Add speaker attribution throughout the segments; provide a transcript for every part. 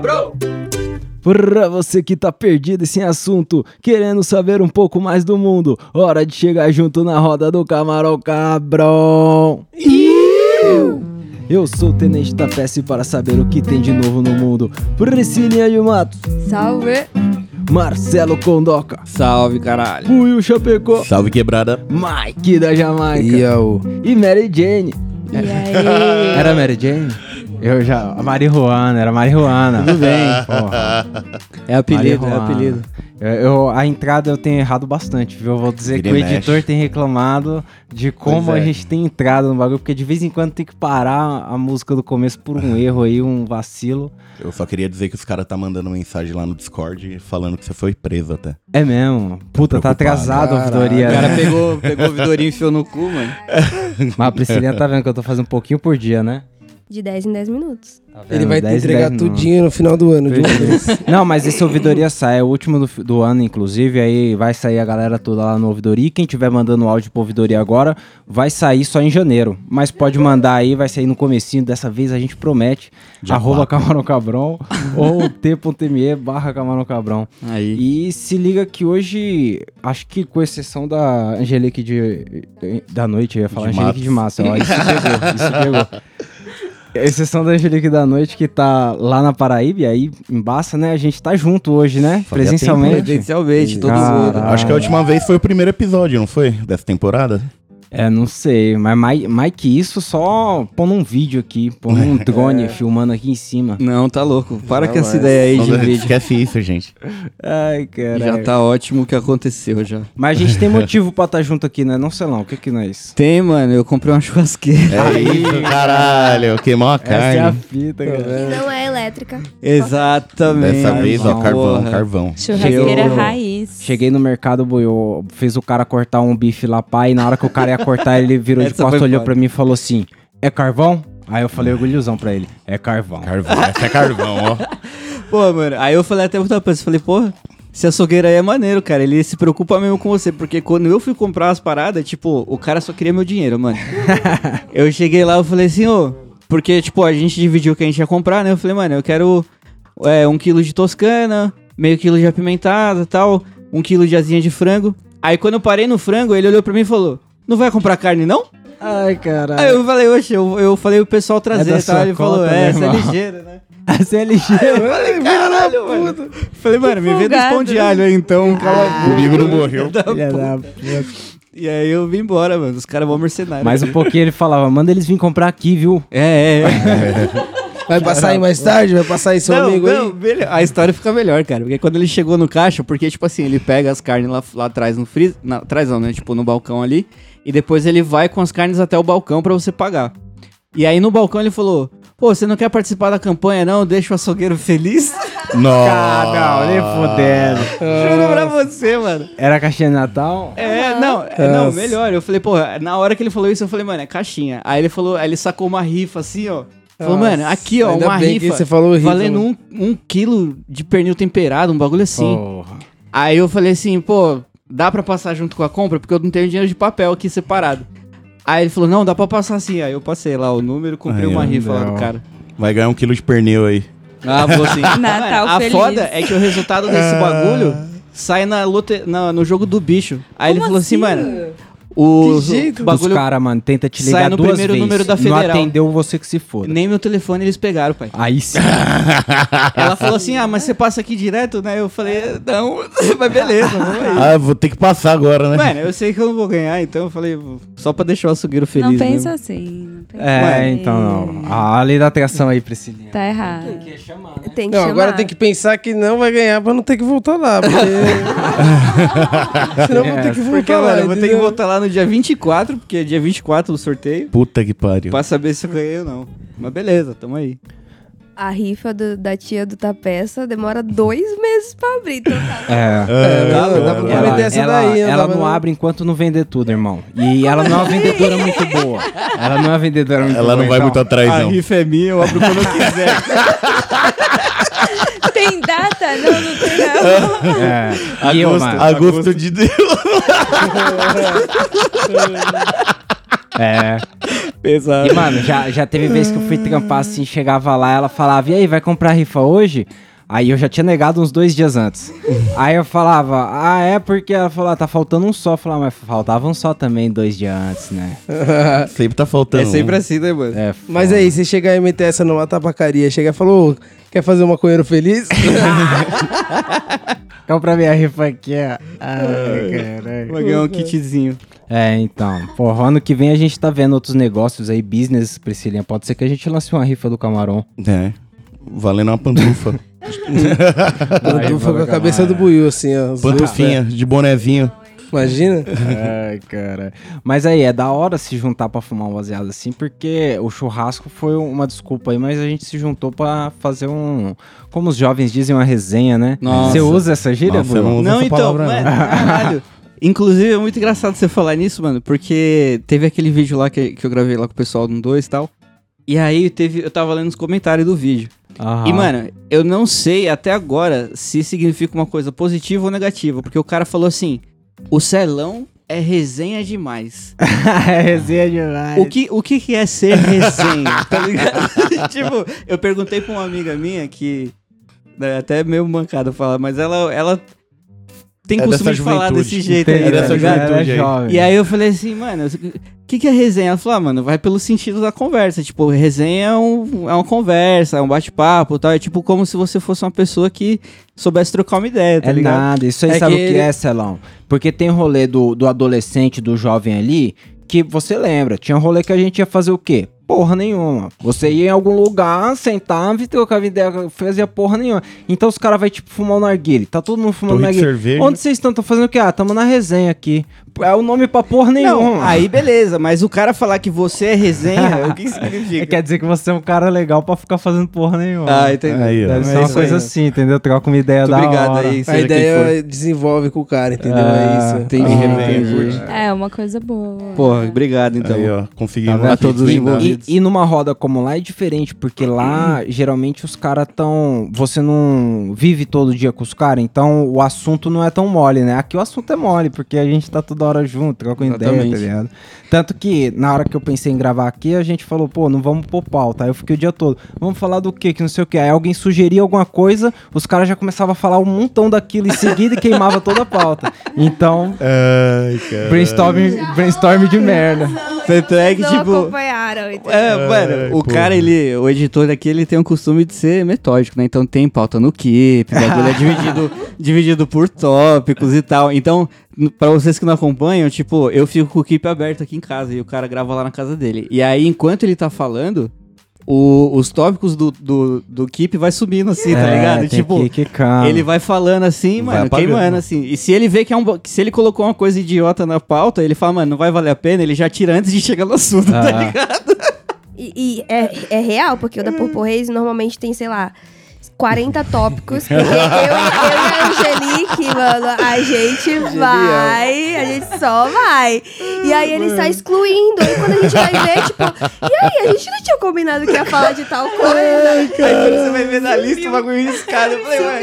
Speaker 1: bro!
Speaker 2: Pra você que tá perdido e sem assunto, querendo saber um pouco mais do mundo, hora de chegar junto na roda do Camarão Cabrão. Eu sou o Tenente da Peça e para saber o que tem de novo no mundo, Priscilinha de Matos,
Speaker 3: Salve!
Speaker 2: Marcelo Condoca,
Speaker 4: Salve, caralho.
Speaker 2: Will Chapecó,
Speaker 4: Salve, quebrada.
Speaker 2: Mike da Jamaica
Speaker 4: eu.
Speaker 2: e Mary Jane.
Speaker 3: E aí?
Speaker 2: Era Mary Jane? Eu já. A Marihuana, era Marihuana. Tudo bem.
Speaker 4: É apelido, é
Speaker 2: Marihuana.
Speaker 4: apelido.
Speaker 2: Eu, eu- a entrada eu tenho errado bastante, viu? Eu vou dizer
Speaker 5: Vira
Speaker 2: que o
Speaker 5: e mexe.
Speaker 2: editor tem reclamado de como
Speaker 5: Pois
Speaker 2: a
Speaker 5: é.
Speaker 2: gente tem entrado no bagulho, porque de vez em quando tem que parar a música do começo por um erro aí, um vacilo.
Speaker 5: Eu só queria dizer que os caras tá mandando mensagem lá no Discord falando que você foi preso até. Tá
Speaker 2: É mesmo. Puta, tá
Speaker 5: Preocupado.
Speaker 2: atrasado a
Speaker 4: O
Speaker 2: auditoria.
Speaker 4: cara
Speaker 2: Né?
Speaker 4: pegou, pegou o Vidorinho e enfiou no cu, mano.
Speaker 2: Mas a Priscilinha tá vendo que eu tô fazendo um pouquinho por dia, né?
Speaker 3: De 10 em 10 minutos.
Speaker 2: Tá vendo?
Speaker 6: Ele vai
Speaker 2: 10, 10
Speaker 6: entregar
Speaker 2: não.
Speaker 6: tudinho no final do ano. de uma vez.
Speaker 2: Não, mas esse ouvidoria sai, é o último do, fi- do ano, inclusive, aí vai sair a galera toda lá no ouvidoria. E quem tiver mandando um áudio pro ouvidoria agora, vai sair só em janeiro. Mas pode mandar aí, vai sair no comecinho. Dessa vez a gente promete.
Speaker 5: Dia
Speaker 2: arroba Camarão Cabrão ou t.me barra Camarão Cabrão.
Speaker 4: Aí.
Speaker 2: E se liga que hoje, acho que com exceção da Angelique de, da noite, eu ia falar
Speaker 5: De
Speaker 2: Angelique de Massa, ó, isso pegou, isso pegou. A Exceção da Angelique da noite que tá lá na Paraíba, e aí embaça, né? A gente tá junto hoje, né?
Speaker 5: Fazia
Speaker 2: Presencialmente. Ah.
Speaker 4: Presencialmente, todo mundo.
Speaker 2: Caralho.
Speaker 5: Acho que a última vez foi o primeiro episódio, não foi? Dessa temporada?
Speaker 2: É, não sei, mas mais, mais que isso, só pondo um vídeo aqui, pondo
Speaker 4: É.
Speaker 2: um drone filmando aqui em cima.
Speaker 4: Não, tá louco. Para com essa
Speaker 6: Jamais.
Speaker 4: ideia aí de vídeo.
Speaker 5: Esquece isso, gente.
Speaker 2: Ai, cara.
Speaker 4: Já tá ótimo o que aconteceu já.
Speaker 2: Mas a gente tem motivo pra estar junto aqui, né? Não sei lá, o que que nós...
Speaker 4: Tem, mano, eu comprei uma churrasqueira.
Speaker 5: É isso, caralho. Queimou a
Speaker 2: Essa é a
Speaker 5: carne.
Speaker 2: fita, cara.
Speaker 3: E não é elétrica.
Speaker 4: Exatamente.
Speaker 5: Dessa
Speaker 2: né?
Speaker 5: vez, ó,
Speaker 4: Porra.
Speaker 5: carvão, carvão.
Speaker 7: Churrasqueira
Speaker 4: Eu-
Speaker 7: raiz.
Speaker 2: Cheguei no mercado, boiô, fez o cara cortar um bife lá, pai, e na hora que o cara ia cortar, ele virou de
Speaker 4: Essa
Speaker 2: costas,
Speaker 4: foi
Speaker 2: olhou
Speaker 4: foda.
Speaker 2: pra mim e falou assim, é carvão? Aí eu falei orgulhosão pra ele, é carvão.
Speaker 5: Carvão. Essa é carvão, ó.
Speaker 4: Pô, mano, aí eu falei até pra outra pessoa, falei, porra, esse açougueiro aí é maneiro, cara, ele se preocupa mesmo com você, porque quando eu fui comprar as paradas, tipo, o cara só queria meu dinheiro, mano. eu cheguei lá, eu falei assim, ô, porque, tipo, a gente dividiu o que a gente ia comprar, né, eu falei, mano, eu quero é, um quilo de toscana, meio quilo de apimentada e tal, um quilo de asinha de frango. Aí quando eu parei no frango, ele olhou pra mim e falou, não vai comprar carne não?
Speaker 2: Ai, caralho.
Speaker 4: Aí eu falei, oxe, eu, eu falei o pessoal trazer
Speaker 2: É. da
Speaker 4: e tal,
Speaker 2: sua
Speaker 4: ele falou,
Speaker 2: conta,
Speaker 4: é,
Speaker 2: né,
Speaker 4: você é
Speaker 2: irmão?"
Speaker 4: ligeiro, né?
Speaker 2: A CLG.
Speaker 4: Caralho, mano. Falei, mano, me vê dois pão de alho aí então, cala a boca.
Speaker 5: Comigo não morreu.
Speaker 2: Filha da
Speaker 4: E aí eu vim embora, mano. Os caras vão mercenários.
Speaker 2: Mais um pouquinho ele falava, manda eles virem comprar aqui, viu?
Speaker 4: É, é, é.
Speaker 6: Vai passar aí mais tarde? Vai passar aí seu
Speaker 4: não,
Speaker 6: amigo
Speaker 4: não,
Speaker 6: aí?
Speaker 4: beleza. a história fica melhor, cara. Porque quando ele chegou no caixa, porque, tipo assim, ele pega as carnes lá, lá atrás no freezer. na- Atrás não, né? Tipo, no balcão ali. E depois ele vai com as carnes até o balcão pra você pagar. E aí no balcão ele falou: Pô, você não quer participar da campanha, não? Deixa o açougueiro feliz.
Speaker 2: Ah,
Speaker 5: Nossa.
Speaker 4: Juro pra você, mano.
Speaker 2: Era a caixinha de Natal?
Speaker 4: É, não, é, não,
Speaker 6: Nossa.
Speaker 4: melhor. Eu falei, porra, na hora que ele falou isso, eu falei, mano, é caixinha. Aí ele falou, aí ele sacou uma rifa assim, ó. Falou,
Speaker 6: Nossa,
Speaker 4: mano, aqui, ó,
Speaker 6: ainda
Speaker 4: uma
Speaker 6: bem que
Speaker 4: rifa.
Speaker 6: você falou rifa,
Speaker 4: valendo um, um quilo de pernil temperado, um bagulho assim. Aí eu falei assim, pô, dá pra passar junto com a compra? Porque eu não tenho dinheiro de papel aqui separado. Aí ele falou, não, dá pra passar assim. Aí eu passei lá o número, comprei
Speaker 5: Aí,
Speaker 4: uma
Speaker 5: ó,
Speaker 4: rifa lá
Speaker 2: não.
Speaker 4: do cara.
Speaker 5: Vai ganhar um quilo de pernil aí.
Speaker 4: Ah, vou sim.
Speaker 7: Natal
Speaker 4: Mano, a
Speaker 7: feliz.
Speaker 4: foda é que o resultado desse
Speaker 2: Ah.
Speaker 4: bagulho sai na lote, na- no jogo do bicho. Aí ele
Speaker 7: Como
Speaker 4: falou assim,
Speaker 7: assim?
Speaker 4: mano. O
Speaker 2: Bagulho...
Speaker 6: jeito.
Speaker 4: bagulho.
Speaker 2: Os caras, mano, tenta te
Speaker 4: Sai
Speaker 2: ligar
Speaker 4: no
Speaker 2: duas
Speaker 4: primeiro
Speaker 2: vezes.
Speaker 4: número da
Speaker 2: Não
Speaker 4: Federal.
Speaker 2: atendeu você que se foda.
Speaker 4: Nem meu telefone eles pegaram, pai.
Speaker 2: Aí sim.
Speaker 4: Ela falou assim: ah, mas você passa aqui direto, né? Eu falei: não, mas beleza, vamos aí.
Speaker 5: Ah, vou ter que passar agora, né?
Speaker 4: Mano, eu sei que eu não vou ganhar, então eu falei: só pra deixar o açougueiro feliz.
Speaker 7: Não pensa
Speaker 4: mesmo.
Speaker 7: assim. Não pensa
Speaker 2: é,
Speaker 7: assim.
Speaker 2: então não. A lei da atração aí, Priscilinha.
Speaker 7: Tá errado.
Speaker 3: Tem que
Speaker 6: Não,
Speaker 3: chamar. né?
Speaker 6: agora tem que pensar que não vai ganhar pra não ter que voltar lá. Porque... Senão eu vou ter que voltar
Speaker 4: Porque,
Speaker 6: lá.
Speaker 4: mano, eu vou ter que
Speaker 6: entendeu?
Speaker 4: voltar lá no dia 24, porque é dia 24 do sorteio,
Speaker 5: Puta que pariu.
Speaker 4: pra saber se eu ganhei ou não. Mas beleza, tamo aí.
Speaker 3: A rifa do- da tia do Tapeça demora dois meses pra abrir. Então tá
Speaker 2: É.
Speaker 6: É, não, dá pra
Speaker 2: Ela,
Speaker 6: prometer essa
Speaker 2: ela-
Speaker 6: daí.
Speaker 2: ela
Speaker 6: dá
Speaker 2: não
Speaker 6: pra-
Speaker 2: abre enquanto não vender tudo, irmão. E ela não é uma vendedora muito boa. Ela não é uma vendedora muito boa.
Speaker 5: Ela não vai
Speaker 2: então.
Speaker 5: muito atrás,
Speaker 4: A
Speaker 5: não.
Speaker 4: rifa é minha, eu abro quando eu quiser.
Speaker 7: Tem data? Não, não tem não.
Speaker 2: É. E eu, mano.
Speaker 5: A gosto de Deus.
Speaker 2: É. Pesado.
Speaker 6: E, mano, já, já teve vez que eu fui trampar assim, chegava lá, ela falava, e aí, vai comprar rifa hoje? Aí eu já tinha negado uns dois dias antes. aí eu falava, ah, é porque ela falou, ah, tá faltando um só. Eu falava, mas faltava um só também dois dias antes, né?
Speaker 5: Sempre tá faltando.
Speaker 4: É sempre
Speaker 5: um.
Speaker 4: assim, né, mano?
Speaker 6: É,
Speaker 2: Mas
Speaker 6: foda.
Speaker 2: aí, você chega a meter essa numa tabacaria, chega e falou, "Ô, quer fazer um maconheiro feliz?
Speaker 6: Compra minha rifa aqui, ó. Ai, caralho.
Speaker 4: Vai ganhar um kitzinho.
Speaker 6: É, então. Porra, ano que vem a gente tá vendo outros negócios aí, business, Priscilinha. Pode ser que a gente lance uma rifa do camarão.
Speaker 5: É. Valendo uma pantufa.
Speaker 2: Pantufa com a cabeça
Speaker 4: "Ah,
Speaker 2: do buiu, assim, ó. os dois
Speaker 4: é.
Speaker 5: Pantufinha, de bonezinho.
Speaker 2: pés. Imagina?
Speaker 6: Ai, cara. Mas aí, é da hora se juntar pra fumar um baseado assim, porque o churrasco foi uma desculpa aí, mas a gente se juntou pra fazer um. Como os jovens dizem, uma resenha, né?
Speaker 4: Nossa.
Speaker 6: Você usa essa gíria,
Speaker 5: Nossa, é eu
Speaker 6: Bruno?
Speaker 5: não uso
Speaker 4: Não,
Speaker 5: essa
Speaker 4: então,
Speaker 5: palavra,
Speaker 4: mas,
Speaker 5: não.
Speaker 4: caralho. Inclusive, é muito engraçado você falar nisso, mano, porque teve aquele vídeo lá que, que eu gravei lá com o pessoal do 2 e tal. E aí teve, eu tava lendo os comentários do vídeo.
Speaker 6: Aham.
Speaker 5: Ah.
Speaker 4: E, mano, eu não sei até agora se significa uma coisa positiva ou negativa, porque o cara falou assim: o celão é resenha demais.
Speaker 6: é resenha demais.
Speaker 4: O que, o que que é ser resenha, tá ligado? tipo, eu perguntei pra uma amiga minha que... né, Até meio mancada falar, mas ela, ela tem
Speaker 5: É
Speaker 4: costume
Speaker 5: dessa
Speaker 4: de falar
Speaker 5: juventude.
Speaker 4: desse jeito
Speaker 5: Tem,
Speaker 4: aí,
Speaker 5: é
Speaker 4: tá
Speaker 5: dessa
Speaker 4: ligado?
Speaker 5: juventude.
Speaker 6: Era
Speaker 5: aí.
Speaker 6: jovem.
Speaker 4: E aí eu falei assim, mano, o que, que é resenha? Ela falou, ah, mano, vai pelo sentido da conversa. Tipo, resenha é, um- é uma conversa, é um bate-papo e tal. É tipo como se você fosse uma pessoa que soubesse trocar uma ideia, tá
Speaker 6: é
Speaker 4: ligado?
Speaker 6: nada, isso aí
Speaker 4: É
Speaker 6: sabe
Speaker 4: que
Speaker 6: o que
Speaker 4: ele-
Speaker 6: é, Celão? Porque tem rolê do, do adolescente, do jovem ali, que você lembra, tinha rolê que a gente ia fazer o quê? Porra nenhuma. Você ia em algum lugar, sentava e trocava ideia, fazia porra nenhuma. Então os caras vai tipo fumar o narguile, tá todo mundo fumando
Speaker 5: Torre de
Speaker 6: narguile.
Speaker 5: cerveja.
Speaker 6: Onde vocês estão? Tão fazendo o quê? Ah, tamo na resenha aqui. É o nome pra porra nenhuma.
Speaker 4: Não, aí beleza, mas o cara falar que você é resenha, o que que significa?
Speaker 6: É, quer dizer que você é um cara legal pra ficar fazendo porra nenhuma.
Speaker 4: Ah, entendi.
Speaker 5: Aí, ó.
Speaker 6: Deve ser
Speaker 4: é
Speaker 6: uma
Speaker 4: isso
Speaker 6: coisa
Speaker 4: aí.
Speaker 6: assim, entendeu? Troca uma ideia
Speaker 4: Muito
Speaker 6: da
Speaker 4: obrigado
Speaker 6: hora. é
Speaker 4: aí,
Speaker 2: A
Speaker 4: seja quem
Speaker 2: ideia é desenvolve com o cara, entendeu?
Speaker 6: Ah,
Speaker 2: é isso.
Speaker 4: entendi, entendi.
Speaker 8: É, uma coisa boa.
Speaker 4: for. Porra, obrigado então.
Speaker 5: Aí, ó. Conseguimos
Speaker 4: Tá vendo? A todos os
Speaker 5: desvendar.
Speaker 4: envolvidos.
Speaker 6: E, e numa roda como lá é diferente, porque lá geralmente os caras tão. Você não vive todo dia com os caras, então o assunto não é tão mole, né? Aqui o assunto é mole, porque a gente tá toda hora junto, troca uma ideia, tá
Speaker 4: Exatamente.
Speaker 6: ligado? Tanto que na hora que eu pensei em gravar aqui, a gente falou, pô, não vamos pôr pauta. Aí eu fiquei o dia todo, vamos falar do quê? Que não sei o quê. Aí alguém sugeria alguma coisa, os caras já começavam a falar um montão daquilo em seguida e queimava toda a pauta. Então,
Speaker 5: Ai,
Speaker 4: É.
Speaker 5: cara.
Speaker 6: brainstorm, brainstorm de merda.
Speaker 4: Tanto é que,
Speaker 9: Não
Speaker 4: tipo.
Speaker 9: acompanharam, entendeu?
Speaker 4: É, mano, o
Speaker 5: pô.
Speaker 4: cara, ele, o editor aqui, ele tem o costume de ser metódico, né? Então tem pauta no Keep, o bagulho é dividido, dividido por tópicos e tal. Então, n- pra vocês que não acompanham, tipo, eu fico com o Keep aberto aqui em casa e o cara grava lá na casa dele. E aí, enquanto ele tá falando, o- os tópicos do, do, do Keep vai subindo assim, tá ligado?
Speaker 6: É, tem que quicar.
Speaker 4: Ele vai falando assim,
Speaker 5: Vai
Speaker 4: mano,
Speaker 5: apagando.
Speaker 4: queimando assim. E se ele vê que é um. bo- que Se ele colocou uma coisa idiota na pauta, ele fala, mano, não vai valer a pena, ele já tira antes de chegar no assunto, tá
Speaker 6: Ah.
Speaker 4: ligado?
Speaker 9: E, e é, é real, porque o da Purple Reis normalmente tem, sei lá, 40 tópicos. Porque eu, eu e a Angelique, mano, a gente vai, a gente só vai. E aí ele está excluindo. Aí quando a gente vai ver, tipo, e aí, a gente não tinha combinado que ia falar de tal coisa.
Speaker 4: Aí quando você vai ver na lista, o bagulho riscado. Eu falei, ué.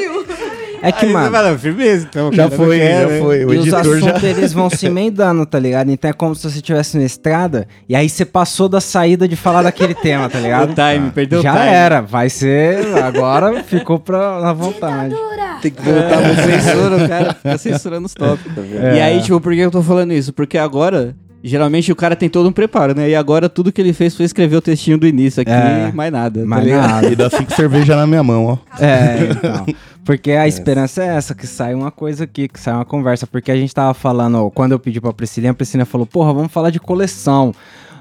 Speaker 6: É que,
Speaker 4: Aí você
Speaker 6: mano.
Speaker 4: fala, firmeza, então.
Speaker 5: Já
Speaker 4: cara,
Speaker 5: foi,
Speaker 4: não quero, né?
Speaker 5: já foi. O
Speaker 6: e os
Speaker 5: editor
Speaker 6: assuntos
Speaker 5: já.
Speaker 6: eles vão se emendando, tá ligado? Então é como se você estivesse na estrada e aí você passou da saída de falar daquele tema, tá
Speaker 4: O
Speaker 6: ligado?
Speaker 4: time, perdeu
Speaker 6: Já
Speaker 4: o time.
Speaker 6: era, vai ser. Agora ficou pra, na
Speaker 3: Tá
Speaker 6: vontade.
Speaker 2: Tem que voltar
Speaker 4: Tá
Speaker 2: pro
Speaker 4: com censura, o cara fica censurando os tópicos.
Speaker 6: É.
Speaker 4: E aí, tipo, por que eu tô falando isso? Porque agora, geralmente o cara tem todo um preparo, né? E agora tudo que ele fez foi escrever o textinho do início aqui
Speaker 6: É.
Speaker 4: e mais nada. tá
Speaker 6: Mas
Speaker 4: ligado?
Speaker 5: E
Speaker 6: nada.
Speaker 5: dá cinco cervejas na minha mão, ó.
Speaker 6: É, então. Porque a esperança é essa, que sai uma coisa aqui, que sai uma conversa. Porque a gente tava falando, quando eu pedi pra Priscilinha, a Priscilinha falou, porra, vamos falar de coleção.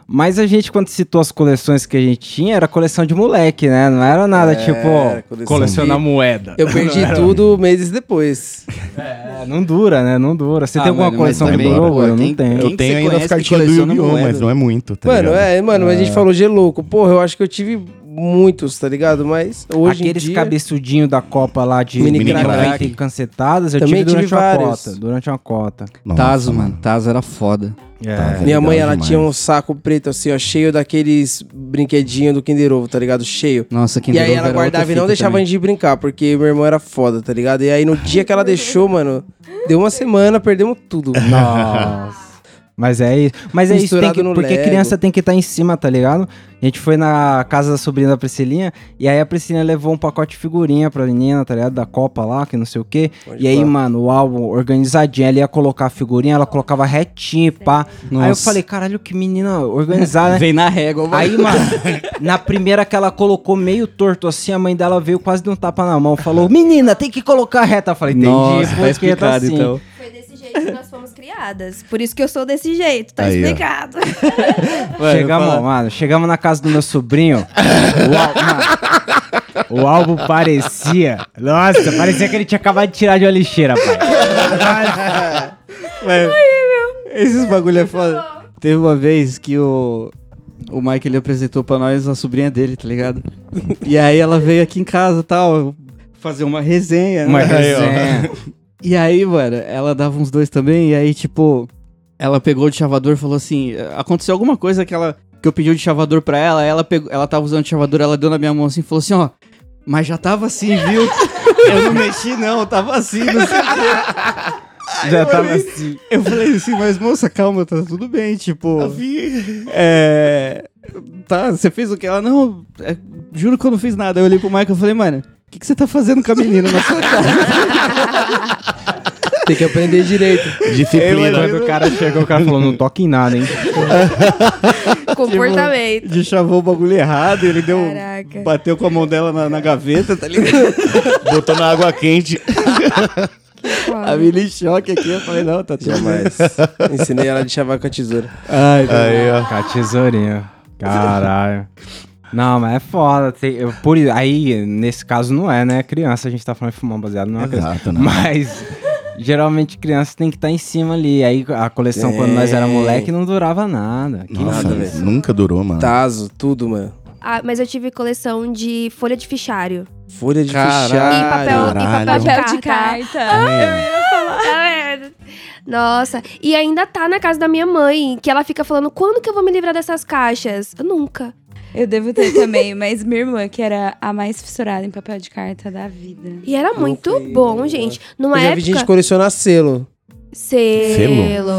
Speaker 6: Mas a gente, quando citou as coleções que a gente tinha, era coleção de moleque, né? Não era nada,
Speaker 2: era
Speaker 6: tipo,
Speaker 2: coleção
Speaker 6: colecionar moeda.
Speaker 2: Eu perdi tudo meses depois.
Speaker 6: É, não dura, né? Não dura. Você
Speaker 4: Ah,
Speaker 6: tem alguma
Speaker 4: mano,
Speaker 6: coleção
Speaker 4: mas
Speaker 6: que
Speaker 5: também,
Speaker 6: durou?
Speaker 4: pô,
Speaker 6: eu não
Speaker 4: quem-
Speaker 6: tenho.
Speaker 4: quem-
Speaker 5: Eu tenho
Speaker 4: você
Speaker 5: ainda
Speaker 4: conhece
Speaker 5: as
Speaker 4: que
Speaker 5: cartinhas do
Speaker 4: coleciona
Speaker 5: Yu-Gi-Oh!
Speaker 4: moeda?
Speaker 5: Mas não é muito, tá
Speaker 2: Mano,
Speaker 5: ligado?
Speaker 2: é, mano, mas a gente falou de louco. Porra, eu acho que eu tive muitos, tá ligado? Mas hoje
Speaker 6: Aqueles
Speaker 2: em dia...
Speaker 6: cabeçudinhos da Copa lá de
Speaker 2: Mini
Speaker 6: mini
Speaker 2: crack.
Speaker 6: e cancetadas, eu
Speaker 2: Também
Speaker 6: tive durante
Speaker 2: tive
Speaker 6: uma
Speaker 2: vários.
Speaker 6: cota. Durante uma cota.
Speaker 5: Nossa,
Speaker 4: Tazo, mano. Tazo era foda.
Speaker 5: Tazo é
Speaker 2: Minha mãe,
Speaker 5: legal
Speaker 2: ela
Speaker 5: demais.
Speaker 2: tinha um saco preto assim, ó, cheio daqueles brinquedinhos do Kinder Ovo, tá ligado? Cheio.
Speaker 4: Nossa, quem
Speaker 2: e aí ela guardava e não deixava a gente brincar, porque meu irmão era foda, tá ligado? E aí no dia que ela deixou, mano, deu uma semana, perdemos tudo.
Speaker 6: Nossa. Mas é isso. Mas é isso, tem
Speaker 2: Misturado
Speaker 6: que,
Speaker 2: no
Speaker 6: porque
Speaker 2: Lego.
Speaker 6: criança tem que estar em cima, tá ligado? A gente foi na casa da sobrinha da Priscilinha, e aí a Priscilinha levou um pacote de figurinha pra menina, tá ligado? Da Copa lá, que não sei o quê. e aí, mano, o álbum organizadinho, ela ia colocar a figurinha, ela colocava retinho, pá. Aí eu
Speaker 4: Nossa.
Speaker 6: falei, caralho, que menina organizada, né?
Speaker 4: Vem na régua, vai.
Speaker 6: Aí, mano, na primeira que ela colocou meio torto assim, a mãe dela veio quase de um tapa na mão. Falou, menina, tem que colocar reta. Eu falei, entendi,
Speaker 4: Nossa, tá
Speaker 6: porque assim."
Speaker 4: explicado,
Speaker 2: assim.
Speaker 4: então.
Speaker 3: Foi desse jeito que nós fomos criadas. Por isso que eu sou desse jeito, tá
Speaker 5: Aí, ó.
Speaker 3: explicado.
Speaker 4: Vai,
Speaker 6: chegamos,
Speaker 4: fala.
Speaker 6: mano, chegamos na casa do meu sobrinho. O, al- mano, o álbum parecia. Nossa, parecia que ele tinha acabado de tirar de uma lixeira, pai.
Speaker 4: Mas Esses bagulho é foda. Teve uma vez que o, o Mike ele apresentou pra nós a sobrinha dele, tá ligado? E aí ela veio aqui em casa e tal, fazer uma resenha.
Speaker 6: Uma
Speaker 4: né?
Speaker 6: resenha.
Speaker 4: E aí, mano, ela dava uns dois também, e aí, tipo, ela pegou o chavador e falou assim: aconteceu alguma coisa que ela. Que eu pedi o chavador pra ela, ela, pegou, ela tava usando o chavador, ela deu na minha mão assim e falou assim, ó. Mas já tava assim, viu? Eu não mexi, não, tava assim, não sei o quê.
Speaker 6: Já tava assim.
Speaker 4: Eu falei assim, mas moça, calma, tá tudo bem, tipo. É. Tá, você fez o quê? Ela, não, é, juro que eu não fiz nada. Eu olhei pro Michael e falei, mano, o que, que você tá fazendo com a menina na sua casa?
Speaker 2: Tem que aprender direito.
Speaker 5: Disciplina.
Speaker 6: assim, Quando o cara chegou, o cara falou, não toque em nada, hein?
Speaker 3: Comportamento.
Speaker 4: De chavou o bagulho errado, ele deu.
Speaker 3: Caraca.
Speaker 4: Bateu com a mão dela na, na gaveta, tá ligado?
Speaker 5: Botou na água quente.
Speaker 4: A menina em choque aqui, eu falei, não, tá tudo bem.
Speaker 2: Mas ensinei ela a chavar com a tesoura.
Speaker 4: Ai, tá.
Speaker 5: Aí, ó.
Speaker 6: Com a tesourinha. Caralho. Não, mas é foda. tem- eu- por, i- aí, nesse caso, não é, né? Criança, a gente tá falando de fumar baseado, não é uma criança.
Speaker 5: Exato, né?
Speaker 6: Mas, geralmente, criança tem que estar em cima ali. Aí, a coleção, quando nós era moleque, não durava nada. Que
Speaker 5: Nossa,
Speaker 6: nada.
Speaker 2: velho.
Speaker 5: nunca durou, mano.
Speaker 2: Tazo, tudo, mano.
Speaker 3: Ah, mas eu tive coleção de folha de fichário.
Speaker 2: Folha de
Speaker 4: Caralho.
Speaker 3: e
Speaker 2: fichário.
Speaker 3: papel, e papel,
Speaker 8: Papel de
Speaker 3: de carta.
Speaker 8: carta.
Speaker 3: Tá vendo? Nossa, e ainda tá na casa da minha mãe, que ela fica falando: quando que eu vou me livrar dessas caixas? Eu nunca.
Speaker 8: Eu devo ter também, mas minha irmã, que era a mais fissurada em papel de carta da vida.
Speaker 3: E era muito bom, gente. Numa
Speaker 2: Eu já vi
Speaker 3: época.
Speaker 2: gente colecionar selo.
Speaker 3: Selo.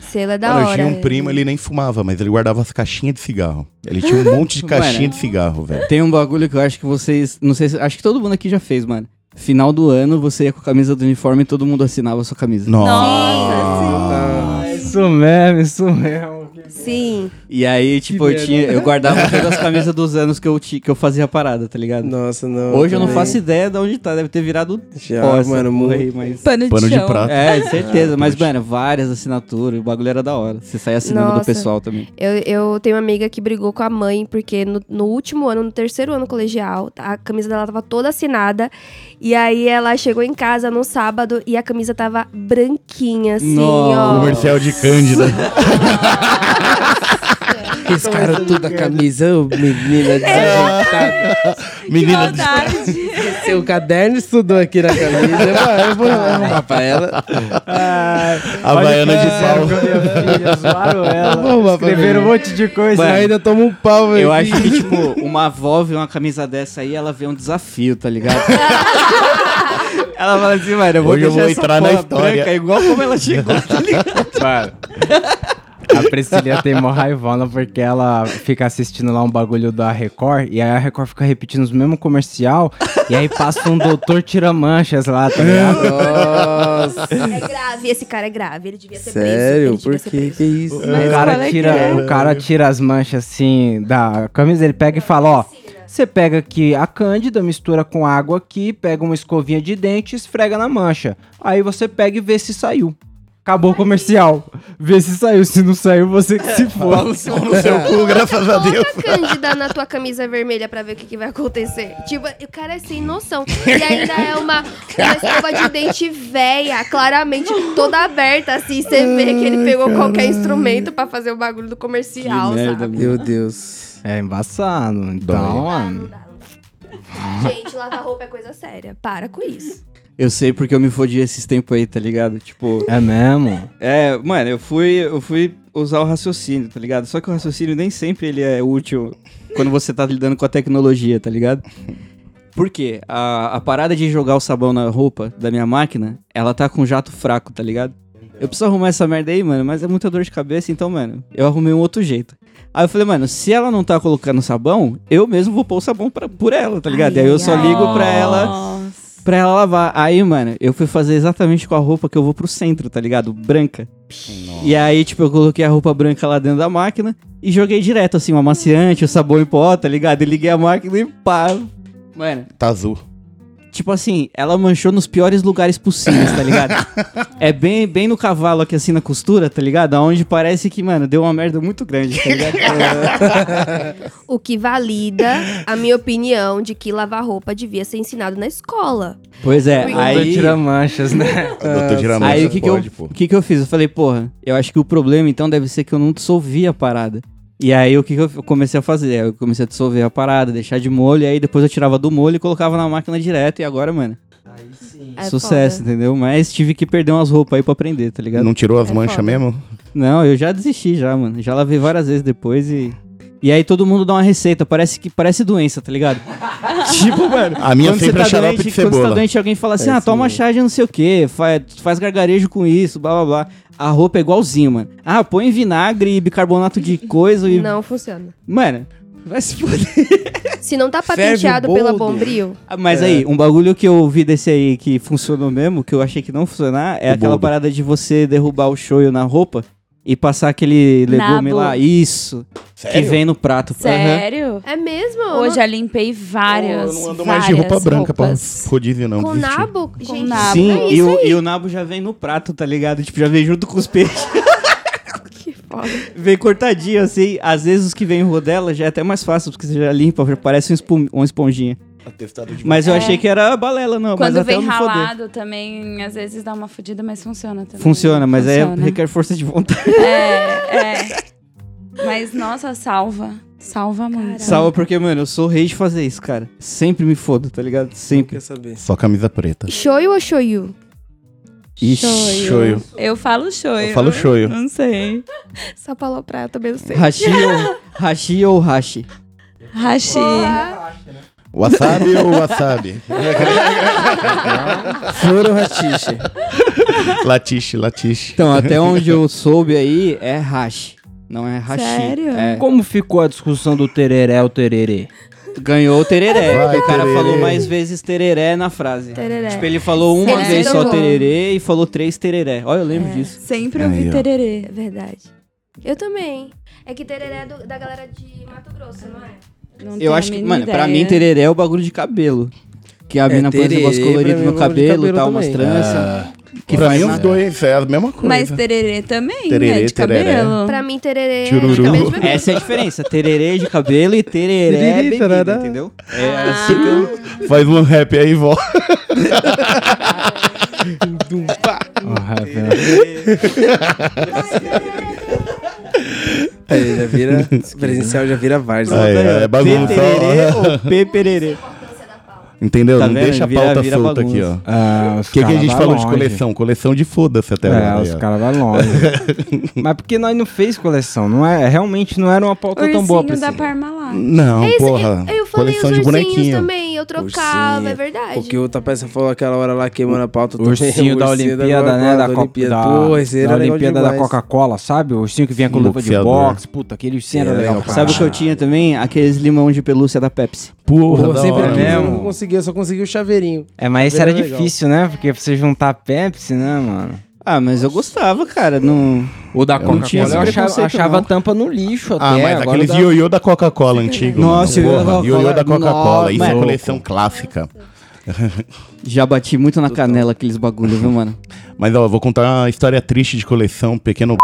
Speaker 3: Selo é da
Speaker 5: Mano, eu
Speaker 3: hora.
Speaker 5: tinha um primo, ele nem fumava, mas ele guardava as caixinhas de cigarro. Ele tinha um monte de caixinha
Speaker 4: Mano.
Speaker 5: de cigarro, velho.
Speaker 4: Tem um bagulho que eu acho que vocês. Não sei se. Acho que todo mundo aqui já fez, mano. Final do ano, você ia com a camisa do uniforme e todo mundo assinava a sua camisa.
Speaker 5: Nossa.
Speaker 6: Isso mesmo, isso mesmo.
Speaker 3: Sim.
Speaker 4: E aí, tipo, eu, tinha, eu guardava todas as camisas dos anos que eu, ti, que eu fazia a parada, tá ligado?
Speaker 2: Nossa, não.
Speaker 4: Hoje eu não
Speaker 2: também.
Speaker 4: faço ideia de onde tá, deve ter virado
Speaker 2: Já,
Speaker 4: pó essa
Speaker 2: mano,
Speaker 4: porra
Speaker 2: muito.
Speaker 4: aí, mas...
Speaker 8: Pano,
Speaker 5: Pano
Speaker 8: de
Speaker 5: de
Speaker 8: chão.
Speaker 2: Ah, tá.
Speaker 5: prata.
Speaker 4: É, de certeza, mas, mano, várias assinaturas, o bagulho era da hora. Você saia assinando do
Speaker 3: Nossa.
Speaker 4: pessoal também.
Speaker 3: Eu, eu tenho uma amiga que brigou com a mãe, porque no, no último ano, no terceiro ano colegial, tá, a camisa dela tava toda assinada. E aí ela chegou em casa num sábado e a camisa tava branquinha, assim,
Speaker 4: Nossa.
Speaker 3: ó.
Speaker 5: Comercial de Cândida.
Speaker 2: Esse cara tudo a camisa, é ô menina desajeitada.
Speaker 5: Menina,
Speaker 2: Seu caderno estudou aqui na camisa. Eu vou arrumar pra ela.
Speaker 5: Havaiana
Speaker 4: É.
Speaker 5: de pau.
Speaker 6: zoaram ela.
Speaker 2: Vamos,
Speaker 6: Escreveram um monte de coisa.
Speaker 2: Mas ainda toma um pau, velho.
Speaker 4: Eu acho que, tipo, uma avó vê uma camisa dessa aí, ela vê um desafio, tá ligado? ela fala assim, mano, eu vou
Speaker 5: Hoje eu
Speaker 4: deixar
Speaker 5: vou
Speaker 4: essa
Speaker 5: entrar na
Speaker 4: porra
Speaker 5: história.
Speaker 4: branca, é igual como ela chegou, tá ligado?
Speaker 6: Mano, A Priscilia tem mó raivona porque ela fica assistindo lá um bagulho da Record e aí a Record fica repetindo os mesmos comercial e aí passa um doutor tira manchas lá, tá ligado?
Speaker 2: Nossa.
Speaker 3: É grave, esse cara é grave. Ele devia ser
Speaker 2: Sério?
Speaker 3: preso. ele
Speaker 2: Por
Speaker 3: devia ser
Speaker 2: que
Speaker 3: preso.
Speaker 2: que isso?
Speaker 6: O
Speaker 8: qual
Speaker 6: cara,
Speaker 8: é que
Speaker 6: tira,
Speaker 8: é?
Speaker 6: o cara tira as manchas assim da camisa, ele pega e fala, ó, você pega aqui a cândida, mistura com água aqui, pega uma escovinha de dente e esfrega na mancha. Aí você pega e vê se saiu. Acabou o comercial. Vê se saiu. Se não saiu, você que se for.
Speaker 5: no seu cu, graças a Deus.
Speaker 3: Coloca a Cândida na tua camisa vermelha pra ver o que, que vai acontecer. Tipo, o cara é sem noção. E ainda é uma, uma escova de dente velha, claramente toda aberta, assim. Você vê que ele pegou qualquer instrumento pra fazer o bagulho do comercial,
Speaker 4: Que merda,
Speaker 3: sabe?
Speaker 2: Meu Deus.
Speaker 6: É embaçado. Então, mano.
Speaker 3: Não dá, não dá. Gente, lavar roupa é coisa séria. Para com isso.
Speaker 4: Eu sei porque eu me fodi esses tempos aí, tá ligado? Tipo...
Speaker 6: É mesmo?
Speaker 4: É, mano, eu fui, eu fui usar o raciocínio, tá ligado? Só que o raciocínio nem sempre ele é útil quando você tá lidando com a tecnologia, tá ligado? Por quê? A, a parada de jogar o sabão na roupa da minha máquina, ela tá com jato fraco, tá ligado? Eu preciso arrumar essa merda aí, mano, mas é muita dor de cabeça, então, mano, eu arrumei um outro jeito. Aí eu falei, mano, se ela não tá colocando sabão, eu mesmo vou pôr o sabão pra, por ela, tá ligado? E aí eu só ligo pra ela
Speaker 8: Nossa.
Speaker 4: pra ela lavar. Aí, mano, eu fui fazer exatamente com a roupa que eu vou pro centro, tá ligado? Branca. E aí, tipo, eu coloquei a roupa branca lá dentro da máquina e joguei direto, assim, o amaciante, o sabão em pó, tá ligado? E liguei a máquina e pá. Mano,
Speaker 5: Tá azul.
Speaker 4: tipo assim, ela manchou nos piores lugares possíveis, tá ligado? é bem, bem no cavalo aqui, assim, na costura, tá ligado? Onde parece que, mano, deu uma merda muito grande, tá ligado?
Speaker 9: O que valida a minha opinião de que lavar roupa devia ser ensinado na escola.
Speaker 4: pois é,
Speaker 10: Aí...
Speaker 4: aí...
Speaker 10: Tira manchas, né?
Speaker 5: O doutor Giramontes
Speaker 4: É, Aí o que, que,
Speaker 5: pode,
Speaker 4: eu,
Speaker 5: pô.
Speaker 4: o que, que eu fiz? Eu falei, porra, eu acho que o problema então deve ser que eu não dissolvi a parada. E aí o que, que eu f- eu comecei a fazer? Eu comecei a dissolver a parada, deixar de molho, e aí depois eu tirava do molho e colocava na máquina direto, e agora, mano,
Speaker 9: É
Speaker 4: sucesso,
Speaker 9: foda.
Speaker 4: entendeu? Mas tive que perder umas roupas aí pra aprender, tá ligado? Não.
Speaker 5: Não tirou as
Speaker 9: É
Speaker 5: manchas
Speaker 9: foda.
Speaker 5: mesmo?
Speaker 4: eu já desisti já, mano. Já lavei várias vezes depois e. E aí todo mundo dá uma receita, parece que parece doença, tá ligado? tipo, mano,
Speaker 5: A minha
Speaker 4: quando você
Speaker 5: sempre é
Speaker 4: tá
Speaker 5: xarope
Speaker 4: doente,
Speaker 5: de
Speaker 4: Quando você tá
Speaker 5: cebola.
Speaker 4: doente, alguém
Speaker 9: É,
Speaker 4: fala assim, ah, toma chá de não sei o que, faz, faz gargarejo com isso, blá blá blá. A roupa é igualzinho, mano. Ah, põe vinagre e bicarbonato de coisa e...
Speaker 9: Não funciona.
Speaker 4: Mano, vai se foder.
Speaker 9: Se não tá
Speaker 2: Ferve
Speaker 9: patenteado
Speaker 2: o
Speaker 9: pela
Speaker 2: boldo.
Speaker 9: Bombril,
Speaker 4: Ah, Mas
Speaker 5: É.
Speaker 4: aí, um bagulho que eu ouvi desse aí que funcionou mesmo, que eu achei que não funcionar, é
Speaker 5: O
Speaker 4: aquela
Speaker 5: boldo.
Speaker 4: parada de você derrubar o shoyu na roupa e passar aquele legume
Speaker 8: Nabo.
Speaker 4: lá. Isso. Que vem no prato. Aham.
Speaker 8: Sério?
Speaker 9: é mesmo?
Speaker 8: Hoje já limpei várias.
Speaker 5: Eu não ando mais de
Speaker 8: várias
Speaker 5: roupa branca pra
Speaker 8: roupas.
Speaker 5: rodízio, não.
Speaker 9: é Com
Speaker 5: desisti.
Speaker 9: nabo? Gente,
Speaker 8: nabo.
Speaker 4: Sim,
Speaker 9: é
Speaker 4: e,
Speaker 9: isso
Speaker 4: o,
Speaker 9: aí.
Speaker 4: e o nabo já vem no prato, tá ligado? Tipo, já vem junto com os peixes.
Speaker 9: Que foda.
Speaker 4: vem cortadinho, assim. Às vezes os que vêm em rodela já é até mais fácil, porque você já limpa, já parece um espum- uma esponjinha. Mas eu
Speaker 8: É.
Speaker 4: achei que era balela, não. mas
Speaker 8: Quando
Speaker 4: até eu
Speaker 8: vem
Speaker 4: não foder.
Speaker 8: ralado também, às vezes dá uma fodida, mas funciona também.
Speaker 4: Funciona, mas
Speaker 8: Funciona.
Speaker 4: é requer força de vontade.
Speaker 8: É, é. Mas nossa, salva. Salva muito.
Speaker 4: Salva porque, mano, eu sou rei de fazer isso, cara. Sempre me fodo, tá ligado? Sempre.
Speaker 2: Quer saber?
Speaker 5: Só camisa preta.
Speaker 9: Shoyu ou shoyu?
Speaker 4: Ixi.
Speaker 5: Shoyu.
Speaker 8: Eu falo shoyu.
Speaker 5: Eu falo shoyu.
Speaker 8: Não sei.
Speaker 9: Só paloprar, eu também não sei.
Speaker 4: Hashi ou, hashi ou hashi?
Speaker 8: Hashi.
Speaker 5: Wasabi ou wasabi?
Speaker 2: Flor ou ratiche?
Speaker 5: latiche, latiche.
Speaker 4: Então, até onde eu soube aí, é hashi. Não é hashi.
Speaker 8: Sério?
Speaker 4: É.
Speaker 6: Como ficou a discussão do tereré ou tererê?
Speaker 4: Ganhou o tereré.
Speaker 5: Vai,
Speaker 4: porque o cara
Speaker 5: tereré.
Speaker 4: falou mais vezes tereré na frase.
Speaker 9: Tereré.
Speaker 4: Tipo, ele falou uma
Speaker 9: Eles
Speaker 4: vez
Speaker 9: estão
Speaker 4: só
Speaker 9: bom.
Speaker 4: tererê e falou três tereré. Olha, eu lembro disso.
Speaker 8: Sempre ouvi
Speaker 5: Aí, ó.
Speaker 8: tererê.
Speaker 9: É verdade. Eu também. É que tereré é do- da galera de Mato Grosso, não é?
Speaker 8: Não tenho
Speaker 4: Eu
Speaker 8: a
Speaker 4: acho que,
Speaker 8: mínima
Speaker 4: mano, pra mim
Speaker 8: ideia.
Speaker 4: tereré é o bagulho de cabelo. Que a mina põe um negócio
Speaker 2: É, tererê,
Speaker 4: colorido
Speaker 2: pra mim, é
Speaker 4: no
Speaker 2: bagulho de
Speaker 4: cabelo e
Speaker 2: cabelo
Speaker 4: tal, umas
Speaker 2: também. Ah,
Speaker 4: tranças.
Speaker 5: que
Speaker 4: que
Speaker 5: pra
Speaker 4: faz
Speaker 5: mim
Speaker 4: na-
Speaker 5: os dois é a mesma coisa.
Speaker 8: Mas tererê também,
Speaker 5: Tererê,
Speaker 8: né? De
Speaker 5: tereré.
Speaker 8: cabelo.
Speaker 9: Pra mim, tereré é
Speaker 5: Tchururu.
Speaker 9: a mesma coisa.
Speaker 4: Essa é a diferença. Tererê de cabelo e tereré é
Speaker 2: Tererê,
Speaker 4: bebida,
Speaker 5: né?
Speaker 2: tarará.
Speaker 4: entendeu? É assim que eu...
Speaker 5: Faz um rap aí e volta.
Speaker 6: é
Speaker 2: Aí já vira. É. Presencial já vira
Speaker 4: um
Speaker 2: várzea.
Speaker 5: Aí, é, é bagunça.
Speaker 4: Petererê ou pepererê?
Speaker 5: Entendeu?
Speaker 4: Tá
Speaker 5: não
Speaker 4: vendo?
Speaker 5: deixa a
Speaker 4: Vira-
Speaker 5: pauta
Speaker 4: vira
Speaker 5: solta aqui, ó.
Speaker 4: bagunça.
Speaker 6: Ah,
Speaker 5: O que, que a gente falou de coleção? Coleção de foda-se até
Speaker 6: É,
Speaker 5: agora. aí,
Speaker 6: os
Speaker 5: ó.
Speaker 6: caras vão longe. Mas porque nós não fez coleção, não é? Realmente não era uma pauta tão boa pra
Speaker 8: Ursinho da
Speaker 6: esse.
Speaker 8: Parmalat.
Speaker 5: Não,
Speaker 9: Esse-
Speaker 5: porra.
Speaker 9: É eu, eu falei
Speaker 5: coleção
Speaker 9: os ursinhos
Speaker 5: de bonequinho.
Speaker 9: também, eu trocava,
Speaker 2: Ursinho.
Speaker 9: é verdade.
Speaker 2: assim, Porque o Tapeça falou aquela hora lá queimando a pauta. também,
Speaker 6: Ursinho da
Speaker 2: ursinho
Speaker 6: Olimpíada, né? Da, Copa-
Speaker 2: Olimpíada.
Speaker 6: da,
Speaker 2: Pô, esse
Speaker 6: da
Speaker 2: era legal
Speaker 6: Olimpíada da
Speaker 2: demais.
Speaker 6: Coca-Cola, sabe? O ursinho que vinha com luva de
Speaker 5: Boxeador.
Speaker 6: boxe. Puta, aquele ursinho era
Speaker 2: Era
Speaker 6: legal.
Speaker 2: legal
Speaker 6: pra
Speaker 4: Sabe o que eu
Speaker 6: caralho.
Speaker 4: tinha também? Aqueles limão de pelúcia da Pepsi.
Speaker 5: Porra,
Speaker 2: Pô,
Speaker 5: da
Speaker 2: sempre
Speaker 5: hora.
Speaker 2: quis, eu
Speaker 6: mesmo.
Speaker 2: não consegui, eu só consegui o chaveirinho.
Speaker 6: É, mas isso era
Speaker 2: Era legal.
Speaker 6: difícil, né? Porque pra você juntar Pepsi, né, mano?
Speaker 4: Ah, mas eu gostava, cara. Não...
Speaker 6: O da
Speaker 5: não tinha
Speaker 6: Coca-Cola eu
Speaker 5: esse
Speaker 6: achava,
Speaker 4: preconceito,
Speaker 6: achava
Speaker 4: não.
Speaker 6: a tampa no lixo até.
Speaker 5: Ah, mas
Speaker 6: agora
Speaker 5: aqueles
Speaker 6: o da-
Speaker 5: ioiô da Coca-Cola antigo.
Speaker 4: Nossa,
Speaker 5: mano.
Speaker 4: ioiô da
Speaker 5: Porra, ioiô
Speaker 4: Coca-Cola.
Speaker 5: da Coca-Cola. Isso é
Speaker 4: Nossa.
Speaker 5: coleção clássica.
Speaker 4: Já bati muito na canela aqueles bagulhos, viu, mano?
Speaker 5: Mas ó, vou contar uma história triste de coleção, pequeno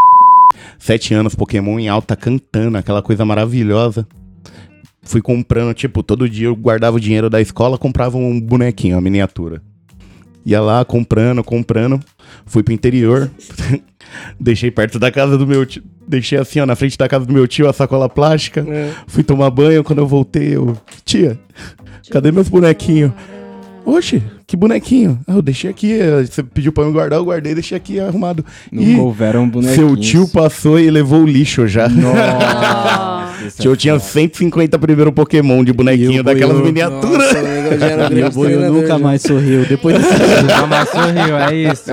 Speaker 5: sete anos, Pokémon em alta cantando, aquela coisa maravilhosa. Fui comprando, tipo, todo dia eu guardava o dinheiro da escola, comprava um bonequinho, uma miniatura. Ia lá comprando, comprando, fui pro interior, deixei perto da casa do meu tio, deixei assim, ó, na frente da casa do meu tio a sacola plástica. Fui tomar banho, quando eu voltei, eu, tia, cadê meus bonequinhos? Oxe, que bonequinho. Ah, eu deixei aqui. eh, Você pediu pra eu guardar, eu guardei, deixei aqui arrumado.
Speaker 6: Nunca houveram um bonequinhos.
Speaker 5: seu tio passou e levou o lixo já.
Speaker 6: Nossa, isso é
Speaker 5: Tio, eu tinha 150 primeiro Pokémon de bonequinho
Speaker 4: eu-
Speaker 5: daquelas
Speaker 4: eu-
Speaker 5: miniaturas.
Speaker 2: Nossa, o negócio já era um
Speaker 4: Meu
Speaker 2: grande
Speaker 4: boio
Speaker 2: treinador
Speaker 4: nunca
Speaker 2: já.
Speaker 4: mais sorriu. Depois desse
Speaker 6: Nunca mais sorriu, é isso.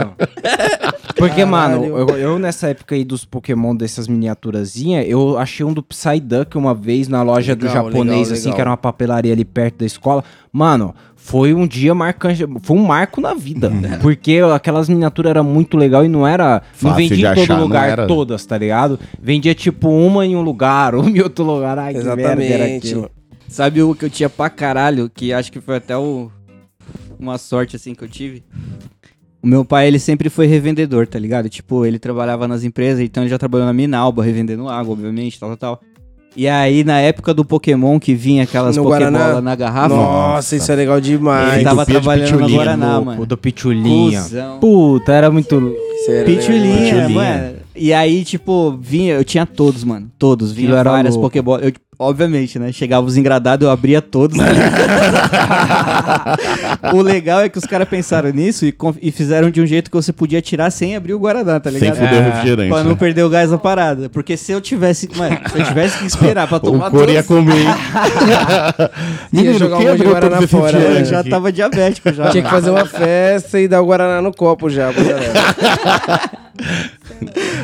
Speaker 6: Porque, mano,
Speaker 2: Caralho.
Speaker 6: eu, eu nessa época aí dos Pokémon, dessas miniaturazinhas, eu achei um do Psyduck uma vez na loja do
Speaker 2: Legal,
Speaker 6: japonês,
Speaker 2: legal,
Speaker 6: assim,
Speaker 2: legal.
Speaker 6: que era uma papelaria ali perto da escola. Mano, foi um dia marcante, foi um marco na vida. porque aquelas miniaturas eram muito legal e não era. não
Speaker 5: Fácil de
Speaker 6: vendia em todo
Speaker 5: achar, não
Speaker 6: lugar
Speaker 5: era.
Speaker 6: todas, tá ligado? Vendia tipo uma em um lugar, uma em outro lugar. Ai, que merda era
Speaker 2: Exatamente.
Speaker 6: aquilo.
Speaker 4: Sabe o que eu tinha pra caralho, que acho que foi até o... uma sorte, assim, que eu tive? O meu pai, ele sempre foi revendedor, tá ligado? Tipo, ele trabalhava nas empresas, então ele já trabalhou na Minalba, revendendo água, obviamente, tal, tal, tal. E aí, na época do Pokémon, que vinha aquelas
Speaker 2: No
Speaker 4: Pokébola
Speaker 2: Guaraná?
Speaker 4: na garrafa,
Speaker 2: Nossa, isso é legal demais.
Speaker 4: ele
Speaker 5: Tá
Speaker 4: tava
Speaker 5: entupia de
Speaker 4: trabalhando na
Speaker 5: pitulinha,
Speaker 4: Guaraná,
Speaker 6: Louco,
Speaker 4: mano.
Speaker 6: do Pitulinha.
Speaker 4: Cusão.
Speaker 6: Puta, era muito.
Speaker 2: Isso era legal demais.
Speaker 4: Pitulinha,
Speaker 5: Pitulinha.
Speaker 4: mano. E aí, tipo, vinha, eu tinha todos, mano. Todos, vinha
Speaker 6: Aquilo era
Speaker 4: várias
Speaker 6: louco.
Speaker 4: Pokébolas. Eu, obviamente, né? Chegava os engradados, eu abria todos. né? o legal é que os caras pensaram nisso e, con- e fizeram de um jeito que você podia tirar sem abrir o Guaraná, tá
Speaker 5: Sem
Speaker 4: ligado?
Speaker 5: fuder o refrigerante.
Speaker 4: Pra não
Speaker 5: né?
Speaker 4: perder o gás da parada. Porque se eu tivesse. Mano, se eu tivesse que esperar pra tomar
Speaker 5: o couro ia
Speaker 4: todos,
Speaker 5: comer.
Speaker 2: Ia jogar um monte de Guaraná fora, né?
Speaker 4: eu já tava diabético já.
Speaker 2: Tinha que fazer uma festa e dar o Guaraná no copo já, pra galera.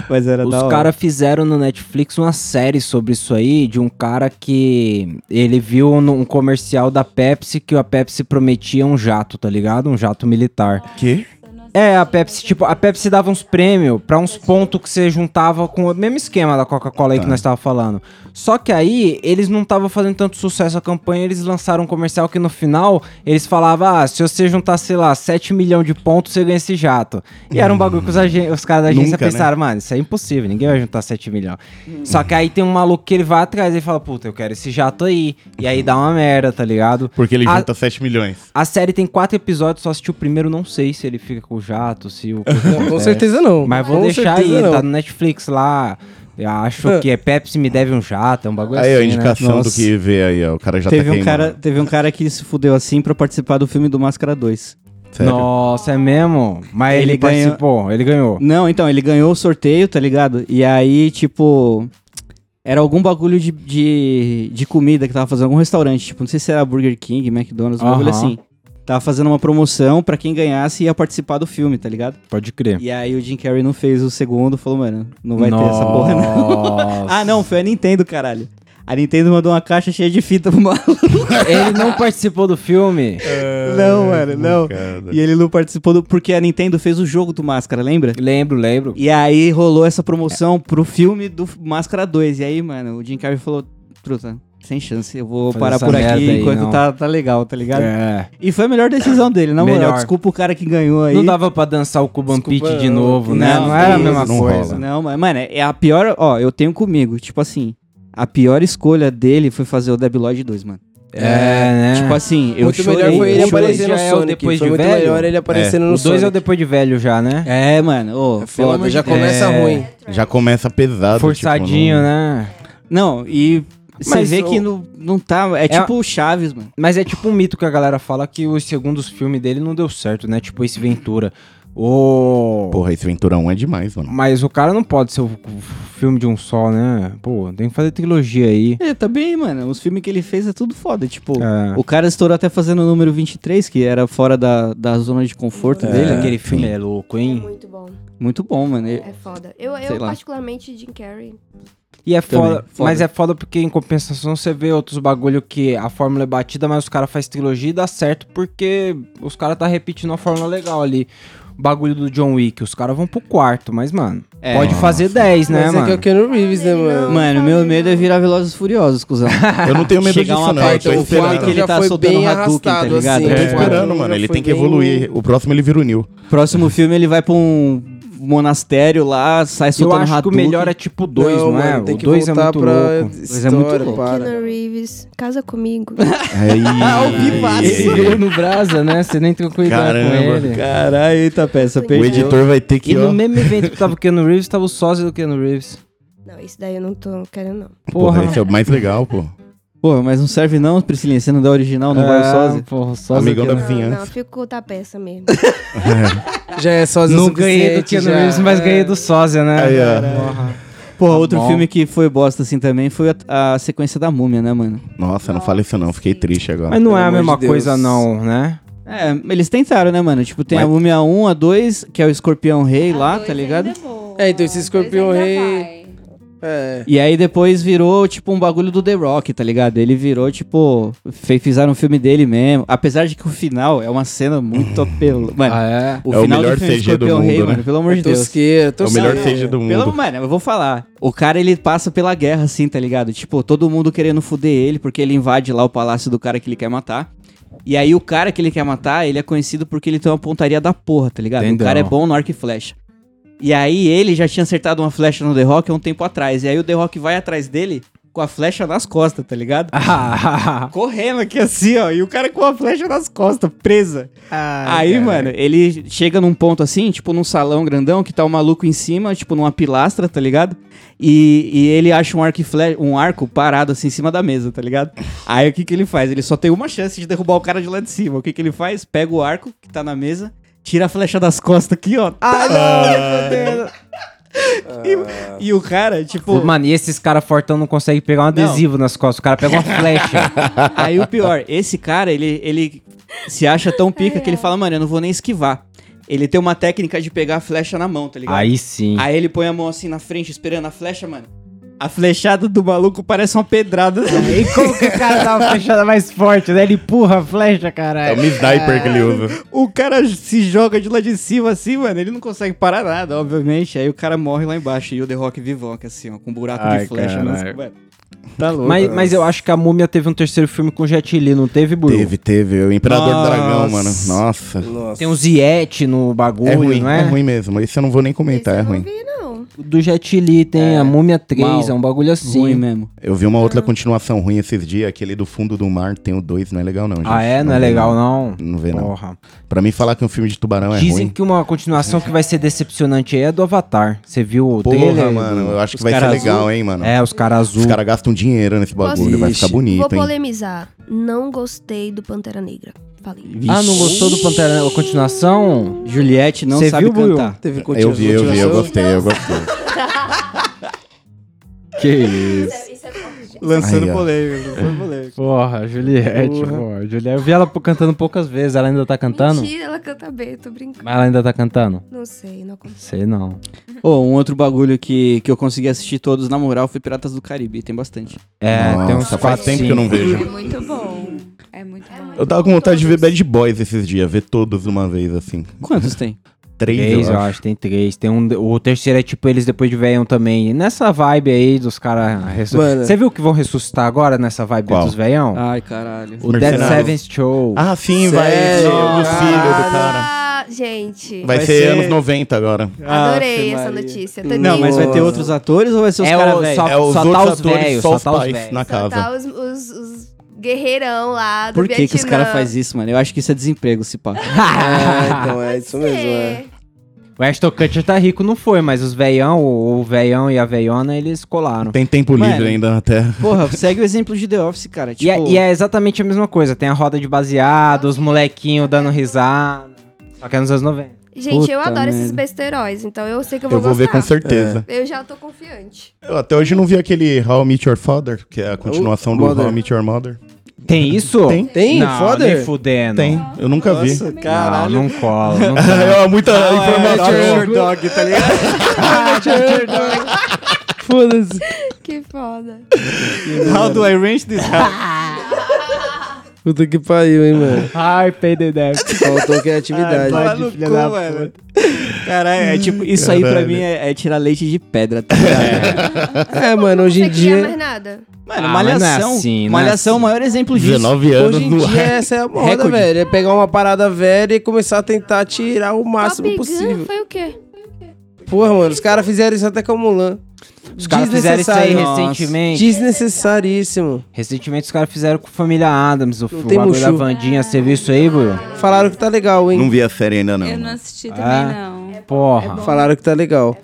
Speaker 4: Mas era da
Speaker 6: Os
Speaker 4: hora.
Speaker 6: caras fizeram no Netflix uma série sobre isso aí, de um cara que ele viu num um comercial da Pepsi que a Pepsi prometia um jato, tá ligado? Um jato militar.
Speaker 5: Que?
Speaker 6: É, a Pepsi, tipo, a Pepsi dava uns prêmios pra uns pontos que você juntava com o mesmo esquema da Coca-Cola
Speaker 5: Tá.
Speaker 6: aí que nós tava falando. Só que aí, eles não estavam fazendo tanto sucesso a campanha, eles lançaram um comercial que no final, eles falavam, ah, se você juntar, sei lá, 7 milhões de pontos, você ganha esse jato. E era um bagulho que os, agen- os caras da agência
Speaker 5: Nunca, né?
Speaker 6: pensaram, Cara, mano, isso é impossível, ninguém vai juntar 7 milhões. Só que aí tem um maluco que ele vai atrás e fala, puta, eu quero esse jato aí. E aí dá uma merda, tá ligado?
Speaker 5: Porque ele
Speaker 6: A-
Speaker 5: junta 7 milhões.
Speaker 6: A série tem quatro episódios, só assisti o primeiro, não sei se ele fica com o jato, se o.
Speaker 2: Com, com certeza não.
Speaker 6: É. Mas vou
Speaker 2: com
Speaker 6: deixar aí,
Speaker 2: certeza não.
Speaker 6: tá no Netflix lá. Eu acho que é Pepsi me deve um jato, é um bagulho
Speaker 5: Aí, ó,
Speaker 6: assim.
Speaker 5: a indicação
Speaker 6: né?
Speaker 5: do que vê aí, ó. O cara já
Speaker 4: Teve
Speaker 5: tá
Speaker 4: um,
Speaker 5: queimando.
Speaker 4: cara, teve um cara que se fudeu assim pra participar do filme do Máscara 2.
Speaker 5: Sério.
Speaker 6: Nossa, é mesmo? Mas ele,
Speaker 4: Ele ganhou-
Speaker 6: participou, ele ganhou.
Speaker 4: Não, então, ele ganhou o sorteio, tá ligado? E aí, tipo. Era algum bagulho de, de, de comida que tava fazendo, algum restaurante. Tipo, não sei se era Burger King, McDonald's, um bagulho
Speaker 6: Aham.
Speaker 4: assim. Tava fazendo uma promoção pra quem ganhasse ia participar do filme, tá ligado?
Speaker 6: Pode crer.
Speaker 4: E aí o Jim Carrey não fez o segundo, falou, mano, não vai ter essa porra, não.
Speaker 6: Nossa.
Speaker 4: Ah, não, foi a Nintendo, caralho. A Nintendo mandou uma caixa cheia de fita pro maluco.
Speaker 6: Ele não participou do filme?
Speaker 4: não, mano, não.
Speaker 5: Cara.
Speaker 4: E ele não participou do. Porque a Nintendo fez o jogo do Máscara, lembra?
Speaker 6: Lembro, lembro.
Speaker 4: E aí rolou essa promoção pro filme do Máscara 2. E aí, mano, o Jim Carrey falou: Truta, sem chance, eu vou
Speaker 6: Fazer
Speaker 4: parar
Speaker 6: essa
Speaker 4: por
Speaker 6: merda
Speaker 4: aqui
Speaker 6: aí, não."
Speaker 4: enquanto tá, tá legal, tá ligado?
Speaker 6: É.
Speaker 4: E foi a melhor decisão dele, na moral.
Speaker 6: Melhor.
Speaker 4: Desculpa o cara que ganhou aí.
Speaker 6: Não dava pra dançar o Cuban
Speaker 2: Desculpa,
Speaker 6: Pete de
Speaker 2: eu-
Speaker 6: novo, né? Não,
Speaker 4: Não,
Speaker 6: era a
Speaker 4: não,
Speaker 6: mesma
Speaker 5: não
Speaker 6: coisa.
Speaker 5: rola.
Speaker 4: Não, mas, mano, é a pior. Ó, eu tenho comigo, tipo assim. A pior escolha dele foi fazer o Debi Lloyd 2, mano.
Speaker 6: É, né?
Speaker 4: Tipo assim, eu
Speaker 2: muito
Speaker 4: chorei.
Speaker 2: melhor foi ele
Speaker 6: eu chorei.
Speaker 2: aparecendo no
Speaker 6: Já é o
Speaker 2: Sonic.
Speaker 6: depois
Speaker 2: foi
Speaker 6: de
Speaker 2: muito
Speaker 6: velho?
Speaker 2: melhor ele aparecendo no
Speaker 6: o 2 é o
Speaker 2: Sonic.
Speaker 6: depois de velho já, né?
Speaker 4: É, mano. Ô,
Speaker 2: Pelo
Speaker 4: foda,
Speaker 2: amor já
Speaker 4: já
Speaker 2: começa
Speaker 6: É.
Speaker 2: ruim.
Speaker 5: Já começa pesado. tipo,
Speaker 6: Forçadinho, né?
Speaker 4: Não, e você
Speaker 6: Mas
Speaker 4: vê
Speaker 6: o-
Speaker 4: que não, não tá.
Speaker 6: É
Speaker 4: É,
Speaker 6: a-
Speaker 4: tipo o Chaves, mano.
Speaker 6: Mas é tipo um mito que a galera fala que os segundos filmes dele não deu certo, né? Tipo esse Ventura. Ô.
Speaker 5: Porra, esse Ventura 1 é demais, mano.
Speaker 6: Mas o cara não pode ser o o filme de um só, né? Pô, tem que fazer trilogia aí.
Speaker 4: É, também, mano. Os filmes que ele fez é tudo foda. Tipo,
Speaker 6: É.
Speaker 4: o cara estourou até fazendo o número 23, que era fora da, da zona de conforto
Speaker 6: Dele,
Speaker 4: dele.
Speaker 6: aquele filme é louco,
Speaker 9: É
Speaker 6: hein?
Speaker 9: muito bom.
Speaker 4: Muito bom, mano. E-
Speaker 9: É foda. Eu,
Speaker 4: Sei
Speaker 9: eu
Speaker 4: lá.
Speaker 9: particularmente, Jim Carrey.
Speaker 6: E é
Speaker 4: Também,
Speaker 6: foda,
Speaker 4: foda.
Speaker 6: mas é foda porque em compensação você vê outros bagulho que a fórmula é batida, mas os caras fazem trilogia e dá certo porque os caras tá repetindo a fórmula legal ali. O Bagulho do John Wick, os caras vão pro quarto, mas mano,
Speaker 4: É.
Speaker 6: pode fazer 10, né,
Speaker 2: Mas é que
Speaker 6: mano?
Speaker 2: é o Keanu Reeves, né, mano?
Speaker 4: Mano, meu medo é virar Velozes e Furiosos, cuzão.
Speaker 5: Eu não tenho medo
Speaker 4: Chegar
Speaker 5: disso,
Speaker 4: uma
Speaker 5: não.
Speaker 4: parte
Speaker 5: eu tô
Speaker 4: do filme
Speaker 5: esperando.
Speaker 4: que ele
Speaker 2: Então, Já
Speaker 4: tá
Speaker 2: foi
Speaker 4: soltando
Speaker 2: bem
Speaker 4: o Hadouken, tá
Speaker 2: arrastado,
Speaker 4: ligado?
Speaker 2: assim,
Speaker 5: Eu tô
Speaker 2: É.
Speaker 5: esperando,
Speaker 2: Já
Speaker 5: mano. Ele
Speaker 2: foi
Speaker 5: tem que
Speaker 2: bem-
Speaker 5: evoluir. O próximo ele vira o Neil.
Speaker 4: Próximo filme ele vai pra um monastério lá, sai
Speaker 6: Eu
Speaker 4: soltando
Speaker 6: acho que o
Speaker 4: Hadouken.
Speaker 6: melhor é tipo 2, não, é?
Speaker 2: mano, Tem
Speaker 6: o
Speaker 2: que
Speaker 6: 2 é
Speaker 2: voltar
Speaker 6: muito
Speaker 2: pra
Speaker 6: louco.
Speaker 4: é muito
Speaker 2: história,
Speaker 4: louco.
Speaker 2: para.
Speaker 9: Keanu Reeves, casa comigo.
Speaker 5: Aí.
Speaker 6: Ele veio no brasa, né? Você nem trocou ideia com ele.
Speaker 5: Caramba, cara.
Speaker 4: Caralho, eita peça,
Speaker 5: O
Speaker 4: perdeu.
Speaker 5: editor vai ter
Speaker 6: E
Speaker 5: que,
Speaker 6: no
Speaker 5: ó.
Speaker 6: mesmo evento que tava o Keanu Reeves, tava o sósia do Keanu Reeves.
Speaker 9: Não, isso daí eu não tô querendo, não.
Speaker 5: Porra,
Speaker 6: Porra.
Speaker 5: esse é o mais legal, pô.
Speaker 4: Pô, mas não serve não, Priscilinha, você não dá original, não vai o
Speaker 6: sósia.
Speaker 4: sósia.
Speaker 6: É, Porra, o sósia
Speaker 5: Amigão da
Speaker 6: do Keanu-
Speaker 9: Não, não, eu
Speaker 5: vizinhança.
Speaker 9: fico com outra peça mesmo.
Speaker 2: Já é sozinho
Speaker 6: Não ganhei do Keanu Reeves, mas
Speaker 2: É,
Speaker 6: ganhei do sósia, né?
Speaker 5: Aí, ó.
Speaker 6: Porra.
Speaker 4: Porra,
Speaker 5: Tá
Speaker 4: outro
Speaker 6: bom.
Speaker 4: filme que foi bosta assim também foi a, a sequência da múmia, né, mano?
Speaker 5: Nossa, não fala isso não. Fiquei triste agora.
Speaker 6: Mas não
Speaker 2: Pelo
Speaker 6: é a
Speaker 2: amor
Speaker 6: mesma
Speaker 2: de Deus.
Speaker 6: coisa, não, né?
Speaker 4: É, eles tentaram, né, mano? Tipo, tem a
Speaker 5: Mas-
Speaker 4: Múmia 1, a 2, que é o Escorpião Rei lá, tá ligado?
Speaker 2: É, então esse escorpião rei-
Speaker 8: rei.
Speaker 2: É.
Speaker 4: E aí depois virou, tipo, um bagulho do The Rock, tá ligado? Ele virou, tipo, fe- fizeram um filme dele mesmo. Apesar de que o final é uma cena muito apelo. Mano,
Speaker 6: é?
Speaker 4: o
Speaker 5: É o
Speaker 4: final
Speaker 5: melhor
Speaker 4: do filme
Speaker 5: CG do
Speaker 4: Escorpião
Speaker 5: mundo,
Speaker 4: Rei,
Speaker 5: né?
Speaker 4: mano, pelo amor de Deus.
Speaker 2: Tosqueira,
Speaker 5: É o melhor
Speaker 2: tosqueira.
Speaker 5: seja do
Speaker 4: Pelo,
Speaker 5: mundo.
Speaker 4: mano, eu vou falar. O cara, ele passa pela guerra, assim, tá ligado? Tipo, todo mundo querendo foder ele, porque ele invade lá o palácio do cara que ele quer matar. E aí, o cara que ele quer matar, ele é conhecido porque ele tem uma pontaria da porra, tá ligado?
Speaker 6: Entendão.
Speaker 4: O cara é bom no arco e flecha. E aí, ele já tinha acertado uma flecha no The Rock há um tempo atrás. E aí, o The Rock vai atrás dele com a flecha nas costas, tá ligado?
Speaker 5: Ah.
Speaker 4: Correndo aqui assim, ó. E o cara com a flecha nas costas, presa.
Speaker 2: Ah,
Speaker 4: aí, mano, ele chega num ponto assim, tipo num salão grandão, que tá o maluco em cima, tipo numa pilastra, tá ligado? E, e ele acha um arco, e fle- um arco parado assim em cima da mesa, tá ligado? Aí o que que ele faz? Ele só tem uma chance de derrubar o cara de lá de cima. O que que ele faz? Pega o arco que tá na mesa, tira a flecha das costas aqui, ó. Tá E, e o cara, tipo.
Speaker 6: Mano, e esses caras fortão não conseguem pegar um adesivo nas costas. O cara pega uma flecha.
Speaker 4: Aí o pior, esse cara, ele, ele se acha tão pica que ele fala, mano, eu não vou nem esquivar. Ele tem uma técnica de pegar a flecha na mão, tá ligado?
Speaker 6: Aí sim.
Speaker 4: Aí ele põe a mão assim na frente, esperando a flecha, mano. A flechada do maluco parece uma pedrada.
Speaker 6: E como que o cara dá uma flechada mais forte, né? Ele empurra a flecha,
Speaker 5: É
Speaker 6: caralho.
Speaker 5: o sniper que ele usa.
Speaker 4: o cara se joga de lá de cima assim, mano. Ele não consegue parar nada, obviamente. Aí o cara morre lá embaixo. E o The Rock vivoca, assim, ó, com um buraco
Speaker 6: Ai,
Speaker 4: de flecha.
Speaker 6: caralho.
Speaker 4: Mas, mano, tá louco.
Speaker 6: Mas, mas eu acho que a Múmia teve um terceiro filme com Jet Li, não teve, Buru?
Speaker 5: Teve, teve. O Imperador
Speaker 4: Nossa.
Speaker 5: Dragão, mano. Nossa.
Speaker 2: Nossa.
Speaker 6: Tem um Ziete no bagulho,
Speaker 5: É ruim,
Speaker 6: não
Speaker 5: é?
Speaker 6: é?
Speaker 5: ruim mesmo. Isso eu não vou nem comentar, é
Speaker 9: eu
Speaker 5: ruim.
Speaker 9: Não vi, não.
Speaker 6: Do Jet Li tem a Múmia 3,
Speaker 4: mal.
Speaker 6: é um bagulho assim.
Speaker 4: Ruim mesmo.
Speaker 5: Eu vi uma outra continuação ruim esses dias, aquele do fundo do mar, tem o 2, não é legal não, gente.
Speaker 6: Ah, é? Não, é
Speaker 5: vê,
Speaker 6: legal, não?
Speaker 5: Não vê não.
Speaker 6: Porra.
Speaker 5: Pra mim falar que um filme de tubarão é
Speaker 6: Dizem
Speaker 5: ruim.
Speaker 6: que uma continuação que vai ser decepcionante aí é do Avatar. Você viu o é
Speaker 5: Porra,
Speaker 6: trailer?
Speaker 5: mano, eu acho que
Speaker 4: Os
Speaker 5: vai ser
Speaker 4: cara
Speaker 5: legal,
Speaker 4: azul.
Speaker 5: hein, mano.
Speaker 6: É, os caras azul.
Speaker 5: Os caras gastam dinheiro nesse bagulho, vai ficar
Speaker 2: Ixi.
Speaker 5: bonito,
Speaker 9: Vou
Speaker 5: hein.
Speaker 9: polemizar. Não gostei do Pantera Negra. Falei.
Speaker 6: Ah, não gostou do Pantera a continuação?
Speaker 4: Juliette não
Speaker 6: Cê
Speaker 4: sabe
Speaker 6: viu, Buiu?
Speaker 4: cantar.
Speaker 2: Teve
Speaker 5: Eu vi, eu vi, eu
Speaker 2: continuação?
Speaker 5: gostei, eu gostei.
Speaker 6: Que isso.
Speaker 5: Aí,
Speaker 4: Lançando
Speaker 5: ó.
Speaker 4: polêmica, lançando polêmica.
Speaker 6: Porra, Juliette, pô. Juliette. Eu vi ela cantando poucas vezes. Ela ainda tá cantando?
Speaker 9: Mentira, ela canta bem, tô brincando.
Speaker 6: Mas ela ainda tá cantando?
Speaker 9: Não sei, não aconteceu.
Speaker 6: Sei não.
Speaker 4: Ô, um outro bagulho que, que eu consegui assistir todos na moral foi Piratas do Caribe, tem bastante.
Speaker 6: É,
Speaker 5: Nossa,
Speaker 6: tem uns
Speaker 5: faz
Speaker 6: quatro,
Speaker 5: tempo que eu não
Speaker 6: cinco.
Speaker 8: É
Speaker 5: vejo.
Speaker 8: muito bom. É muito bom.
Speaker 5: Eu tava com vontade de ver Bad Boys esses dias, ver todos de uma vez, assim.
Speaker 4: Quantos tem?
Speaker 5: Três,
Speaker 6: Três,
Speaker 5: eu
Speaker 6: eu acho, tem três. Tem um, o terceiro é tipo eles depois de veião também. Nessa vibe aí dos caras
Speaker 2: Mano.
Speaker 6: ressuscitar. Você viu que vão ressuscitar agora nessa vibe
Speaker 5: Qual?
Speaker 6: dos veião?
Speaker 4: Ai, caralho.
Speaker 6: o Dead
Speaker 5: Mercenários.
Speaker 6: Seventh Show.
Speaker 5: Ah, sim, vai
Speaker 2: Sério?
Speaker 5: ser o do filho do cara.
Speaker 9: Ah, gente.
Speaker 5: Vai,
Speaker 4: Vai
Speaker 5: ser,
Speaker 4: ser-
Speaker 5: anos 90 agora.
Speaker 9: Adorei
Speaker 4: Ave
Speaker 9: essa
Speaker 4: Maria.
Speaker 9: notícia.
Speaker 4: Não, mas vai ter
Speaker 2: Nossa.
Speaker 4: outros atores ou vai ser os
Speaker 6: É
Speaker 4: caras
Speaker 6: o-
Speaker 4: velhos?
Speaker 6: só-
Speaker 5: É os outros
Speaker 6: tá os
Speaker 5: atores,
Speaker 6: velhos,
Speaker 5: só
Speaker 6: só
Speaker 5: os
Speaker 6: tá os
Speaker 5: pais
Speaker 6: velhos.
Speaker 5: na
Speaker 9: Só
Speaker 5: casa.
Speaker 9: tá os, os, os guerreirão lá É do
Speaker 4: Por que, que os caras
Speaker 9: Vietnã.
Speaker 4: fazem isso, mano? Eu acho que isso é desemprego, se pá.
Speaker 2: Ah, então é isso mesmo, é.
Speaker 9: É.
Speaker 6: O Ashton Kutcher tá rico, não foi, mas os veião, o, o veião e a veiona, eles colaram.
Speaker 5: Tem tempo
Speaker 4: Mano.
Speaker 5: livre ainda na Terra.
Speaker 4: Porra, segue o exemplo de The Office, cara.
Speaker 6: E,
Speaker 4: Tipo,
Speaker 6: é, e é exatamente a mesma coisa. Tem a roda de baseado, os molequinhos dando risada. Só que é nos anos 90.
Speaker 9: Gente, eu
Speaker 4: Puta
Speaker 9: adoro esses
Speaker 4: merda.
Speaker 9: besteiróis, então eu sei que eu vou
Speaker 5: Eu vou ver
Speaker 9: gostar.
Speaker 5: com certeza.
Speaker 9: Eu já tô confiante.
Speaker 5: Eu até hoje não vi aquele How I Meet Your Father, que é a continuação do
Speaker 2: Mother.
Speaker 5: How I Meet Your Mother.
Speaker 6: Tem isso?
Speaker 5: Tem.
Speaker 2: Tem?
Speaker 6: Não,
Speaker 2: Foder?
Speaker 6: nem fudendo.
Speaker 5: Tem, eu nunca vi.
Speaker 4: Nossa,
Speaker 6: Não,
Speaker 4: caralho.
Speaker 6: não cola. Não cola.
Speaker 5: é muita
Speaker 4: é,
Speaker 5: informação.
Speaker 4: Dr. Dog, tá ligado?
Speaker 2: Foda-se.
Speaker 9: Que foda.
Speaker 4: How do I range this house?
Speaker 2: Puta que pariu, hein, mano.
Speaker 6: Ai, payday debt.
Speaker 2: Faltou criatividade.
Speaker 4: Vai no cu, mano. Caralho, é tipo, isso aí pra
Speaker 5: Caralho.
Speaker 4: mim é, é tirar leite de pedra, tá ligado?
Speaker 2: é, mano, hoje
Speaker 9: Você
Speaker 2: em
Speaker 9: queria
Speaker 2: dia.
Speaker 9: mais nada?
Speaker 4: Mano,
Speaker 6: Ah, mas não é
Speaker 4: Malhação.
Speaker 6: assim, não é
Speaker 4: malhação é o
Speaker 6: assim.
Speaker 4: maior exemplo disso.
Speaker 5: 19
Speaker 2: Hoje
Speaker 5: anos
Speaker 2: em
Speaker 5: no
Speaker 2: dia
Speaker 5: ar.
Speaker 2: essa é a moda,
Speaker 4: Recorde.
Speaker 2: velho. É pegar uma parada velha e começar a tentar tirar o máximo
Speaker 9: Top Gun
Speaker 2: possível.
Speaker 9: foi o quê?
Speaker 2: Porra, mano, os caras fizeram isso até com a Mulan.
Speaker 6: Os caras fizeram isso aí
Speaker 2: Desnecessário.
Speaker 6: recentemente.
Speaker 2: Desnecessaríssimo.
Speaker 6: Recentemente os caras fizeram com a família Adams, o, o
Speaker 2: tem
Speaker 6: bagulho da
Speaker 2: Mushu.
Speaker 6: Vandinha, você viu isso aí, Buiu?
Speaker 2: Falaram que tá legal, hein?
Speaker 5: Não vi a série ainda, não.
Speaker 8: Eu não assisti também,
Speaker 6: Ah.
Speaker 8: não.
Speaker 6: Porra.
Speaker 2: Falaram que tá legal.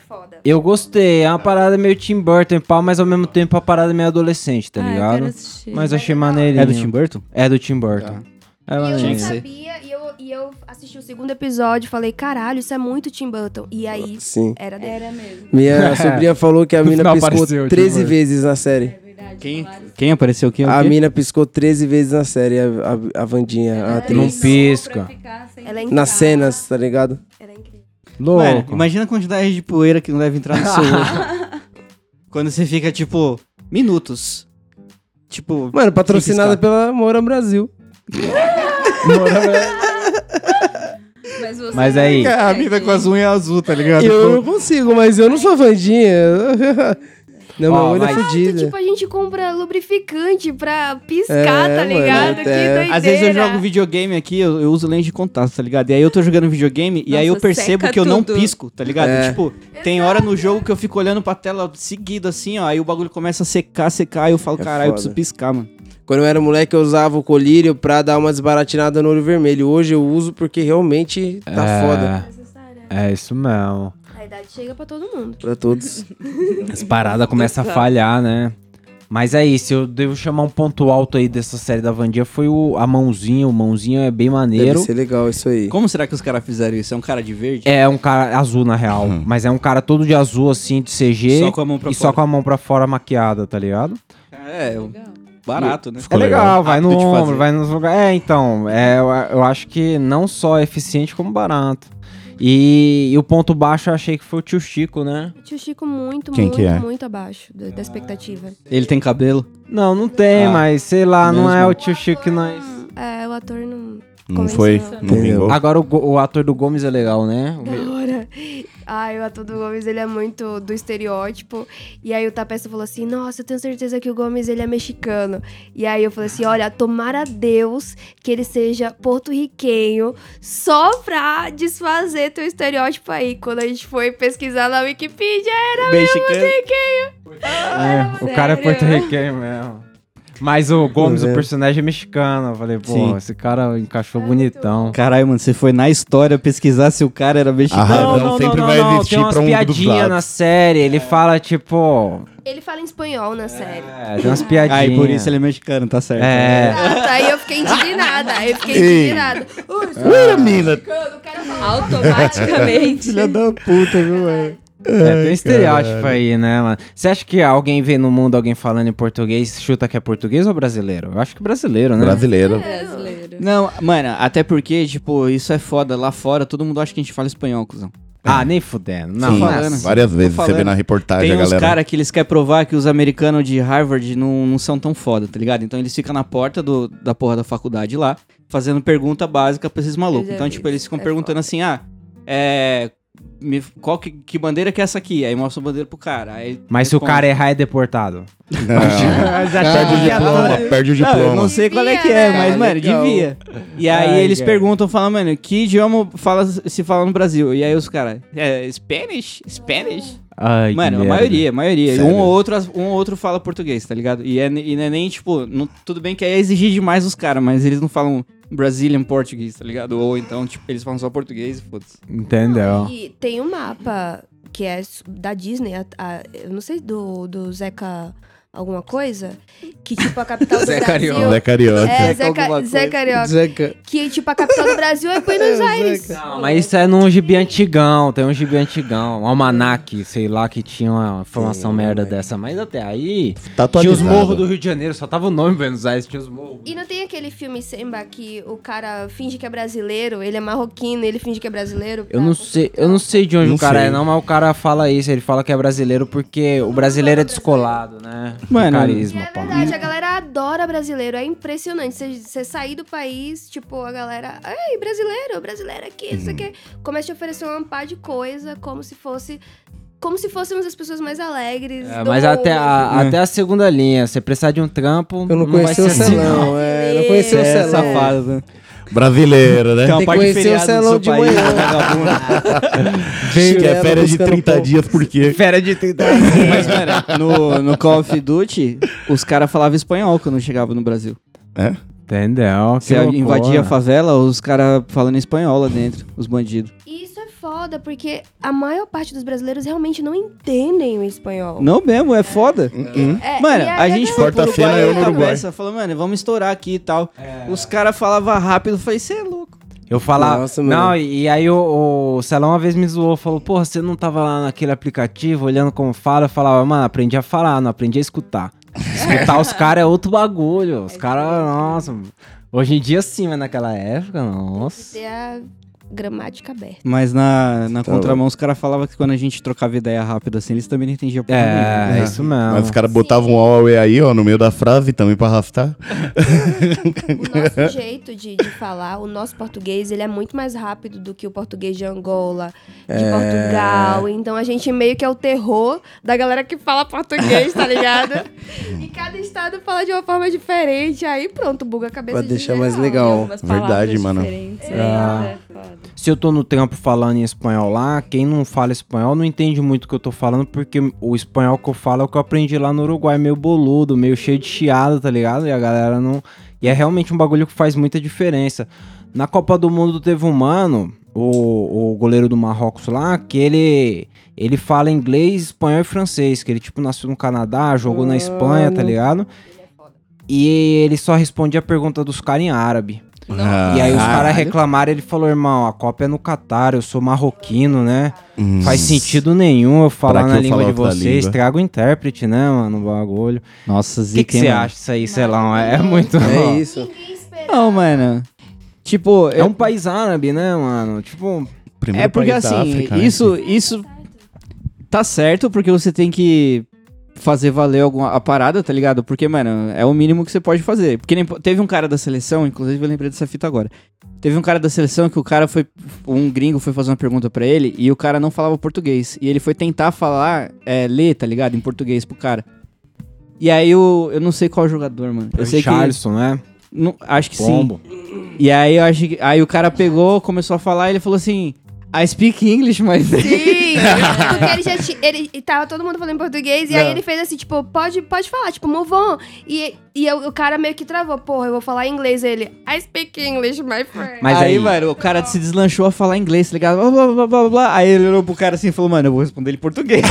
Speaker 6: Eu gostei, é uma parada meio Tim Burton e pau, mas ao mesmo tempo é uma parada meio adolescente, tá
Speaker 8: Ah, eu
Speaker 6: ligado?
Speaker 8: quero assistir.
Speaker 6: Mas achei maneirinho.
Speaker 4: É do Tim Burton? Tá.
Speaker 6: É do Tim Burton. É
Speaker 9: E eu
Speaker 6: maneirinho.
Speaker 9: não
Speaker 4: que ser.
Speaker 9: sabia, e eu, e eu assisti o segundo episódio e falei, caralho, isso é muito Tim Burton. E aí,
Speaker 4: Ah,
Speaker 2: Sim.
Speaker 9: era dele.
Speaker 8: Era mesmo.
Speaker 2: Minha sobrinha falou que a
Speaker 6: No
Speaker 2: mina
Speaker 6: final
Speaker 2: piscou
Speaker 6: apareceu,
Speaker 2: 13
Speaker 6: tipo-
Speaker 2: vezes na série.
Speaker 8: Verdade.
Speaker 5: Quem?
Speaker 4: Quem apareceu? Quem? é o
Speaker 2: A
Speaker 4: quê?
Speaker 2: mina piscou 13 vezes na série, a, a, a Vandinha, a
Speaker 6: Não
Speaker 2: atriz.
Speaker 6: pisca.
Speaker 9: Ela é
Speaker 2: Nas cenas, tá ligado?
Speaker 3: é
Speaker 9: Era incrível.
Speaker 6: Louco.
Speaker 4: Mano, imagina a quantidade de poeira que não deve entrar no seu olho. Quando você fica, tipo, minutos. Tipo,
Speaker 2: Mano, patrocinada
Speaker 4: Sem
Speaker 2: pela Moura Brasil.
Speaker 8: Mas, você é
Speaker 6: Mas aí-
Speaker 8: não
Speaker 4: é, a mina
Speaker 8: consegue.
Speaker 4: com as unhas azul, tá ligado?
Speaker 2: Eu não consigo, mas eu não sou a Vandinha. Não,
Speaker 6: Ó,
Speaker 2: meu olho é
Speaker 6: mas-
Speaker 2: fodido.
Speaker 3: Tipo, a gente compra lubrificante pra piscar,
Speaker 2: É,
Speaker 3: tá
Speaker 2: mano,
Speaker 3: ligado? que
Speaker 2: até-
Speaker 3: doideira.
Speaker 4: é. Às vezes eu jogo videogame aqui, eu, eu uso lente de contato, tá ligado? E aí eu tô jogando videogame e aí eu
Speaker 8: Nossa,
Speaker 4: percebo
Speaker 8: seca
Speaker 4: que eu não
Speaker 8: tudo.
Speaker 4: pisco, tá ligado?
Speaker 2: É.
Speaker 4: Tipo, tem hora no jogo que eu fico olhando pra tela seguido assim, ó, aí o bagulho começa a secar, secar, e eu falo,
Speaker 2: É
Speaker 4: caralho, eu
Speaker 2: foda.
Speaker 4: preciso piscar, mano.
Speaker 2: Quando eu era moleque, eu usava o colírio pra dar uma desbaratinada no olho vermelho. Hoje eu uso porque realmente tá foda
Speaker 6: É isso mesmo.
Speaker 3: A idade chega pra todo mundo.
Speaker 2: pra todos.
Speaker 6: As paradas começam a
Speaker 8: Tá.
Speaker 6: falhar, né? Mas é isso, eu devo chamar um ponto alto aí dessa série da Vandinha foi o, a mãozinha. O mãozinha é bem
Speaker 2: Deve
Speaker 6: maneiro.
Speaker 2: ser legal isso aí.
Speaker 4: Como será que os caras fizeram isso? É um cara de verde?
Speaker 6: É um cara azul, na real.
Speaker 4: Uhum.
Speaker 6: Mas é um cara todo de azul, assim, de CG.
Speaker 4: É Só com a mão pra
Speaker 6: e
Speaker 4: fora.
Speaker 6: só com a mão pra fora maquiada, tá ligado?
Speaker 4: É, barato, né?
Speaker 6: É legal, vai no
Speaker 4: Apto de
Speaker 6: ombro,
Speaker 4: fazer.
Speaker 6: vai nos lugares. É, então, é, eu, eu acho que não só é eficiente, como barato. E, e o ponto baixo eu achei que foi o tio Chico, né?
Speaker 3: O tio Chico muito,
Speaker 5: Quem
Speaker 3: muito,
Speaker 5: que é?
Speaker 3: muito abaixo da, da expectativa.
Speaker 4: Ele tem cabelo?
Speaker 6: Não, não tem,
Speaker 4: Ah,
Speaker 6: mas sei lá, não é
Speaker 4: mesmo.
Speaker 6: o tio Chico que nós.
Speaker 3: Hum, É, o ator não.
Speaker 5: Não foi? Não
Speaker 2: Entendeu.
Speaker 5: vingou?
Speaker 6: Agora o, Go- o ator do Gomes é legal, né? O me-
Speaker 3: Agora. Ai, o ator do Gomes, ele é muito do estereótipo. E aí o Tapesta falou assim: Nossa, eu tenho certeza que o Gomes ele é mexicano. E aí eu falei assim: Olha, tomara a Deus que ele seja porto-riquenho só pra desfazer teu estereótipo aí. Quando a gente foi pesquisar na Wikipedia, era
Speaker 4: Mexicano.
Speaker 6: É, o cara é
Speaker 3: sério?
Speaker 6: porto-riquenho mesmo. Mas o Gomes, o
Speaker 2: vendo?
Speaker 6: personagem é mexicano. Eu falei, pô,
Speaker 4: Sim.
Speaker 6: esse cara encaixou bonitão.
Speaker 4: Caralho, mano, você foi na história pesquisar se o cara era mexicano.
Speaker 5: Ah, não, sempre vai existir
Speaker 6: tem umas
Speaker 5: pra um dos
Speaker 6: piadinhas
Speaker 5: lados.
Speaker 6: na série. Ele fala, tipo...
Speaker 3: Ele fala em espanhol na série.
Speaker 6: É, tem umas
Speaker 4: Ah,
Speaker 6: piadinhas.
Speaker 4: e por isso ele é mexicano, tá certo.
Speaker 6: É,
Speaker 3: Exato, aí eu fiquei indignada. Aí eu fiquei
Speaker 5: Ei. É.
Speaker 3: indignada.
Speaker 5: Ui, mina!
Speaker 8: Automaticamente.
Speaker 4: Filha da puta, viu, velho?
Speaker 6: é, tem estereótipo aí, né, mano? Você acha que alguém vê no mundo alguém falando em português, chuta que é português ou brasileiro? Eu acho que brasileiro, né?
Speaker 5: Brasileiro.
Speaker 8: Brasileiro.
Speaker 4: Não, mano, até porque, tipo, isso é foda. Lá fora, todo mundo acha que a gente fala espanhol, cuzão.
Speaker 6: Ah, nem fudendo. Não, assim,
Speaker 5: Sim,
Speaker 6: mas-
Speaker 4: falando.
Speaker 5: várias vezes você
Speaker 4: falando.
Speaker 5: vê na
Speaker 6: Ah,
Speaker 5: reportagem
Speaker 4: Tem
Speaker 5: a
Speaker 4: uns
Speaker 5: galera.
Speaker 4: caras que eles querem provar que os americanos de Harvard não, não são tão foda, tá ligado? Então eles ficam na porta do- da porra da faculdade lá, fazendo pergunta básica pra esses malucos.
Speaker 3: Eu já
Speaker 4: Então,
Speaker 3: vi
Speaker 4: tipo, eles
Speaker 3: isso,
Speaker 4: ficam
Speaker 3: é
Speaker 4: perguntando
Speaker 3: foda.
Speaker 4: assim, ah, é... me- qual que, que bandeira que é essa aqui? Aí mostra a bandeira pro cara. Aí ele
Speaker 6: Mas se o
Speaker 4: responde.
Speaker 6: cara errar, é deportado.
Speaker 5: Não, perde o diploma, perde o
Speaker 4: Não, eu
Speaker 5: diploma.
Speaker 4: não sei qual é que
Speaker 3: Devia,
Speaker 4: é,
Speaker 3: né?
Speaker 4: mas, mano,
Speaker 2: Legal.
Speaker 4: devia. E aí
Speaker 6: Ai,
Speaker 4: eles
Speaker 6: cara.
Speaker 4: perguntam, falam, mano, que idioma fala, se fala no Brasil? E aí os caras, é, Spanish? Spanish?
Speaker 6: Ai,
Speaker 4: Mano,
Speaker 6: que
Speaker 4: a
Speaker 6: merda.
Speaker 4: maioria, a maioria. E
Speaker 5: Sério?
Speaker 4: Um ou, outro, um ou outro fala português, tá ligado? E, é, e não é nem, tipo, não- tudo bem que aí é exigir demais os caras, mas eles não falam Brazilian português, tá ligado? Ou então, tipo, eles falam só português e foda-se.
Speaker 6: Entendeu?
Speaker 3: E tem um mapa que é su- da Disney, a- a- eu não sei, do, do Zeca alguma coisa, que tipo a capital do
Speaker 2: Zé
Speaker 3: Brasil...
Speaker 2: Carioca.
Speaker 5: Zé Carioca.
Speaker 3: É,
Speaker 4: Zeca
Speaker 3: Zeca,
Speaker 4: alguma coisa.
Speaker 3: Zé Carioca.
Speaker 2: Zeca.
Speaker 3: Que tipo a capital do Brasil é Buenos Aires.
Speaker 6: Não, mas isso é num gibi antigão, tem um gibi antigão, um almanac, sei lá, que tinha uma informação merda dessa, mas até aí...
Speaker 5: Tá
Speaker 6: Tinha os
Speaker 5: atualizado.
Speaker 6: morros do Rio de Janeiro, só tava o nome Buenos Aires, tinha os morros.
Speaker 3: E não tem aquele filme Semba que o cara finge que é brasileiro, ele é marroquino, ele finge que é brasileiro. pra-
Speaker 6: Eu não sei, eu não sei de onde
Speaker 5: Não
Speaker 6: o cara
Speaker 5: sei.
Speaker 6: é, não, mas o cara fala isso, ele fala que é brasileiro porque o brasileiro é descolado, né?
Speaker 4: Mano,
Speaker 6: O
Speaker 3: E
Speaker 6: carisma,
Speaker 3: é
Speaker 6: pá.
Speaker 3: verdade, a galera adora brasileiro, é impressionante. Você- Você sair do país, tipo, a galera. Ei, brasileiro, brasileiro aqui,
Speaker 6: Uhum.
Speaker 3: isso aqui. Começa a te oferecer um par de coisa, como se fosse. Como se fôssemos as pessoas mais alegres.
Speaker 6: É,
Speaker 3: do
Speaker 6: mas
Speaker 3: mundo.
Speaker 6: até a,
Speaker 4: É.
Speaker 6: até a segunda linha, você precisar de um trampo,
Speaker 2: Eu não,
Speaker 6: vai
Speaker 2: conheci o
Speaker 6: ser assim, não.
Speaker 2: Celão, é. Não conheci o
Speaker 4: Você é
Speaker 2: Celão.
Speaker 4: safado, né?
Speaker 5: Brasileiro, né?
Speaker 4: Tem uma
Speaker 2: que
Speaker 4: parte de
Speaker 2: conhecer o
Speaker 4: feriado no
Speaker 2: Celão
Speaker 4: seu
Speaker 2: de
Speaker 4: país,
Speaker 2: manhã.
Speaker 4: vagabundo.
Speaker 5: Que é
Speaker 2: Chinelo
Speaker 5: férias de
Speaker 2: buscando
Speaker 5: 30
Speaker 4: então.
Speaker 2: pão.
Speaker 5: dias, por quê?
Speaker 6: Fera de 30
Speaker 4: Mas, mano, no, no Call of Duty, os caras falavam espanhol quando chegava no Brasil.
Speaker 5: É?
Speaker 6: Entendeu? Que
Speaker 4: Você
Speaker 6: loucura.
Speaker 4: invadia a favela, os caras falando espanhol lá dentro, os bandidos.
Speaker 3: E Isso é foda, porque a maior parte dos brasileiros realmente não entendem o espanhol.
Speaker 4: Não mesmo, é foda.
Speaker 6: Uhum.
Speaker 3: É,
Speaker 4: Mano,
Speaker 3: e
Speaker 4: a gente foi pro
Speaker 5: Corta a cena,
Speaker 4: Uruguai,
Speaker 5: eu
Speaker 4: eu
Speaker 5: no Uruguai.
Speaker 4: cabeça, falou, mano, vamos estourar aqui e tal.
Speaker 6: É.
Speaker 4: Os caras falavam rápido, eu falei, você é louco.
Speaker 6: Eu falava.
Speaker 2: Nossa, mano.
Speaker 6: não, e e aí o, o Celão uma vez me zoou, falou: Porra, você não tava lá naquele aplicativo olhando como fala? Eu falava, mano, aprendi a falar, não aprendi a escutar. Escutar os caras é outro bagulho. Os caras, nossa. Hoje em dia sim, mas naquela época, nossa.
Speaker 3: É
Speaker 9: Ter a gramática aberta.
Speaker 4: Mas na, na
Speaker 6: tá
Speaker 4: contramão, os caras falavam que quando a gente trocava ideia rápido assim, eles também não entendiam porra nenhuma.
Speaker 6: É, é isso mesmo.
Speaker 5: Mas os caras botavam um Huawei aí, ó, no meio da frase também pra arrastar.
Speaker 9: O nosso jeito de, de falar, o nosso português, ele é muito mais rápido do que o português de Angola, de
Speaker 2: É.
Speaker 9: Portugal. Então a gente meio que é o terror da galera que fala português, tá ligado? e cada estado fala de uma forma diferente. Aí pronto, buga a cabeça
Speaker 2: Pra
Speaker 9: de
Speaker 2: deixar
Speaker 9: geral.
Speaker 2: mais legal.
Speaker 8: Algumas
Speaker 5: Verdade,
Speaker 8: palavras
Speaker 5: mano.
Speaker 8: diferentes, né?
Speaker 6: Ah.
Speaker 8: É foda.
Speaker 6: Se eu tô no trampo falando em espanhol lá, quem não fala espanhol não entende muito o que eu tô falando, porque o espanhol que eu falo é o que eu aprendi lá no Uruguai, meio boludo, meio cheio de chiado, tá ligado? E a galera não. E é realmente um bagulho que faz muita diferença. Na Copa do Mundo teve um mano, o, o goleiro do Marrocos lá, que ele. Ele fala inglês, espanhol e francês, que ele, tipo, nasceu no Canadá, jogou na Espanha, tá ligado? E ele só respondia a pergunta dos caras em árabe.
Speaker 5: Ah,
Speaker 6: E aí os caras reclamaram, ele falou, irmão, a Copa é no Catar, eu sou marroquino, né?
Speaker 5: hum.
Speaker 6: Faz sentido nenhum eu falar
Speaker 5: que
Speaker 6: na
Speaker 5: eu
Speaker 6: língua
Speaker 5: falar
Speaker 6: de
Speaker 5: outra
Speaker 6: vocês,
Speaker 5: língua?
Speaker 6: trago o intérprete, né, mano, o bagulho.
Speaker 4: Nossa,
Speaker 6: O que
Speaker 4: zica,
Speaker 6: que
Speaker 4: hein,
Speaker 6: você
Speaker 4: mano?
Speaker 6: acha isso aí, sei lá, é muito...
Speaker 2: É isso.
Speaker 4: Não, mano. Tipo,
Speaker 6: É
Speaker 4: eu-
Speaker 6: um país árabe, né, mano? Tipo,
Speaker 5: Primeiro
Speaker 4: é porque
Speaker 5: país da
Speaker 4: assim,
Speaker 5: África, né?
Speaker 4: isso, isso tá certo porque você tem que fazer valer alguma a parada, tá ligado? Porque, mano, é o mínimo que você pode fazer. Porque nem, teve um cara da seleção, inclusive eu lembrei dessa fita agora. Teve um cara da seleção que o cara foi um gringo foi fazer uma pergunta pra ele e o cara não falava português e ele foi tentar falar, é, ler, tá ligado? Em português pro cara. E aí o, eu não sei qual jogador, mano.
Speaker 5: É
Speaker 4: Eu sei que
Speaker 6: Richarlison, né?
Speaker 4: não, acho que sim.
Speaker 6: Pombo.
Speaker 4: E aí eu acho que. Aí o cara pegou, começou a falar e ele falou assim: I speak English, mas.
Speaker 9: Sim, porque ele já ti- ele e tava todo mundo falando em português e aí
Speaker 2: É.
Speaker 9: ele fez assim, tipo, pode, pode falar, tipo, move on. E, e eu- o cara meio que travou, porra, eu vou falar em inglês ele. I speak English, my friend.
Speaker 6: Mas aí,
Speaker 4: mano, o cara se deslanchou a falar inglês, tá ligado? Blá, blá, blá, blá, blá. Aí ele olhou pro cara assim e falou, mano, eu vou responder ele em português.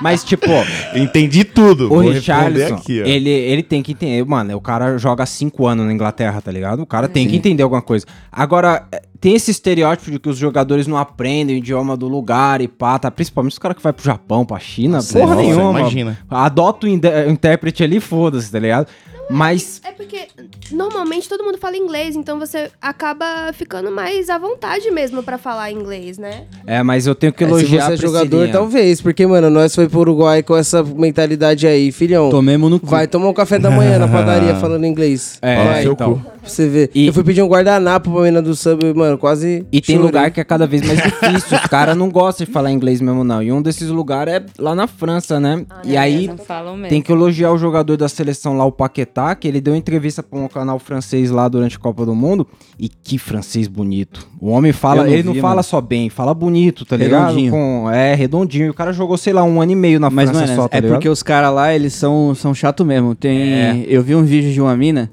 Speaker 6: mas tipo,
Speaker 5: Entendi tudo.
Speaker 6: o
Speaker 5: Vou responder
Speaker 6: Richarlison,
Speaker 5: aqui, ó.
Speaker 6: ele, ele tem que entender, mano, o cara joga cinco anos na Inglaterra, tá ligado? O cara tem que entender alguma coisa. Agora, é, tem esse estereótipo de que os jogadores não aprendem o idioma do lugar e pá, tá? Principalmente os caras que vai pro Japão, pra China, porra
Speaker 5: Nossa,
Speaker 6: nenhuma.
Speaker 5: Imagina.
Speaker 6: Adota o inde- o intérprete ali, foda-se, tá ligado? Mas
Speaker 9: É porque normalmente todo mundo fala inglês, então você acaba ficando mais à vontade mesmo pra falar inglês, né?
Speaker 6: é, mas eu tenho que
Speaker 2: É, se
Speaker 6: elogiar
Speaker 2: você é
Speaker 6: a Priscilinha.
Speaker 2: jogador, talvez, porque, mano, nós foi pro Uruguai com essa mentalidade aí, filhão.
Speaker 4: Tomemos no cu.
Speaker 2: Vai tomar um café da manhã na padaria falando inglês.
Speaker 6: É,
Speaker 2: Vai,
Speaker 6: então.
Speaker 2: pra você ver.
Speaker 6: E-
Speaker 2: Eu fui pedir um guardanapo pra menina do sub, mano, quase.
Speaker 6: E tem
Speaker 2: chorei.
Speaker 6: lugar que é cada vez mais difícil. Os caras não gostam de falar inglês mesmo, não. E um desses lugares é lá na França, né?
Speaker 2: Ah,
Speaker 6: e
Speaker 2: é,
Speaker 6: aí,
Speaker 8: Não falam mesmo.
Speaker 6: Tem que elogiar o jogador da seleção lá, o Paquetá, que ele deu entrevista pra um canal francês lá durante a Copa do Mundo. E que francês bonito. O homem
Speaker 4: Eu
Speaker 6: fala,
Speaker 4: não
Speaker 6: ele
Speaker 4: vi,
Speaker 6: não
Speaker 4: mano.
Speaker 6: fala só bem, fala bonito, tá ligado?
Speaker 4: Redondinho.
Speaker 6: Com, é, redondinho. O cara jogou, sei lá, um ano e meio na
Speaker 4: Mas,
Speaker 6: França
Speaker 4: mano,
Speaker 6: só, tá
Speaker 4: é
Speaker 6: ligado?
Speaker 4: porque os caras lá, eles são, são chato mesmo. Tem. Eu vi um vídeo de uma mina.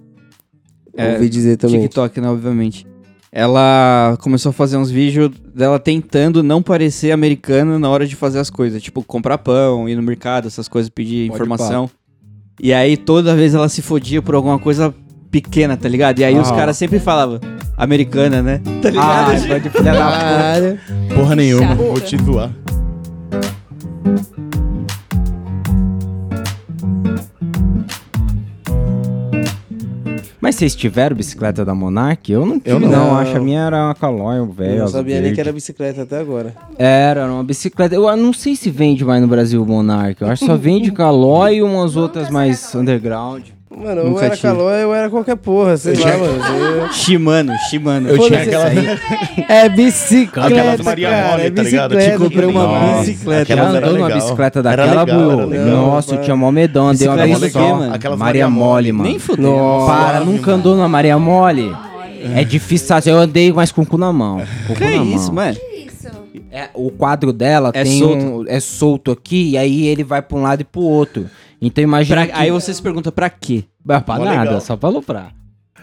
Speaker 4: é,
Speaker 2: Ouvi dizer também.
Speaker 4: TikTok, né, obviamente. Ela começou a fazer uns vídeos dela tentando não parecer americana na hora de fazer as coisas. Tipo, comprar pão, ir no mercado, essas coisas, pedir
Speaker 6: Pode
Speaker 4: informação. E aí, toda vez ela se fodia por alguma coisa pequena, tá ligado? E aí, os
Speaker 6: Ah.
Speaker 4: caras sempre falavam, americana, né? Tá ligado? Ah.
Speaker 6: Ai, pode Ah, filha da puta.
Speaker 2: Caralho.
Speaker 5: Porra nenhuma.
Speaker 8: Chato.
Speaker 5: Vou te zoar.
Speaker 6: Mas vocês tiveram bicicleta da Monark? Eu não tive,
Speaker 5: Eu
Speaker 6: não.
Speaker 5: não.
Speaker 6: Acho a minha era uma Calói, um velho.
Speaker 2: Eu não
Speaker 6: azul
Speaker 2: sabia nem
Speaker 6: verde.
Speaker 2: que era bicicleta até agora.
Speaker 6: Era, era uma bicicleta. Eu não sei se vende mais no Brasil Monark. Eu acho que só vende Calói e umas outras mais underground.
Speaker 2: Mano, eu
Speaker 4: Nunca
Speaker 2: era
Speaker 4: tive.
Speaker 2: calor, eu era qualquer porra, sei lá, mano.
Speaker 4: Shimano, Shimano.
Speaker 5: Eu tinha
Speaker 2: Foda-se.
Speaker 5: aquela,
Speaker 2: É bicicleta,
Speaker 5: aquelas Maria Mole, tá ligado? Eu te comprei uma
Speaker 4: Nossa,
Speaker 5: bicicleta.
Speaker 6: Já
Speaker 5: Aquelas era
Speaker 6: andou numa
Speaker 5: legal.
Speaker 6: bicicleta
Speaker 5: Era
Speaker 6: daquela,
Speaker 5: legal,
Speaker 6: Buiu?
Speaker 5: era legal.
Speaker 6: Nossa, eu tinha mó medão, andei uma
Speaker 4: Bicicleta
Speaker 6: vez
Speaker 4: do quê,
Speaker 6: só.
Speaker 4: mano?
Speaker 6: Maria,
Speaker 5: Aquelas Maria
Speaker 6: Mole,
Speaker 5: Mole,
Speaker 6: mano.
Speaker 4: Nem fudeu.
Speaker 6: Para, nunca andou na Maria Mole? É difícil, assim, eu andei mais com o cu na mão. Com o cu na
Speaker 4: Que
Speaker 6: mão.
Speaker 4: isso, mano?
Speaker 6: É, o quadro dela
Speaker 4: É
Speaker 6: tem
Speaker 4: solto.
Speaker 6: um- é solto aqui, e aí ele vai pra um lado e pro outro. Então imagina
Speaker 4: Pra-
Speaker 6: que...
Speaker 4: aí você se pergunta, pra quê?
Speaker 6: Pra, pra
Speaker 5: Mó
Speaker 6: nada,
Speaker 5: legal.
Speaker 6: só pra lucrar.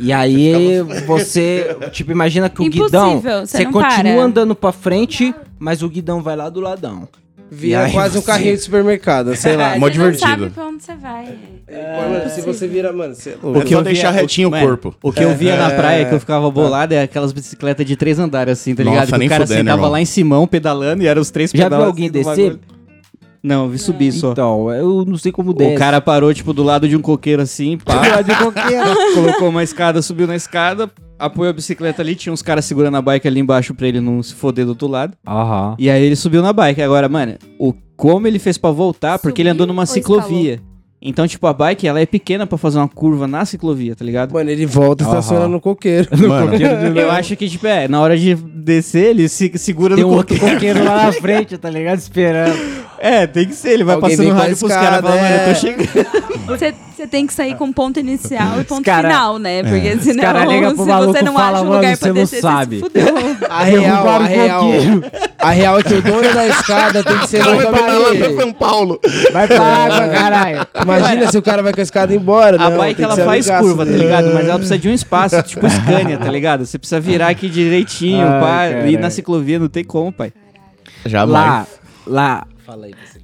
Speaker 6: E aí você, tipo, imagina que o guidão...
Speaker 8: Impossível, você não
Speaker 6: continua
Speaker 8: para.
Speaker 6: andando pra frente, mas o guidão vai lá do ladão. E
Speaker 2: Vira
Speaker 6: aí
Speaker 2: quase um
Speaker 6: você-
Speaker 2: carrinho de supermercado, sei lá.
Speaker 8: Você
Speaker 5: mó
Speaker 8: não
Speaker 5: divertido.
Speaker 8: sabe pra onde você vai.
Speaker 2: Mano, se você vira, mano, você é
Speaker 5: O
Speaker 2: louco.
Speaker 5: que eu deixar retinho o
Speaker 4: mano,
Speaker 5: corpo.
Speaker 4: O que eu
Speaker 5: é
Speaker 4: via na praia, que eu ficava bolado, é aquelas bicicletas de três andares, assim, tá
Speaker 5: Nossa,
Speaker 4: ligado? Que
Speaker 5: nem
Speaker 4: o cara
Speaker 5: fudendo,
Speaker 4: sentava
Speaker 5: irmão.
Speaker 4: lá em Simão pedalando e eram os três
Speaker 6: Já
Speaker 4: pedais,
Speaker 6: viu alguém
Speaker 4: assim, do
Speaker 6: descer?
Speaker 4: bagulho. Não, vi subir só.
Speaker 6: Então, eu não sei como desce.
Speaker 4: O cara parou, tipo, do lado de um coqueiro assim, pá. Do lado de coqueiro. Colocou uma escada, subiu na escada, apoiou a bicicleta ali, tinha uns caras segurando a bike ali embaixo pra ele não se foder do outro lado.
Speaker 6: Aham.
Speaker 4: E aí ele subiu na bike. Agora, mano, o como ele fez pra voltar, porque ele
Speaker 3: Subiu
Speaker 4: andou numa
Speaker 3: ou
Speaker 4: ciclovia. Então, tipo, a bike, ela é pequena pra fazer uma curva na ciclovia, tá ligado?
Speaker 2: Mano, ele volta e
Speaker 6: Aham.
Speaker 2: estaciona no coqueiro.
Speaker 5: Mano,
Speaker 4: Eu acho que, tipo, é, na hora de descer, ele se segura
Speaker 6: Tem
Speaker 4: no
Speaker 6: um outro
Speaker 4: coqueiro.
Speaker 6: coqueiro lá na frente, tá ligado? Esperando.
Speaker 4: É, tem que ser, ele vai
Speaker 2: Alguém
Speaker 4: passando
Speaker 2: vem com a
Speaker 4: rádio pros
Speaker 2: escada,
Speaker 4: caras e fala, mano, eu
Speaker 2: é.
Speaker 4: tô chegando.
Speaker 8: Você você tem que sair com ponto inicial e ponto
Speaker 6: cara-
Speaker 8: final, né? Porque senão,
Speaker 6: cara liga pro
Speaker 8: se
Speaker 6: maluco
Speaker 8: você
Speaker 6: e
Speaker 8: não
Speaker 6: fala,
Speaker 8: acha um
Speaker 6: "Mano,
Speaker 8: lugar
Speaker 6: você
Speaker 8: pra
Speaker 6: não
Speaker 8: descer,
Speaker 6: sabe."
Speaker 8: você se fudeu.
Speaker 2: A real, a
Speaker 6: Derrubaram o
Speaker 2: real.
Speaker 6: coqueiro.
Speaker 2: A real é que o dono da escada tem que ser
Speaker 5: Calma
Speaker 2: mais
Speaker 5: aí, pra lá pra
Speaker 2: homem.
Speaker 5: São Paulo.
Speaker 6: Vai pra água, caralho.
Speaker 2: Imagina se o cara vai com a escada embora,
Speaker 4: A
Speaker 2: não, tem
Speaker 4: bike
Speaker 2: que
Speaker 4: ela
Speaker 2: ser
Speaker 4: faz
Speaker 2: amigaço
Speaker 4: curva, tá
Speaker 2: dele.
Speaker 4: ligado? Mas ela precisa de um espaço, tipo Scania, tá ligado? Você precisa virar aqui direitinho,
Speaker 6: Ai,
Speaker 4: pá. E
Speaker 6: caralho.
Speaker 4: na ciclovia não tem como, pai.
Speaker 5: Jamais.
Speaker 6: Lá, lá.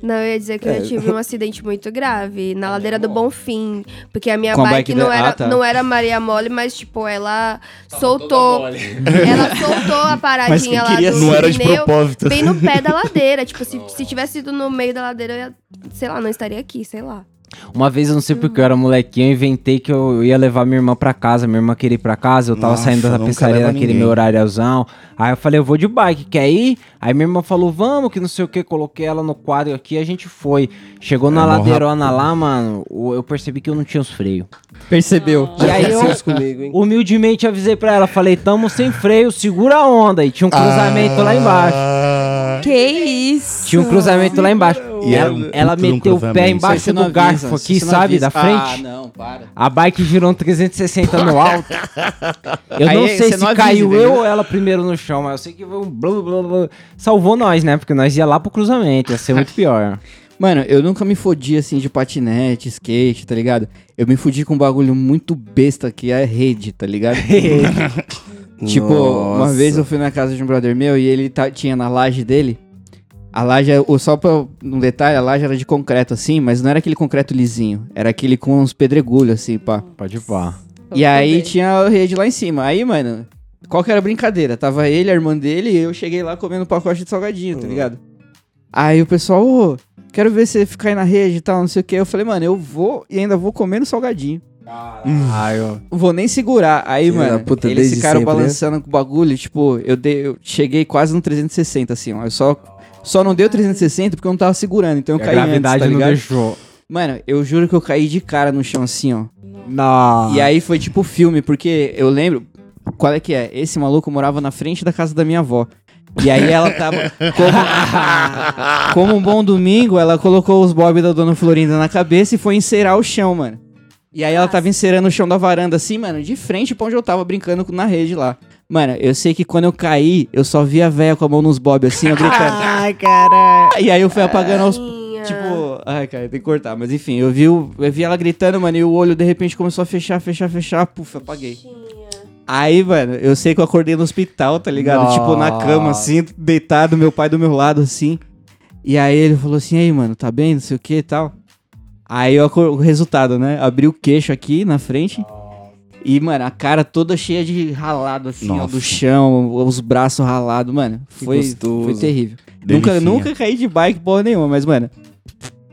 Speaker 3: Não, eu ia dizer que
Speaker 5: É.
Speaker 3: eu tive um acidente muito grave na ladeira do Bonfim. Porque a minha
Speaker 4: Com a bike
Speaker 3: bike, não,
Speaker 4: da-
Speaker 3: era,
Speaker 4: ah, tá.
Speaker 3: não era Maria Mole, mas, tipo, ela soltou. Ela soltou a paradinha lá
Speaker 4: queria
Speaker 3: do
Speaker 4: ser.
Speaker 5: Não era de
Speaker 3: pneu
Speaker 5: propósito.
Speaker 3: bem no pé da ladeira. Tipo, se, se tivesse sido no meio da ladeira, eu ia, sei lá, não estaria aqui, sei lá.
Speaker 6: Uma vez eu não sei porque eu era molequinho, eu inventei que eu ia levar minha irmã pra casa. Minha irmã queria ir pra casa, eu tava
Speaker 5: Nossa,
Speaker 6: saindo da
Speaker 5: nunca
Speaker 6: pizzaria
Speaker 5: leva
Speaker 6: naquele
Speaker 5: ninguém.
Speaker 6: meu horariozão. Aí eu falei, eu vou de bike, quer ir? Aí minha irmã falou, vamos, que não sei o que. Coloquei ela no quadro aqui a gente foi. Chegou na
Speaker 5: É, mó
Speaker 6: ladeirona lá, mano, o- eu percebi que eu não tinha os freios.
Speaker 4: Percebeu.
Speaker 6: E aí eu,
Speaker 2: Aconteceu isso comigo, hein?
Speaker 6: Humildemente avisei pra ela, falei, tamo sem freio, segura a onda. E tinha um cruzamento lá embaixo.
Speaker 5: Ah,
Speaker 8: Que isso?
Speaker 6: Tinha um cruzamento lá embaixo.
Speaker 5: E era
Speaker 6: ela
Speaker 5: um
Speaker 6: ela
Speaker 5: puta de um
Speaker 6: meteu o pé
Speaker 5: cruzamento.
Speaker 6: embaixo do garfo aqui, sabe? Da frente.
Speaker 4: Ah, não, para.
Speaker 6: A bike um girou 360 no alto. Eu
Speaker 4: Aí
Speaker 6: não
Speaker 4: você
Speaker 6: sei
Speaker 4: não
Speaker 6: se
Speaker 4: avisa,
Speaker 6: caiu eu
Speaker 4: entendeu?
Speaker 6: ou ela primeiro no chão, mas eu sei que foi um blá, blá, blá. salvou nós, né? Porque nós ia lá pro cruzamento, ia ser muito pior.
Speaker 4: Mano, eu nunca me fodi assim de patinete, skate, tá ligado? Eu me fodi com um bagulho muito besta que é rede, tá ligado? tipo, uma
Speaker 2: Nossa.
Speaker 4: vez eu fui na casa de um brother meu e ele tá- tinha na laje dele. A laje, é, o- só pra um detalhe, a laje era de concreto assim, mas não era aquele concreto lisinho. Era aquele com uns pedregulhos assim, pá.
Speaker 6: Pode ir pá.
Speaker 4: E aí tinha a rede lá em cima. Aí, mano, qual que era a brincadeira? Tava ele, a irmã dele, e eu cheguei lá comendo um pacote de salgadinho, tá ligado? Aí o pessoal, ô, quero ver você ficar aí na rede e tal, não sei o que. Eu falei, mano, eu vou e ainda vou comendo salgadinho.
Speaker 6: Caralho.
Speaker 4: Não Vou nem segurar. Aí,
Speaker 2: Filho
Speaker 4: mano,
Speaker 2: da puta,
Speaker 4: eles
Speaker 2: desde
Speaker 4: ficaram
Speaker 2: sempre, né?
Speaker 4: balançando com o bagulho, tipo, eu, dei, eu cheguei quase no 360, assim, ó. Eu só, só não deu 360 porque eu não tava segurando, então eu
Speaker 2: É
Speaker 6: A
Speaker 4: caí antes,
Speaker 6: gravidade
Speaker 4: tá
Speaker 6: não
Speaker 4: ligado?
Speaker 6: deixou.
Speaker 4: Mano, eu juro que eu caí de cara no chão, assim, ó.
Speaker 6: Não.
Speaker 4: E aí foi tipo filme, porque eu lembro. Qual é que é? Esse maluco morava na frente da casa da minha avó. E aí ela tava. Como, como um bom domingo, ela colocou os bob da dona Florinda na cabeça e foi encerar o chão, mano. E aí ela tava encerando o chão da varanda, assim, mano, de frente pra onde eu tava brincando na rede lá. Mano, eu sei que quando eu caí, eu só vi a véia com a mão nos bob, assim, eu gritando.
Speaker 6: Ai, caralho.
Speaker 4: e aí eu fui apagando aos
Speaker 3: Minha.
Speaker 4: Tipo, ai, cara, tem que cortar. Mas enfim, eu vi, o- eu vi ela gritando, mano, e o olho de repente começou a fechar, fechar, fechar. Puf, apaguei. Aí, mano, eu sei que eu acordei no hospital, tá ligado? Tipo, na cama, assim, deitado, meu pai do meu lado, assim. E aí ele falou assim, "E aí, mano, tá bem, não sei o que e tal. Aí eu acor- o resultado, né? Abri o queixo aqui na frente. E, mano, a cara toda cheia de ralado, assim, ó,
Speaker 5: Nossa.
Speaker 4: do chão, os braços ralados, mano. Foi,
Speaker 2: gostoso.
Speaker 4: foi terrível. Nunca,
Speaker 5: Delicinha.
Speaker 4: nunca caí de bike porra nenhuma, mas, mano,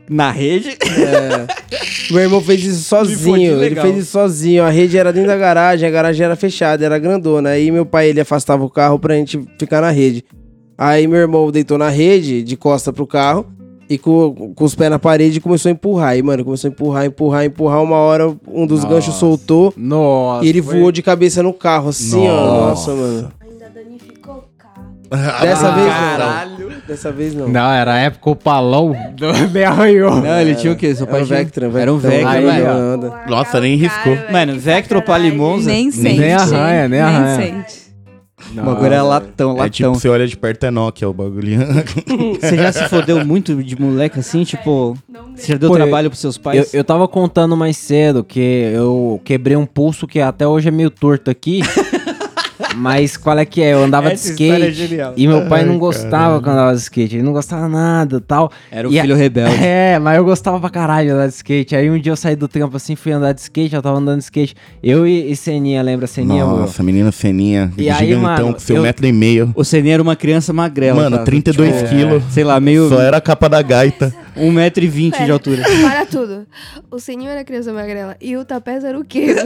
Speaker 4: na rede.
Speaker 2: É. Meu irmão fez isso
Speaker 4: Me fodi
Speaker 2: sozinho. Ele
Speaker 4: legal.
Speaker 2: fez isso sozinho. A rede era dentro da garagem, a garagem era fechada, era grandona. Aí meu pai ele afastava o carro pra gente ficar na rede. Aí meu irmão deitou na rede, de costa pro carro, e com, com os pés na parede começou a empurrar. Aí, mano, começou a empurrar, empurrar, empurrar. Uma hora um dos ganchos soltou
Speaker 6: Nossa.
Speaker 2: e ele voou de cabeça no carro, assim, ó.
Speaker 5: Nossa.
Speaker 2: Nossa, mano.
Speaker 3: Ainda danificou o carro.
Speaker 2: Dessa vez
Speaker 4: Caralho.
Speaker 2: não. Dessa vez não.
Speaker 6: Não, era a época o palão me arranhou.
Speaker 4: Não, ele tinha o quê? Seu
Speaker 2: Era
Speaker 4: pai
Speaker 2: um
Speaker 4: tinha-
Speaker 2: Vectra, Vectra.
Speaker 4: Era um Vectra,
Speaker 6: Aí,
Speaker 4: mano.
Speaker 6: ó.
Speaker 2: mano.
Speaker 5: Nossa,
Speaker 3: um
Speaker 5: nem riscou.
Speaker 3: é,
Speaker 4: Mano, Vectro Palimonza.
Speaker 8: Nem sente.
Speaker 6: arranha, nem arranha.
Speaker 8: sente.
Speaker 4: O bagulho era latão,
Speaker 5: É tipo,
Speaker 4: latão.
Speaker 5: você olha de perto, é Nokia o bagulhinho.
Speaker 4: Você já se fodeu muito de moleque assim, tipo. Você já deu
Speaker 6: Pô,
Speaker 4: trabalho pros seus
Speaker 6: Eu,
Speaker 4: pais?
Speaker 6: eu tava contando mais cedo que eu quebrei um pulso que até hoje é meio torto aqui. Mas qual é que é? Eu andava
Speaker 4: Essa
Speaker 6: de
Speaker 4: história é
Speaker 6: skate.
Speaker 4: genial.
Speaker 6: e meu pai não gostava quando eu andava de skate. Ele não gostava nada e tal.
Speaker 4: Era o
Speaker 6: E a-
Speaker 4: filho rebelde.
Speaker 6: É, mas eu gostava pra caralho de andar de skate. Aí um dia eu saí do trampo assim, fui andar de skate, eu tava andando de skate. Eu e, e Seninha, lembra Seninha, amor?
Speaker 5: Nossa, menina Seninha,
Speaker 6: E aí,
Speaker 5: gigantão,
Speaker 6: mano,
Speaker 5: com seu
Speaker 6: eu-
Speaker 5: metro e meio.
Speaker 4: O Senê era uma criança magrela.
Speaker 5: Mano,
Speaker 4: tá?
Speaker 5: 32
Speaker 4: Tipo,
Speaker 5: quilos.
Speaker 4: Sei lá, meio
Speaker 5: Só é. era a capa da gaita.
Speaker 4: 1,20m de
Speaker 3: Pera,
Speaker 4: altura.
Speaker 3: Para tudo. O senhor era criança magrela e o tapete era o quê?
Speaker 6: É, eu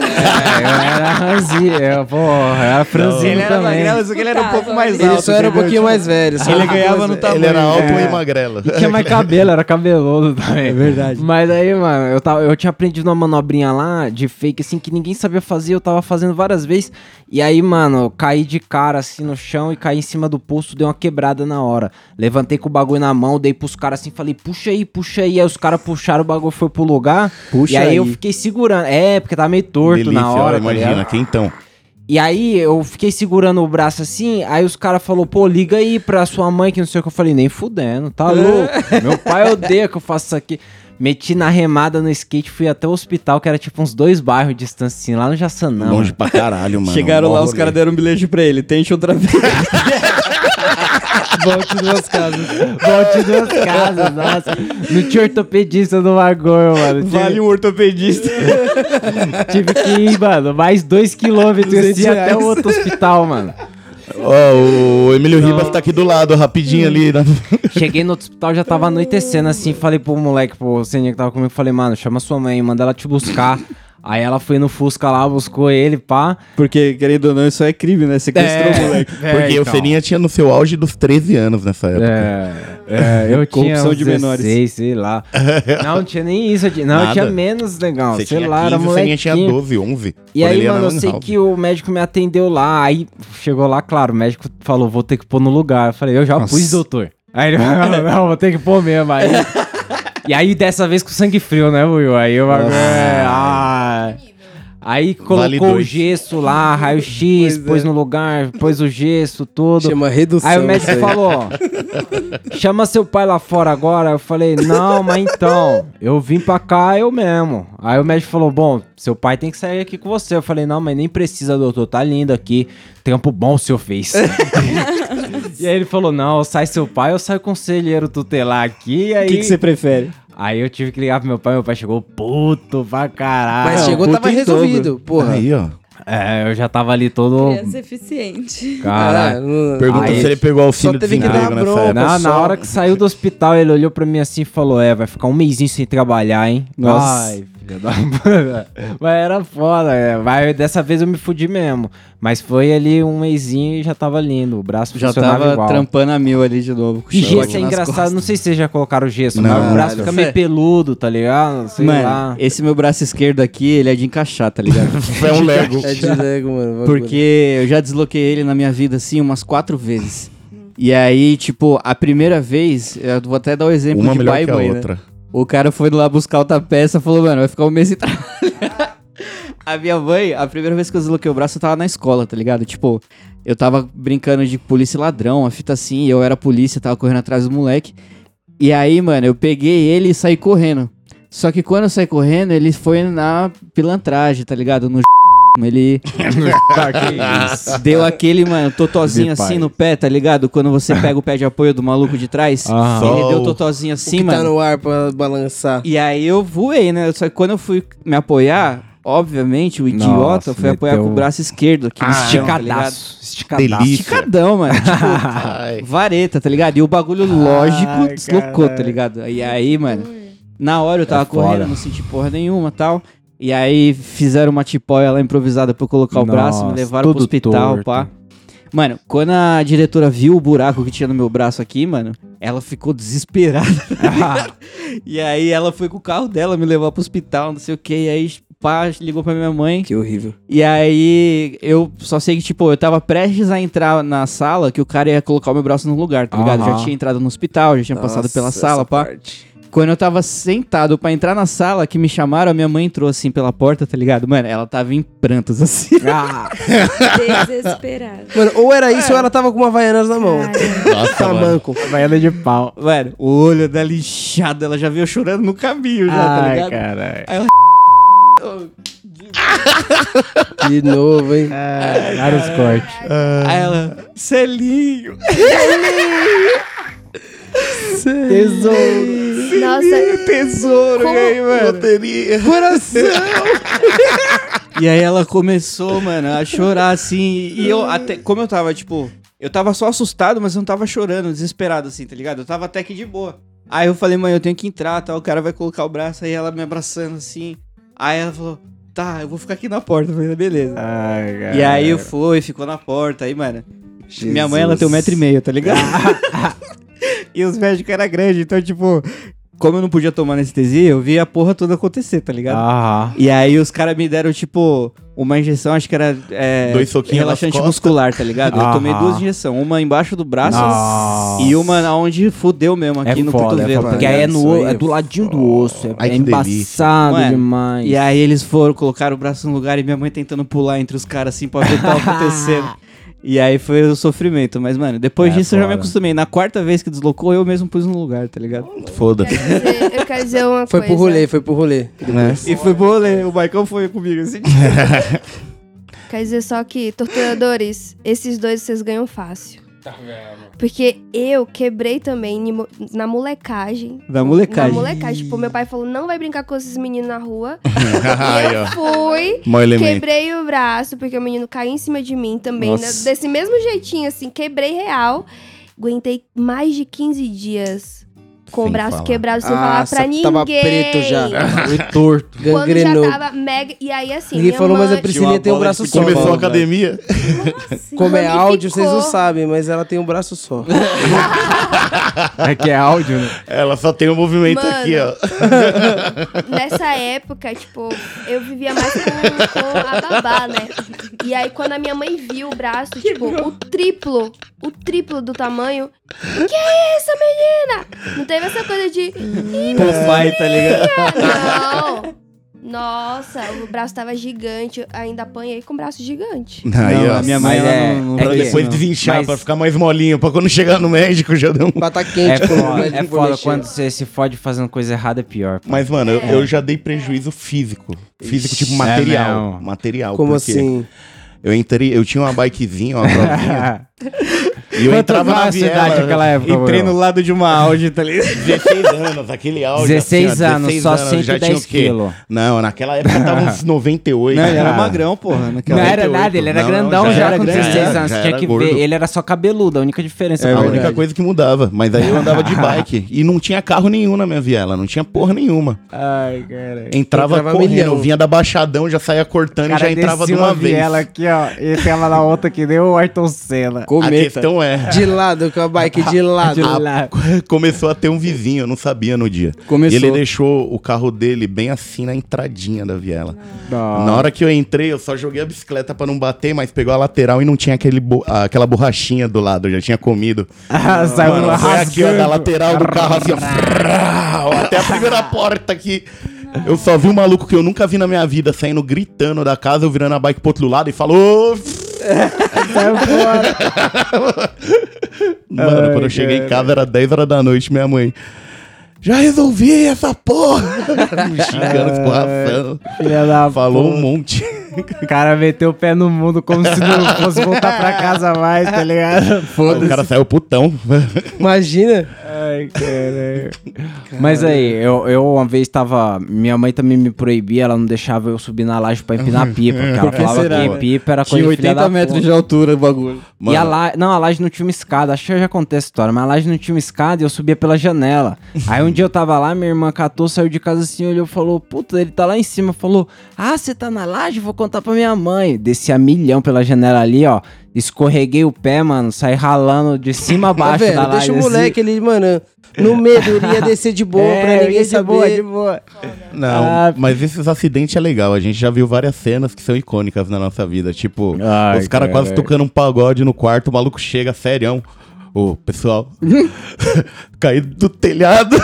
Speaker 6: era ranzinho, eu, porra, eu era franzino também.
Speaker 4: só que ele
Speaker 8: era um pouco mais
Speaker 2: Ele só era um pouquinho mais velho. só
Speaker 4: Tipo, ah, Ele
Speaker 2: um pouquinho
Speaker 4: ganhava
Speaker 2: mais
Speaker 4: no
Speaker 2: velho.
Speaker 4: tamanho. né?
Speaker 5: Ele era alto
Speaker 6: é.
Speaker 5: e magrelo.
Speaker 6: E tinha mais cabelo, era cabeludo também. É
Speaker 4: verdade.
Speaker 6: Mas aí, mano, eu, tava, eu tinha aprendido uma manobrinha lá de fake, assim, que ninguém sabia fazer, eu tava fazendo várias vezes. E aí, mano, eu caí de cara, assim, no chão e caí em cima do posto, dei uma quebrada na hora. Levantei com o bagulho na mão, dei pros caras assim, falei, puxa aí, puxa aí. Aí os caras puxaram, o bagulho foi pro lugar.
Speaker 4: Puxa
Speaker 6: e aí, eu
Speaker 4: aí.
Speaker 6: fiquei segurando. É, porque tava meio torto
Speaker 5: Delícia,
Speaker 6: na hora,
Speaker 5: ó,
Speaker 6: tá ligado?
Speaker 5: imagina, quem então?
Speaker 6: E aí eu fiquei segurando o braço assim, aí os caras falaram, pô, liga aí pra sua mãe, que não sei o que. Eu falei, nem fudendo, tá louco? Meu pai odeia que eu faça isso aqui. Meti na remada no skate, fui até o hospital, que era tipo uns dois bairros de distância, assim, lá no Jaçanã.
Speaker 5: Longe
Speaker 6: mano.
Speaker 5: pra caralho, mano.
Speaker 4: Chegaram
Speaker 5: Mó
Speaker 4: lá, os
Speaker 5: rolê.
Speaker 4: caras deram um bilhete pra ele. Tente outra vez.
Speaker 2: Volte duas casas.
Speaker 6: Volte duas casas, nossa. Não tinha ortopedista no bagulho, mano. Tive,
Speaker 4: Vale um ortopedista.
Speaker 6: tive que ir, mano, mais dois quilômetros
Speaker 2: 200
Speaker 6: assim, até o
Speaker 2: reais.
Speaker 6: outro hospital, mano.
Speaker 5: Ó, o Emílio Ribas tá aqui do lado, rapidinho ali. né?
Speaker 6: Cheguei no outro hospital, já tava anoitecendo assim. Falei pro moleque, pro senhor que tava comigo, falei, mano, chama sua mãe, manda ela te buscar. Aí ela foi no Fusca lá, buscou ele, pá.
Speaker 4: Porque, querendo ou não, isso é crime, né? Sequestrou o moleque.
Speaker 5: Porque o
Speaker 4: então.
Speaker 5: Seninha tinha no seu auge dos 13 anos nessa época.
Speaker 6: É, é, eu tinha
Speaker 4: Corrupção
Speaker 6: uns
Speaker 4: de
Speaker 6: 16,
Speaker 4: menores.
Speaker 6: sei lá. Não, não tinha nem isso, eu tinha- não, eu
Speaker 5: Nada.
Speaker 6: tinha menos, legal.
Speaker 5: Você
Speaker 6: sei
Speaker 5: tinha
Speaker 6: lá, era
Speaker 5: 15, o Seninha tinha
Speaker 6: molequinho.
Speaker 5: 12, 11.
Speaker 6: E
Speaker 5: quando
Speaker 6: aí,
Speaker 5: ele ia na
Speaker 6: mano, eu
Speaker 5: Lan
Speaker 6: sei
Speaker 5: House.
Speaker 6: que o médico me atendeu lá, aí chegou lá, claro, o médico falou, vou ter que pôr no lugar. Eu falei, eu já pus, doutor. Aí
Speaker 5: Hum.
Speaker 6: ele falou, não, vou ter que pôr mesmo. Aí, e aí, dessa vez com sangue frio, né, Will? Aí eu... É, ah. Aí
Speaker 5: Vale
Speaker 6: colocou o
Speaker 5: dois. é.
Speaker 6: gesso lá, raio-x, pôs no lugar, pôs o gesso, todo.
Speaker 2: Chama redução.
Speaker 6: Aí o
Speaker 2: isso
Speaker 6: médico falou, ó, chama seu pai lá fora agora. Eu falei, não, mas então, eu vim pra cá eu mesmo. Aí o médico falou, bom, seu pai tem que sair aqui com você. Eu falei, não, mas nem precisa, doutor, tá lindo aqui. Trampo bom o senhor fez. e aí ele falou, não, ou sai seu pai ou sai o conselheiro tutelar aqui. E
Speaker 4: O
Speaker 6: aí,
Speaker 4: que que você prefere?
Speaker 6: aí eu tive que ligar pro meu pai, meu pai chegou puto pra caralho.
Speaker 2: Mas chegou,
Speaker 4: puta
Speaker 2: tava
Speaker 4: em
Speaker 2: resolvido, porra.
Speaker 5: Aí, ó.
Speaker 6: É, eu já tava ali todo...
Speaker 8: Criança eficiente.
Speaker 6: Caralho.
Speaker 2: Ah, não-
Speaker 5: Pergunta
Speaker 6: Aí-
Speaker 5: se ele pegou auxílio
Speaker 2: teve que dar
Speaker 5: desemprego nessa
Speaker 2: bronca.
Speaker 5: época.
Speaker 6: Na, na
Speaker 2: só-
Speaker 6: hora que saiu do hospital, ele olhou pra mim assim e falou: É, vai ficar um mêsinho sem trabalhar, hein?
Speaker 4: Nossa.
Speaker 6: Ai, filha da puta. Mas era foda, é. Mas dessa vez eu me fudi mesmo. Mas foi ali um mêsinho e já tava lindo. O braço
Speaker 4: Já
Speaker 6: funcionava
Speaker 4: tava
Speaker 6: igual.
Speaker 4: trampando a mil ali de novo. Com
Speaker 6: E gesso
Speaker 4: chicote
Speaker 6: é
Speaker 4: nas
Speaker 6: engraçado,
Speaker 4: costas.
Speaker 6: não sei se vocês já colocaram gesso,
Speaker 5: Não,
Speaker 6: mas o braço
Speaker 4: velho.
Speaker 6: fica meio
Speaker 4: Fé.
Speaker 6: peludo, tá ligado? Sei
Speaker 4: Mano,
Speaker 6: lá.
Speaker 4: esse meu braço esquerdo aqui, ele é de encaixar, tá ligado?
Speaker 5: É um Lego.
Speaker 2: É de Lego, mano.
Speaker 4: Porque eu já desloquei ele na minha vida, assim, umas quatro vezes. E aí, tipo, a primeira vez, eu vou até dar o exemplo
Speaker 5: Uma
Speaker 4: de
Speaker 5: melhor
Speaker 4: pai e
Speaker 5: que a
Speaker 4: mãe, né?
Speaker 5: outra.
Speaker 4: O cara foi lá buscar outra peça e falou, mano, vai ficar um mês sem trabalhar. A minha mãe, a primeira vez que eu desloquei o braço, eu tava na escola, tá ligado? Tipo, eu tava brincando de polícia e ladrão, uma fita assim, e eu era polícia, tava correndo atrás do moleque. E aí, mano, eu peguei ele e saí correndo. Só que quando eu saí correndo, ele foi na pilantragem, tá ligado? No ele
Speaker 6: Ah,
Speaker 4: deu aquele, mano, totozinho
Speaker 6: De pai.
Speaker 4: assim no pé, tá ligado? Quando você pega o pé de apoio do maluco de trás,
Speaker 6: Ah.
Speaker 4: ele
Speaker 5: Só
Speaker 4: deu
Speaker 5: o-
Speaker 4: totozinho assim,
Speaker 2: Sim,
Speaker 4: mano.
Speaker 2: tá no ar pra balançar.
Speaker 4: E aí eu voei, né? Só que quando eu fui me apoiar, obviamente, o idiota
Speaker 6: Nossa,
Speaker 4: foi apoiar com o
Speaker 6: meteu- Ah,
Speaker 4: braço esquerdo aqui. no chão, tá ligado?
Speaker 6: esticadaço. esticadaço.
Speaker 5: Delícia.
Speaker 4: Esticadão, mano. Tipo,
Speaker 5: Ai.
Speaker 4: vareta, tá ligado? E o bagulho lógico deslocou, tá ligado? E aí, mano, na hora eu tava
Speaker 6: É foda.
Speaker 4: correndo, não senti porra nenhuma tal. E aí fizeram uma tipóia lá improvisada pra eu colocar o braço, me
Speaker 6: Nossa,
Speaker 4: levaram pro
Speaker 6: todo
Speaker 4: hospital,
Speaker 6: torto.
Speaker 4: pá. Mano, quando a diretora viu o buraco que tinha no meu braço aqui, mano, ela ficou desesperada. tá E aí ela foi com o carro dela me levar pro hospital, não sei o que. E aí, pá, ligou pra minha mãe.
Speaker 2: Que horrível.
Speaker 4: E aí eu só sei que, tipo, eu tava prestes a entrar na sala que o cara ia colocar o meu braço no lugar, tá ligado?
Speaker 6: Aham.
Speaker 4: Já tinha entrado no hospital, já tinha passado
Speaker 2: Nossa,
Speaker 4: pela
Speaker 2: essa
Speaker 4: sala, pá.
Speaker 2: parte.
Speaker 4: Quando eu tava sentado pra entrar na sala, que me chamaram, a minha mãe entrou assim pela porta, tá ligado? Mano, ela tava em prantos assim.
Speaker 6: Ah,
Speaker 8: Desesperado.
Speaker 2: Mano, ou era
Speaker 4: É.
Speaker 2: isso ou ela tava com uma Havaianas na mão.
Speaker 5: Nossa, mano.
Speaker 2: Tamanco.
Speaker 6: baiana de pau.
Speaker 4: Mano, o olho dela tá inchado, ela já veio chorando no caminho já, tá
Speaker 6: Ai,
Speaker 4: ligado?
Speaker 6: caralho.
Speaker 2: De novo, hein?
Speaker 10: Vários cortes.
Speaker 4: Aí ela, selinho.
Speaker 10: Tesouro.
Speaker 3: Nossa,
Speaker 4: Tesouro,
Speaker 3: Como-
Speaker 4: aí, mano.
Speaker 5: Bateria.
Speaker 4: E aí ela começou, mano, a chorar assim. E eu até. Como eu tava, tipo, eu tava só assustado, mas eu não tava chorando, desesperado, assim, tá ligado? Eu tava até que de boa. Aí eu falei, mãe, eu tenho que entrar, tal, o cara vai colocar o braço, aí ela me abraçando assim. Aí ela falou, tá, eu vou ficar aqui na porta, eu falei, beleza. e aí eu fui, ficou na porta, aí, mano. Minha mãe, ela tem um metro e meio, tá ligado? e os médicos eram grandes, então, tipo, como eu não podia tomar anestesia, eu vi a porra toda acontecer, tá ligado?
Speaker 6: Ah,
Speaker 4: E aí os caras me deram, tipo, uma injeção, acho que era é,
Speaker 5: Dois soquinhos
Speaker 4: relaxante
Speaker 5: nas costas.
Speaker 4: muscular, tá ligado? Eu tomei
Speaker 6: Aham.
Speaker 4: duas injeções, uma embaixo do braço
Speaker 6: Nossa.
Speaker 4: e uma na onde fudeu mesmo,
Speaker 6: é
Speaker 4: aqui no
Speaker 6: foda, é
Speaker 4: cotovelo.
Speaker 6: foda,
Speaker 4: tá
Speaker 6: porque aí é,
Speaker 4: ligado?
Speaker 6: no,
Speaker 4: Isso
Speaker 6: é
Speaker 4: aí.
Speaker 6: do ladinho do osso, é,
Speaker 5: Ai,
Speaker 6: é
Speaker 5: que
Speaker 6: embaçado
Speaker 4: delícia. Mano,
Speaker 6: demais.
Speaker 4: E aí eles foram, colocaram o braço no lugar e minha mãe tentando pular entre os caras, assim, pra ver o que tava acontecendo. E aí foi o sofrimento, mas, mano, depois
Speaker 6: É
Speaker 4: disso eu já me
Speaker 6: foda.
Speaker 4: acostumei. Na quarta vez que deslocou, eu mesmo pus no lugar, tá ligado?
Speaker 5: Foda-se.
Speaker 3: quer dizer, eu quero dizer uma
Speaker 2: Foi
Speaker 3: coisa.
Speaker 2: pro rolê, foi pro rolê.
Speaker 4: E foi bom, né? O Maicon foi comigo, assim.
Speaker 3: Quer dizer só que, torturadores, esses dois vocês ganham fácil. Porque eu quebrei também ni- na molecagem.
Speaker 4: Da molecagem.
Speaker 3: Na molecagem. Tipo, meu pai falou, não vai brincar com esses meninos na rua.
Speaker 5: Aí, ó.
Speaker 3: Fui,
Speaker 5: Mó elemento.
Speaker 3: quebrei o braço, porque o menino caiu em cima de mim também.
Speaker 4: Nossa.
Speaker 3: né? Desse mesmo jeitinho, assim, quebrei real. Aguentei mais de 15 dias com o
Speaker 5: Sem
Speaker 3: braço
Speaker 5: falar.
Speaker 3: quebrado, sem
Speaker 2: Ah,
Speaker 3: falar pra
Speaker 2: sa-
Speaker 3: ninguém.
Speaker 2: tava preto já.
Speaker 6: Foi
Speaker 4: assim,
Speaker 6: torto.
Speaker 3: Quando já
Speaker 2: Gangrenou.
Speaker 3: tava mega... E aí, assim,
Speaker 2: Ninguém
Speaker 3: minha
Speaker 2: falou,
Speaker 3: mãe...
Speaker 2: mas a Priscilinha
Speaker 4: uma
Speaker 2: tem um
Speaker 4: bola de
Speaker 2: braço só.
Speaker 5: Começou
Speaker 4: futebol,
Speaker 5: a
Speaker 4: velho.
Speaker 5: academia?
Speaker 2: Como é áudio, vocês não
Speaker 3: Ramificou.
Speaker 2: sabem, mas ela tem um braço só.
Speaker 6: É que é áudio, né?
Speaker 5: Ela só tem um movimento
Speaker 3: Mano.
Speaker 5: aqui, ó.
Speaker 3: Nessa época, tipo, eu vivia mais com, com a babá, né? E aí, quando a minha mãe viu o braço, tipo, o triplo, o triplo do tamanho. Que é isso, menina? Não teve essa coisa de. "Ih,
Speaker 4: Pô, pai, tá ligado?
Speaker 3: Não! Nossa, o braço tava gigante. eu Ainda apanhei com o braço gigante.
Speaker 5: Aí,
Speaker 4: Não,
Speaker 5: ó.
Speaker 4: a minha mãe, assim,
Speaker 6: Mas
Speaker 4: ela
Speaker 6: é-
Speaker 4: não, não
Speaker 6: é
Speaker 5: Pra
Speaker 4: fez isso,
Speaker 5: depois
Speaker 4: não.
Speaker 5: desinchar,
Speaker 6: Mas-
Speaker 5: pra ficar mais molinho. Pra quando chegar no médico já deu um...
Speaker 2: Pra tá quente,
Speaker 6: É
Speaker 2: quando o
Speaker 6: foda,
Speaker 2: médico
Speaker 6: é
Speaker 2: for
Speaker 6: foda
Speaker 2: mexer.
Speaker 6: quando você se fode fazendo coisa errada, é pior.
Speaker 5: Mas, mano, eu, eu já dei prejuízo físico. Físico, tipo,
Speaker 6: É
Speaker 5: material.
Speaker 6: mesmo.
Speaker 5: material.
Speaker 2: Como
Speaker 5: porque
Speaker 2: assim?
Speaker 5: Eu entrei... Eu tinha uma bikezinha, uma provinha. e eu
Speaker 6: Quantos
Speaker 5: entrava na
Speaker 6: anos a sua idade
Speaker 5: viela.
Speaker 6: naquela época,
Speaker 4: Entrei
Speaker 6: Bruno?
Speaker 4: no lado de uma Audi, tá ligado?
Speaker 5: 16 anos, aquele áudio.
Speaker 6: 16
Speaker 5: assim, ó,
Speaker 6: anos, só
Speaker 5: já tinha
Speaker 6: 110
Speaker 5: o quê?
Speaker 6: quilos.
Speaker 5: Não, naquela época tava uns 98.
Speaker 4: Não, ele era
Speaker 5: Ah,
Speaker 4: magrão, porra.
Speaker 6: Não
Speaker 4: Naquela
Speaker 6: era
Speaker 5: 98.
Speaker 6: nada, ele era
Speaker 5: Não,
Speaker 6: grandão
Speaker 5: já
Speaker 6: já,
Speaker 5: era
Speaker 6: com
Speaker 5: grande,
Speaker 6: 16
Speaker 5: já
Speaker 6: anos.
Speaker 5: era
Speaker 6: Tinha que
Speaker 5: gordo.
Speaker 6: ver, ele era só cabeludo, a única diferença.
Speaker 4: É
Speaker 6: pra
Speaker 5: a
Speaker 6: mim.
Speaker 5: única coisa que mudava. Mas aí eu andava de bike e não tinha carro nenhum na minha viela, não tinha porra nenhuma.
Speaker 6: Ai, cara.
Speaker 5: Entrava,
Speaker 2: Entrava
Speaker 5: correndo,
Speaker 2: milhão.
Speaker 5: eu vinha da Baixadão, já saía cortando e já entrava de uma vez.
Speaker 6: aqui, ó, e ela na outra que deu o Ayrton Senna.
Speaker 5: A questão é,
Speaker 2: De lado, com a bike de
Speaker 5: Ah,
Speaker 2: lado.
Speaker 5: começou a ter um vizinho, eu não sabia no dia.
Speaker 4: Começou.
Speaker 5: Ele deixou o carro dele bem assim na entradinha da viela. Na
Speaker 6: Não.
Speaker 5: hora que eu entrei, eu só joguei a bicicleta pra não bater, mas pegou a lateral e não tinha aquele bo- ah, aquela borrachinha do lado, eu já tinha comido.
Speaker 6: Ah, Saiu
Speaker 5: Mano, foi aqui, ó, da
Speaker 6: rasgando.
Speaker 5: lateral do carro, assim, ó, frau, até a primeira porta aqui. Eu só vi um maluco que eu nunca vi na minha vida saindo gritando da casa, eu virando a bike pro outro lado e falou. "Ô, f-".
Speaker 6: Saiu fora.
Speaker 5: Mano, quando eu cheguei em casa era 10 horas da noite, minha mãe. Já resolvi essa porra! Me xingando, escorraçando.
Speaker 6: Filha da
Speaker 5: Falou um
Speaker 6: puta.
Speaker 5: monte.
Speaker 6: O cara meteu o pé no mundo como se não fosse voltar pra casa mais, tá ligado?
Speaker 5: O cara saiu putão.
Speaker 2: Imagina.
Speaker 6: Ai, caralho. Mas aí, eu, eu uma vez tava. Minha mãe também me proibia, ela não deixava eu subir na laje pra empinar pipa. Porque ela falava que pipa era coisa de
Speaker 4: Tinha
Speaker 6: filha
Speaker 4: 80
Speaker 6: da
Speaker 4: metros
Speaker 6: puta.
Speaker 4: de altura o bagulho.
Speaker 6: E a la... Não, a laje não tinha uma escada. Acho que eu já contei essa história, mas a laje não tinha uma escada e eu subia pela janela. Aí um dia eu tava lá, minha irmã catou, saiu de casa assim, olhou e falou: Puta, ele tá lá em cima. Falou: Ah, você tá na laje? Vou contar pra minha mãe. Desci a milhão pela janela ali, ó. Escorreguei o pé, mano. Saí ralando de cima a
Speaker 2: Tá
Speaker 6: baixo da
Speaker 2: vendo?
Speaker 6: laje.
Speaker 2: Deixa o
Speaker 6: assim.
Speaker 2: moleque, ele, mano, no medo, ele ia descer de boa
Speaker 6: É,
Speaker 2: pra ninguém
Speaker 6: de boa, de
Speaker 2: saber.
Speaker 6: boa.
Speaker 5: Não,
Speaker 6: Ah.
Speaker 5: mas esses acidentes é legal. A gente já viu várias cenas que são icônicas na nossa vida. Tipo,
Speaker 6: Ai,
Speaker 5: os caras quase
Speaker 6: caralho.
Speaker 5: tocando um pagode no quarto, o maluco chega, serião. Ô, pessoal, caí do telhado.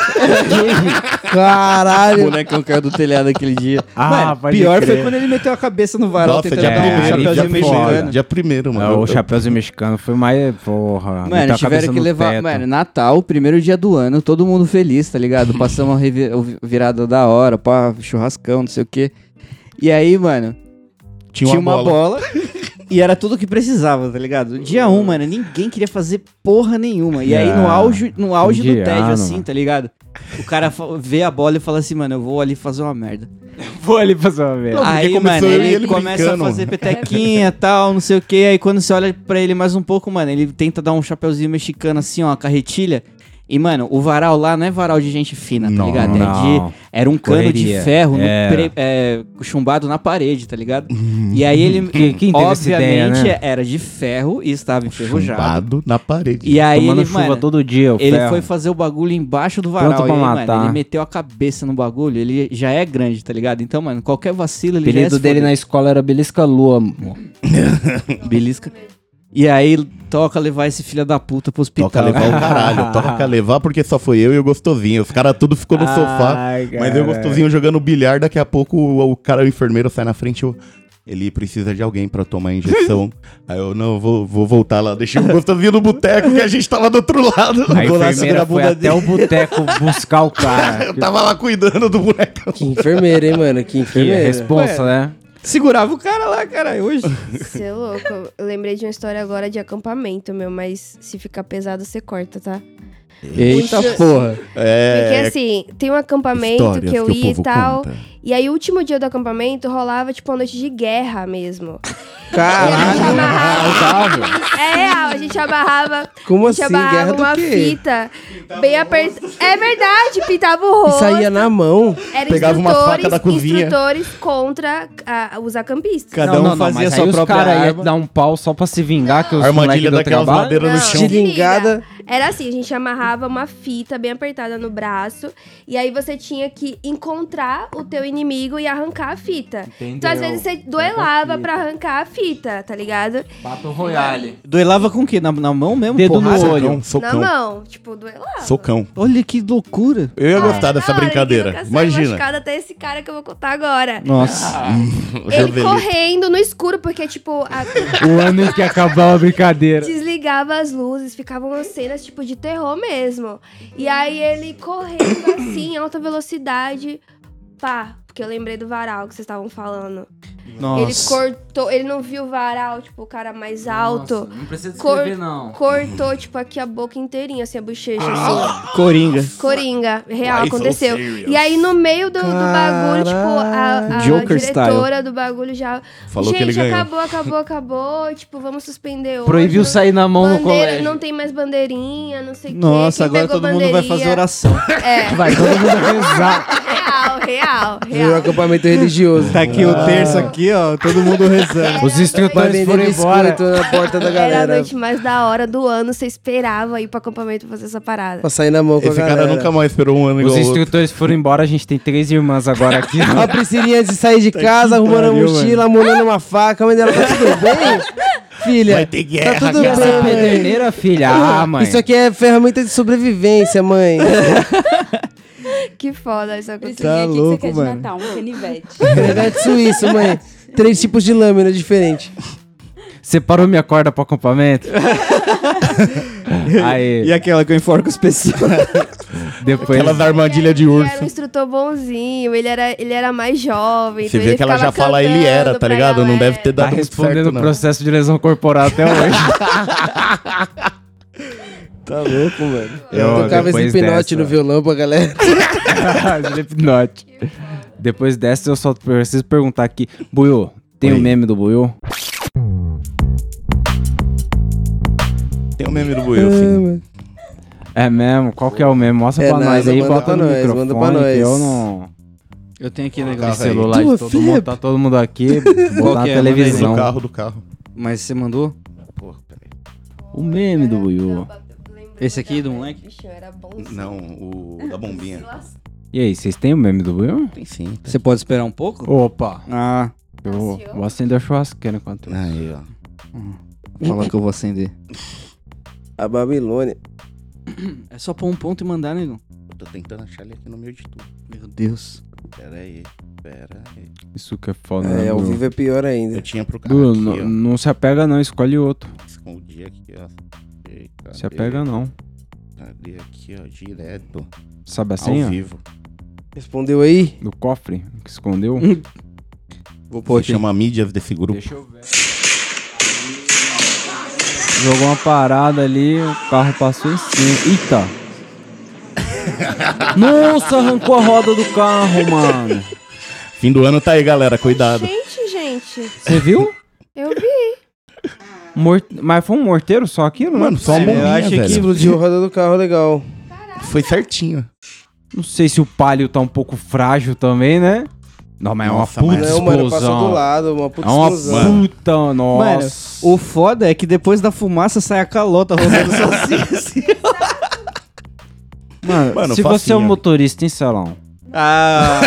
Speaker 4: O
Speaker 2: Caralho.
Speaker 4: moleque caiu do telhado aquele dia.
Speaker 6: Ah,
Speaker 4: Mano,
Speaker 6: pode
Speaker 4: pior
Speaker 6: crer.
Speaker 4: foi quando ele meteu a cabeça no varal
Speaker 5: Nossa,
Speaker 4: tentando
Speaker 5: dia
Speaker 6: pegar
Speaker 4: abrir o
Speaker 6: aí
Speaker 5: primeiro.
Speaker 6: já
Speaker 4: É,
Speaker 5: Dia,
Speaker 6: foi
Speaker 4: chapéuzinho
Speaker 6: foda.
Speaker 5: primeiro,
Speaker 4: mexicano.
Speaker 5: dia primeiro,
Speaker 6: Ah,
Speaker 5: mano.
Speaker 6: o
Speaker 5: Eu-
Speaker 6: chapéuzinho mexicano foi mais. Porra. meteu
Speaker 4: Mano,
Speaker 6: a cabeça
Speaker 4: tiveram que
Speaker 6: no
Speaker 4: levar.
Speaker 6: teto.
Speaker 4: Mano, Natal, primeiro dia do ano, todo mundo feliz, tá ligado? Passamos uma revi- o vi- virada da hora, pá, churrascão, não sei o quê. E aí, mano,
Speaker 5: Tinha uma, bola.
Speaker 4: e era tudo que precisava, tá ligado? Dia 1, um, mano, ninguém queria fazer porra nenhuma. E aí, no
Speaker 6: Ah,
Speaker 4: auge, no auge do
Speaker 6: indiano,
Speaker 4: tédio, assim,
Speaker 6: mano.
Speaker 4: tá ligado? O cara fa- vê a bola e fala assim, mano, eu vou ali fazer uma merda.
Speaker 6: Vou ali fazer uma vez.
Speaker 5: Não, porque
Speaker 4: aí,
Speaker 5: começou
Speaker 4: mano,
Speaker 5: eu e
Speaker 4: ele,
Speaker 5: ele
Speaker 4: começa
Speaker 5: brincando.
Speaker 4: a fazer petequinha e tal, não sei o que. Aí quando você olha pra ele mais um pouco, mano, ele tenta dar um chapeuzinho mexicano assim, ó, carretilha. E, mano, o varal lá não é varal de gente fina, tá
Speaker 5: Não,
Speaker 4: ligado? É
Speaker 6: não.
Speaker 4: de, era um cano
Speaker 6: Correria.
Speaker 4: de ferro no
Speaker 6: Era.
Speaker 4: pre- é, chumbado na parede, tá ligado? E aí ele,
Speaker 6: Uhum. Que- quem teve essa ideia,
Speaker 4: obviamente,
Speaker 6: né?
Speaker 4: era de ferro e estava enferrujado.
Speaker 5: Chumbado na parede.
Speaker 4: E aí
Speaker 6: Tomando
Speaker 4: ele,
Speaker 6: chuva
Speaker 4: mano,
Speaker 6: todo dia, o
Speaker 4: ele
Speaker 6: ferro.
Speaker 4: foi fazer o bagulho embaixo do
Speaker 6: Pronto
Speaker 4: varal. E
Speaker 6: pra
Speaker 4: aí,
Speaker 6: matar.
Speaker 4: mano, ele meteu a cabeça no bagulho, ele já é grande, tá ligado? Então, mano, qualquer vacilo
Speaker 6: O
Speaker 4: ele já é
Speaker 6: apelido dele né, na escola era Belisca Lua, amor.
Speaker 4: Belisca. E aí toca levar esse filho da puta pro hospital.
Speaker 5: Toca levar o caralho, toca levar porque só foi eu e o gostosinho. Os caras tudo ficou no
Speaker 4: Ah,
Speaker 5: sofá, mas eu e o gostosinho jogando bilhar. Daqui a pouco o, o cara, o enfermeiro, sai na frente. Eu, ele precisa de alguém pra tomar a injeção. Aí eu, não, eu vou, vou voltar lá. Deixei o gostosinho no boteco que a gente tava do outro lado.
Speaker 6: A
Speaker 5: Vou lá segurar
Speaker 6: enfermeira foi até o boteco buscar o cara.
Speaker 5: Eu tava lá cuidando do bonecão.
Speaker 2: Que enfermeira, hein, mano? Que
Speaker 6: Que
Speaker 2: enfermeira.
Speaker 6: responsa, né?
Speaker 4: Segurava o cara lá, cara, hoje.
Speaker 3: Você é louco. Eu lembrei de uma história agora de acampamento, meu, mas se ficar pesado, você corta, tá?
Speaker 2: Eita
Speaker 3: Puxa.
Speaker 2: porra.
Speaker 3: Porque
Speaker 5: É.
Speaker 3: assim, tem um acampamento
Speaker 5: histórias
Speaker 3: que eu
Speaker 5: o
Speaker 3: ia e
Speaker 5: povo
Speaker 3: tal.
Speaker 5: conta.
Speaker 3: E aí, o último dia do acampamento rolava, tipo, uma noite de guerra mesmo.
Speaker 2: Caralho.
Speaker 3: É real, a gente amarrava.
Speaker 2: Como
Speaker 3: a gente
Speaker 2: assim? Guerra
Speaker 3: amarrava
Speaker 2: do
Speaker 3: uma
Speaker 2: quê?
Speaker 3: fita bem apertada. É verdade, pintava o
Speaker 2: E
Speaker 3: rosto.
Speaker 2: saía é na mão.
Speaker 3: Era
Speaker 5: Pegava uma
Speaker 3: instrutores,
Speaker 5: faca da cozinha.
Speaker 3: instrutores contra ah, os acampistas.
Speaker 4: Cada um fazia
Speaker 6: mas
Speaker 4: sua
Speaker 6: aí
Speaker 4: própria
Speaker 6: Os caras iam
Speaker 4: arma.
Speaker 6: dar um pau só pra se vingar que os
Speaker 5: Armadilha
Speaker 6: moleques do
Speaker 5: daquelas
Speaker 6: trabalho.
Speaker 5: madeiras no
Speaker 3: Não.
Speaker 5: chão.
Speaker 3: Se
Speaker 2: Xiringada.
Speaker 3: Era assim, a gente amarrava uma fita bem apertada no braço e aí você tinha que encontrar o teu inimigo e arrancar a fita. Então às vezes você duelava pra arrancar a fita, tá ligado?
Speaker 6: Battle Royale.
Speaker 4: Doelava com o quê? Na, na mão mesmo?
Speaker 6: Dedo
Speaker 4: Porrada?
Speaker 6: no olho.
Speaker 5: Socão,
Speaker 3: Na
Speaker 5: socão,
Speaker 3: mão, tipo, duelava.
Speaker 5: socão.
Speaker 4: Olha que loucura.
Speaker 5: Eu ia gostar
Speaker 3: Ai,
Speaker 5: dessa
Speaker 3: Ah. não, ele
Speaker 5: brincadeira.
Speaker 3: nunca saiu
Speaker 5: Imagina.
Speaker 3: machucado até esse cara que eu vou contar agora.
Speaker 4: Nossa.
Speaker 3: Ele
Speaker 5: Jovelito.
Speaker 3: correndo no escuro, porque, tipo, a-
Speaker 6: O ano em que acabava a brincadeira.
Speaker 3: desligava as luzes, ficavam umas cenas, tipo, de terror mesmo. E aí ele correndo assim, em alta velocidade, pá, porque eu lembrei do varal que vocês estavam falando. Ele
Speaker 4: Nossa.
Speaker 3: cortou, ele não viu o varal, tipo, o cara mais alto.
Speaker 6: Não precisa
Speaker 3: descrever,
Speaker 6: não.
Speaker 3: Cortou, tipo, aqui a boca inteirinha, assim, a bochecha, assim.
Speaker 6: Ah.
Speaker 4: Coringa.
Speaker 3: Coringa, real,
Speaker 5: Why so
Speaker 3: aconteceu.
Speaker 5: serious?
Speaker 3: E aí, no meio do, do bagulho, tipo, a, a
Speaker 4: Joker
Speaker 3: diretora do bagulho já...
Speaker 5: Falou
Speaker 3: Gente,
Speaker 5: que ele ganhou.
Speaker 3: acabou, acabou, acabou. tipo, vamos suspender hoje.
Speaker 6: Proibiu
Speaker 3: não-
Speaker 6: sair na mão no
Speaker 3: Bandeira-
Speaker 6: colégio.
Speaker 3: Não tem mais bandeirinha, não sei o quê.
Speaker 4: Nossa,
Speaker 3: Quem
Speaker 4: agora
Speaker 3: pegou
Speaker 4: todo mundo vai
Speaker 3: bandeirinha-
Speaker 4: fazer oração.
Speaker 3: É,
Speaker 6: Vai todo mundo rezar.
Speaker 3: real, real,
Speaker 2: Virou
Speaker 3: real.
Speaker 2: acampamento religioso.
Speaker 4: Tá aqui o terço aqui, ó, todo mundo rezando.
Speaker 6: Os instrutores
Speaker 2: Bandeira
Speaker 6: foram embora.
Speaker 2: biscoito na porta da
Speaker 3: Era a
Speaker 2: galera.
Speaker 3: noite mais da hora do ano, você esperava ir pro acampamento pra fazer essa parada.
Speaker 2: Pra sair na mão com
Speaker 5: Esse
Speaker 2: a
Speaker 5: cara
Speaker 2: galera.
Speaker 5: nunca mais esperou um ano
Speaker 6: Os
Speaker 5: igual ao outro.
Speaker 6: instrutores foram embora, a gente tem três irmãs agora aqui.
Speaker 2: A Priscilinha antes de sair de casa, arrumando a mochila, amolando uma faca. A mãe dela tá tudo bem?
Speaker 6: é-
Speaker 2: Filha,
Speaker 5: Vai ter guerra,
Speaker 2: tá tudo
Speaker 5: cara.
Speaker 6: Essa é
Speaker 2: bem, mãe.
Speaker 6: pederneira, filha. Ah, mãe.
Speaker 2: Isso aqui é ferramenta de sobrevivência, mãe.
Speaker 3: Que foda isso aconteceu.
Speaker 5: é
Speaker 4: Tá
Speaker 8: dia, o que
Speaker 4: louco,
Speaker 8: que você quer
Speaker 4: mano.
Speaker 8: de Natal? Um canivete.
Speaker 2: É Verdade suíço, mãe. Três tipos de lâmina diferente.
Speaker 6: Separou minha corda pro acampamento? Aí,
Speaker 4: E aquela que eu enforco os pessoas.
Speaker 6: depois. tá
Speaker 5: Aquelas armadilhas de
Speaker 3: Ele era um
Speaker 5: urso.
Speaker 3: instrutor bonzinho, ele era, ele era mais jovem.
Speaker 5: Você
Speaker 3: então
Speaker 5: vê
Speaker 3: ele
Speaker 5: que ela já
Speaker 3: ficava
Speaker 5: fala ele
Speaker 3: cantando
Speaker 5: era, tá
Speaker 3: pra
Speaker 5: ligado? Não
Speaker 3: galera.
Speaker 5: deve ter
Speaker 6: Tá
Speaker 5: dado muito
Speaker 6: respondendo
Speaker 5: certo,
Speaker 6: o
Speaker 5: não.
Speaker 6: processo de lesão corporal até hoje.
Speaker 2: Tá louco, mano. Eu,
Speaker 6: Eu,
Speaker 2: tocava esse
Speaker 6: depois
Speaker 2: hipnote
Speaker 6: dessa.
Speaker 2: no violão pra galera.
Speaker 6: Slipknot. Depois dessa, eu só preciso perguntar aqui. Buiu, tem o
Speaker 5: Oi.
Speaker 6: meme do Buiu?
Speaker 5: Tem o meme do
Speaker 6: Ah,
Speaker 5: Buiu, sim.
Speaker 6: É mesmo? Qual que é o meme? Mostra
Speaker 2: É
Speaker 6: pra nós
Speaker 2: nada,
Speaker 6: aí,
Speaker 2: manda
Speaker 6: bota
Speaker 2: pra
Speaker 6: no
Speaker 2: nós,
Speaker 6: microfone
Speaker 2: manda pra nós.
Speaker 6: que eu não...
Speaker 4: Eu tenho aqui
Speaker 6: O
Speaker 4: negócio.
Speaker 5: Carro aí.
Speaker 6: celular de
Speaker 2: Tua
Speaker 6: todo
Speaker 2: filha,
Speaker 6: mundo, tá todo mundo aqui, botar
Speaker 5: Do
Speaker 6: na
Speaker 4: que é?
Speaker 6: televisão.
Speaker 5: carro, do carro.
Speaker 4: Mas você mandou?
Speaker 6: O meme do Buiu.
Speaker 4: Esse aqui do moleque?
Speaker 3: Bicho, era bonzinho.
Speaker 5: Não, o da bombinha.
Speaker 6: E aí, vocês têm o meme do Buiu?
Speaker 5: Tem sim.
Speaker 4: Você pode esperar um pouco?
Speaker 6: Opa,
Speaker 4: Ah,
Speaker 6: eu vou, vou acender a churrasqueira enquanto...
Speaker 5: Aí, ó.
Speaker 4: fala que eu vou acender.
Speaker 2: A Babilônia.
Speaker 4: É só pôr um ponto e mandar, nego.
Speaker 5: Eu tô tentando achar ele aqui no meio de tudo.
Speaker 4: Meu Deus.
Speaker 5: Pera aí, pera aí.
Speaker 6: Isso que é foda, né,
Speaker 2: É, ao
Speaker 6: Buiu?
Speaker 2: vivo é pior ainda.
Speaker 5: Eu tinha pro cara
Speaker 6: Buiu,
Speaker 5: aqui,
Speaker 6: n- não se apega não, escolhe outro.
Speaker 5: ó. Escondi aqui, ó. Ei, cadê?
Speaker 6: Se apega não.
Speaker 5: Cadê aqui, ó? Direto.
Speaker 6: Sabe assim,
Speaker 5: Ao
Speaker 6: ó?
Speaker 5: vivo.
Speaker 2: Respondeu aí?
Speaker 6: Do cofre que escondeu.
Speaker 4: Vou pôr
Speaker 5: Pô,
Speaker 4: aqui.
Speaker 5: chama mídias desse grupo.
Speaker 10: Jogou uma parada ali, o carro passou em cima. Eita! Nossa, arrancou a roda do carro, mano.
Speaker 5: Fim do ano tá aí, galera. Cuidado.
Speaker 9: Gente, gente.
Speaker 10: Você viu?
Speaker 3: Eu vi.
Speaker 6: Mor- Mas foi um morteiro só aquilo? né?
Speaker 5: Mano, só um uma
Speaker 4: É, eu
Speaker 5: bombinha,
Speaker 4: acho que-
Speaker 5: velho.
Speaker 2: Explodiu a roda do carro, legal.
Speaker 5: Foi certinho.
Speaker 6: Não sei se o palio tá um pouco frágil também, né? Não, mas
Speaker 5: Nossa,
Speaker 6: é uma
Speaker 5: mas-
Speaker 6: puta
Speaker 2: Não, mano, passou do
Speaker 6: explosão.
Speaker 2: lado, uma puta
Speaker 6: É uma
Speaker 2: explosão.
Speaker 6: puta, nossa.
Speaker 4: O foda é que depois da fumaça sai a calota rolando sozinha. assim.
Speaker 6: Mano,
Speaker 5: Mano,
Speaker 6: se você é um
Speaker 5: facinho.
Speaker 6: motorista em salão,
Speaker 4: Ah,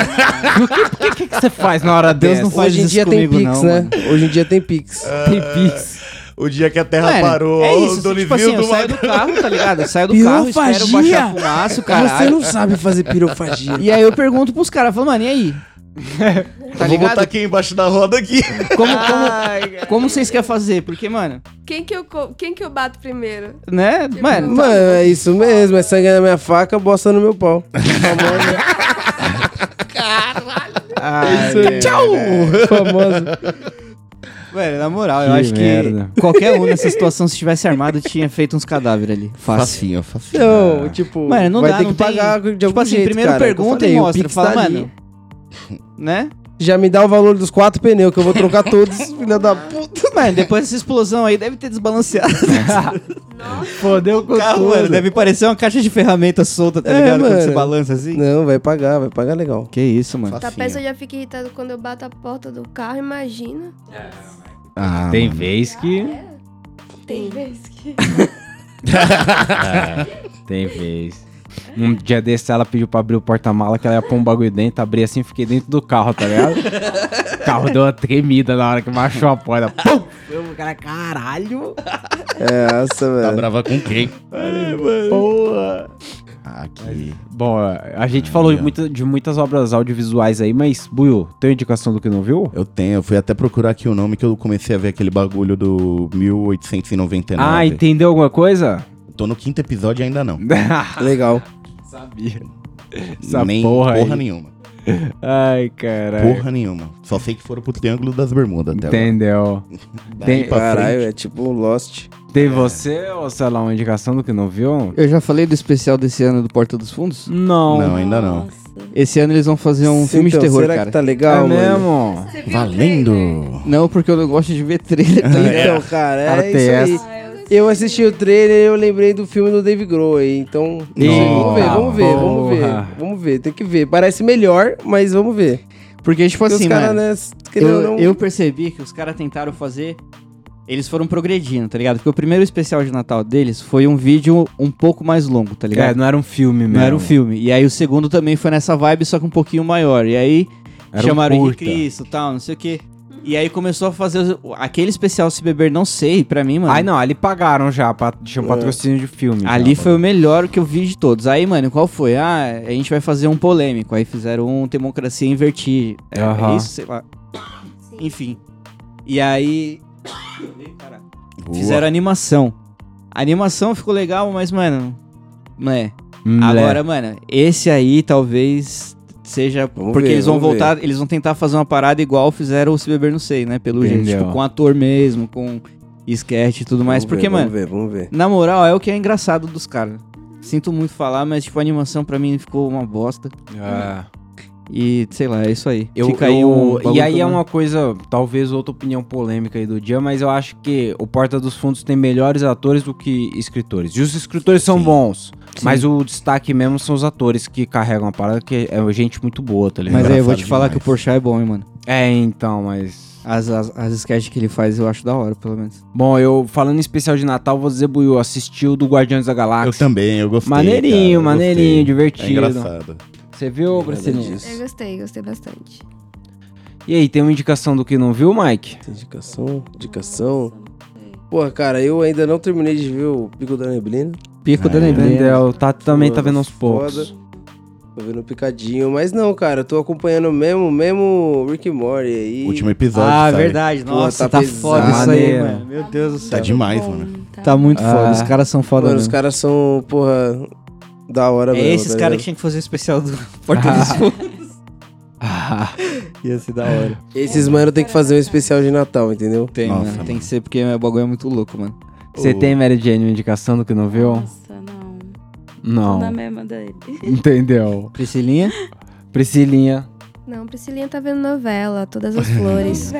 Speaker 6: o que, o que, que você faz na hora
Speaker 4: Deus não
Speaker 6: dessa?
Speaker 4: faz
Speaker 2: Hoje em
Speaker 4: isso
Speaker 2: dia tem
Speaker 4: comigo,
Speaker 2: Pix,
Speaker 4: não,
Speaker 2: né?
Speaker 4: mano.
Speaker 2: Hoje em dia tem Pix.
Speaker 10: Tem pix.
Speaker 5: O dia que a terra
Speaker 4: Mano,
Speaker 5: parou,
Speaker 4: é
Speaker 5: o
Speaker 4: isso, tipo assim,
Speaker 5: Donizinho
Speaker 4: eu
Speaker 5: do
Speaker 4: saio do carro, tá ligado? Eu saio do carro, espero
Speaker 2: Pirofagia?
Speaker 4: baixar a fumaça, o caralho.
Speaker 2: sabe fazer pirofagia.
Speaker 4: E aí eu pergunto pros caras, falo, mano, e aí? Tá
Speaker 5: Vou botar
Speaker 4: ligado?
Speaker 5: aqui embaixo da roda aqui.
Speaker 4: Como, como, como vocês querem fazer? Porque, mano,
Speaker 3: Quem que eu, co- quem que eu bato primeiro?
Speaker 4: né? Mano,
Speaker 2: Mano, é isso mesmo. É sangue na minha faca, bosta no meu pau. Famosa.
Speaker 4: tá,
Speaker 5: Tchau!
Speaker 2: famosa.
Speaker 4: velho, na moral, eu
Speaker 6: Que
Speaker 4: acho
Speaker 6: merda.
Speaker 4: que qualquer um nessa situação, se tivesse armado, tinha feito uns cadáveres ali.
Speaker 5: Facinho,
Speaker 4: Fácil.
Speaker 5: facinho.
Speaker 2: Então, tipo,
Speaker 4: Mano, não
Speaker 2: vai
Speaker 4: dá,
Speaker 2: ter
Speaker 4: não
Speaker 2: que
Speaker 4: tem-
Speaker 2: pagar de algum
Speaker 4: Tipo assim,
Speaker 2: jeito,
Speaker 4: primeiro
Speaker 2: cara, é o que eu
Speaker 4: pergunta
Speaker 2: falei,
Speaker 4: e
Speaker 2: o
Speaker 4: mostra,
Speaker 2: Pix
Speaker 4: fala,
Speaker 2: tá ali.
Speaker 4: mano. Né?
Speaker 2: Já me dá o valor dos quatro pneus, que eu vou trocar todos, filha da puta.
Speaker 4: Mano, depois dessa explosão aí deve ter desbalanceado
Speaker 10: Fodeu com
Speaker 4: o carro, mano.
Speaker 10: tudo.
Speaker 4: Deve parecer uma caixa de ferramentas solta, tá
Speaker 2: É,
Speaker 4: ligado? Quando
Speaker 2: mano. Né?
Speaker 4: você balança assim.
Speaker 2: Não, vai pagar, vai pagar legal.
Speaker 4: Que isso, mano.
Speaker 5: Assim,
Speaker 3: Tá peça eu já fico irritado quando eu bato a porta do carro, imagina.
Speaker 5: Ah,
Speaker 6: Tem
Speaker 5: mano.
Speaker 6: vez que.
Speaker 3: Tem vez que.
Speaker 6: Tem vez. Um dia desse ela pediu pra abrir o porta-mala, que ela ia pôr um bagulho dentro, abri assim, fiquei dentro do carro, tá ligado? o carro deu uma tremida na hora que baixou a porta. Pum! Eu, cara, caralho!
Speaker 2: É Essa,
Speaker 5: Tá
Speaker 2: velho.
Speaker 5: brava com quem? É, Boa! Aqui.
Speaker 6: Bom, a gente falou de, muita- de muitas obras audiovisuais aí, mas, Buiu, tem indicação do que não viu?
Speaker 5: Eu tenho, eu fui até procurar aqui o nome que eu comecei a ver aquele bagulho do 1899.
Speaker 6: Ah, entendeu alguma coisa?
Speaker 5: Tô no quinto episódio ainda não.
Speaker 2: Legal.
Speaker 6: Sabia. Essa
Speaker 5: Nem
Speaker 6: porra,
Speaker 5: porra,
Speaker 6: aí.
Speaker 5: nenhuma.
Speaker 6: Ai, caralho.
Speaker 5: Porra nenhuma. Só sei que foram pro Triângulo das Bermudas até agora.
Speaker 6: Entendeu?
Speaker 5: Daí
Speaker 6: tem-
Speaker 5: pra
Speaker 2: Caralho,
Speaker 5: frente.
Speaker 2: é tipo um Lost.
Speaker 6: Tem você, ou sei lá, uma indicação do que não viu?
Speaker 4: Eu já falei do especial desse ano do Porta dos Fundos?
Speaker 6: Não. É
Speaker 5: Não, ainda não.
Speaker 4: Esse ano eles vão fazer um filme de
Speaker 2: Então,
Speaker 4: terror,
Speaker 2: será
Speaker 4: cara.
Speaker 2: que tá
Speaker 6: É
Speaker 2: legal, mano?
Speaker 6: mesmo?
Speaker 5: Valendo!
Speaker 4: Não, porque eu não gosto de ver trailer, tá ligado?
Speaker 2: Então, cara, é
Speaker 6: Cara, tem
Speaker 2: isso aí. Eu assisti o trailer e eu lembrei do filme do Dave Grohl aí, então... Vamos ver, vamos ver, vamos
Speaker 6: porra.
Speaker 2: ver. Vamos ver, tem que ver. Parece melhor, mas vamos ver.
Speaker 4: Porque, tipo
Speaker 2: Porque
Speaker 4: assim,
Speaker 2: os caras,
Speaker 4: mano,
Speaker 2: né, querendo
Speaker 4: eu,
Speaker 2: ou não...
Speaker 4: eu percebi que os caras tentaram fazer... Eles foram progredindo, tá ligado? Porque o primeiro especial de Natal deles foi um vídeo um pouco mais longo, tá ligado?
Speaker 6: É, não era um filme mesmo.
Speaker 4: Não era um filme. E aí o segundo também foi nessa vibe, só que um pouquinho maior. E aí
Speaker 6: Era um
Speaker 4: chamaram o
Speaker 6: curta.
Speaker 4: Henrique Cristo tal, não sei o quê. E aí começou a fazer os- aquele especial Se Beber Não Sei, pra mim, mano.
Speaker 6: Ai, não, ali pagaram já, pra, tinha um patrocínio de filme.
Speaker 4: Ali
Speaker 6: já,
Speaker 4: foi o melhor que eu vi de todos. Aí, mano, qual foi? Ah, a gente vai fazer um polêmico. Aí fizeram um Democracia em Vertigem. É, é
Speaker 6: Aham.
Speaker 4: isso, sei lá. Enfim. E aí. Caralho.
Speaker 5: Boa.
Speaker 4: Fizeram animação. A animação ficou legal, mas, mano. Né.
Speaker 6: Hum,
Speaker 4: Agora, mano, esse aí talvez seja.
Speaker 2: Vamos
Speaker 4: porque
Speaker 2: ver,
Speaker 4: eles vão
Speaker 2: vamos
Speaker 4: voltar. Eles vão tentar fazer uma parada igual fizeram o Se Beber Não Sei, né? Pelo jeito.
Speaker 6: Entendeu.
Speaker 4: Tipo, com ator mesmo, com sketch e tudo mais.
Speaker 2: Vamos ver,
Speaker 4: porque, mano.
Speaker 2: Vamos ver, vamos ver.
Speaker 4: Na moral, é o que é engraçado dos caras. Sinto muito falar, mas tipo, a animação pra mim ficou uma bosta.
Speaker 6: É.
Speaker 4: E, sei lá, é isso aí.
Speaker 6: Eu,
Speaker 4: Fica aí
Speaker 6: eu-
Speaker 4: um bagulho
Speaker 6: e aí
Speaker 4: que
Speaker 6: é
Speaker 4: eu não-
Speaker 6: uma coisa, talvez outra opinião polêmica aí do dia, mas eu acho que o Porta dos Fundos tem melhores atores do que escritores. E os escritores são
Speaker 5: Sim.
Speaker 6: bons,
Speaker 4: Sim.
Speaker 6: mas o destaque mesmo são os atores que carregam a parada, que é gente muito boa, tá ligado?
Speaker 4: Mas aí eu vou te
Speaker 5: engraçado
Speaker 4: falar
Speaker 5: demais.
Speaker 4: que o Porchat é bom, hein, mano.
Speaker 6: É, então, mas...
Speaker 4: As, as, as sketches que ele faz eu acho da hora, pelo menos.
Speaker 6: Bom, eu falando em especial de Natal, vou dizer, Buiu, assisti o do Guardiões da
Speaker 5: Eu
Speaker 6: Galáxia.
Speaker 5: também, eu gostei.
Speaker 6: Maneirinho,
Speaker 5: cara, eu
Speaker 6: maneirinho,
Speaker 5: gostei.
Speaker 6: divertido.
Speaker 5: É engraçado.
Speaker 6: Você viu, Gracilinha?
Speaker 3: Eu gostei, gostei bastante.
Speaker 6: E aí, tem uma indicação do que não viu, Mike?
Speaker 2: Indicação, indicação... Porra, cara, eu ainda não terminei de ver o Pico da Neblina.
Speaker 4: Pico da Neblina.
Speaker 6: Entendeu? Tá, também tá
Speaker 2: Foda,
Speaker 6: vendo aos
Speaker 2: foda.
Speaker 6: poucos.
Speaker 2: Tô vendo picadinho, mas não, cara, eu tô acompanhando mesmo, mesmo Rick e Morty aí.
Speaker 5: Último episódio.
Speaker 4: Ah,
Speaker 5: sabe?
Speaker 4: verdade.
Speaker 2: Pô,
Speaker 4: Nossa, tá,
Speaker 2: tá
Speaker 4: foda
Speaker 6: pesado.
Speaker 4: isso aí,
Speaker 6: Maneiro.
Speaker 4: mano. Meu Deus do
Speaker 5: Tá
Speaker 4: céu.
Speaker 5: demais,
Speaker 3: Bom,
Speaker 5: mano.
Speaker 4: Tá muito
Speaker 6: Ah.
Speaker 4: foda. Os caras são foda,
Speaker 2: Mano, os
Speaker 4: mesmo.
Speaker 2: caras são, porra, da hora
Speaker 4: É Ah,
Speaker 2: mesmo.
Speaker 4: esses
Speaker 2: tá
Speaker 4: caras que
Speaker 2: ligado?
Speaker 4: tinham que fazer o especial do Porta dos Fundos. Ia ser da hora.
Speaker 2: Esses mano tem que fazer um especial de Natal, entendeu?
Speaker 4: Tem,
Speaker 5: Nossa,
Speaker 4: mano.
Speaker 5: mano.
Speaker 4: Tem que ser porque meu bagulho é muito louco, mano.
Speaker 6: Você tem, Mary Jane, uma indicação do que não viu?
Speaker 8: Nossa, não. Tô na
Speaker 6: Não.
Speaker 8: mesma dele.
Speaker 6: Entendeu.
Speaker 4: Priscilinha?
Speaker 6: Priscilinha.
Speaker 3: Não, Priscilinha tá vendo novela, todas as flores.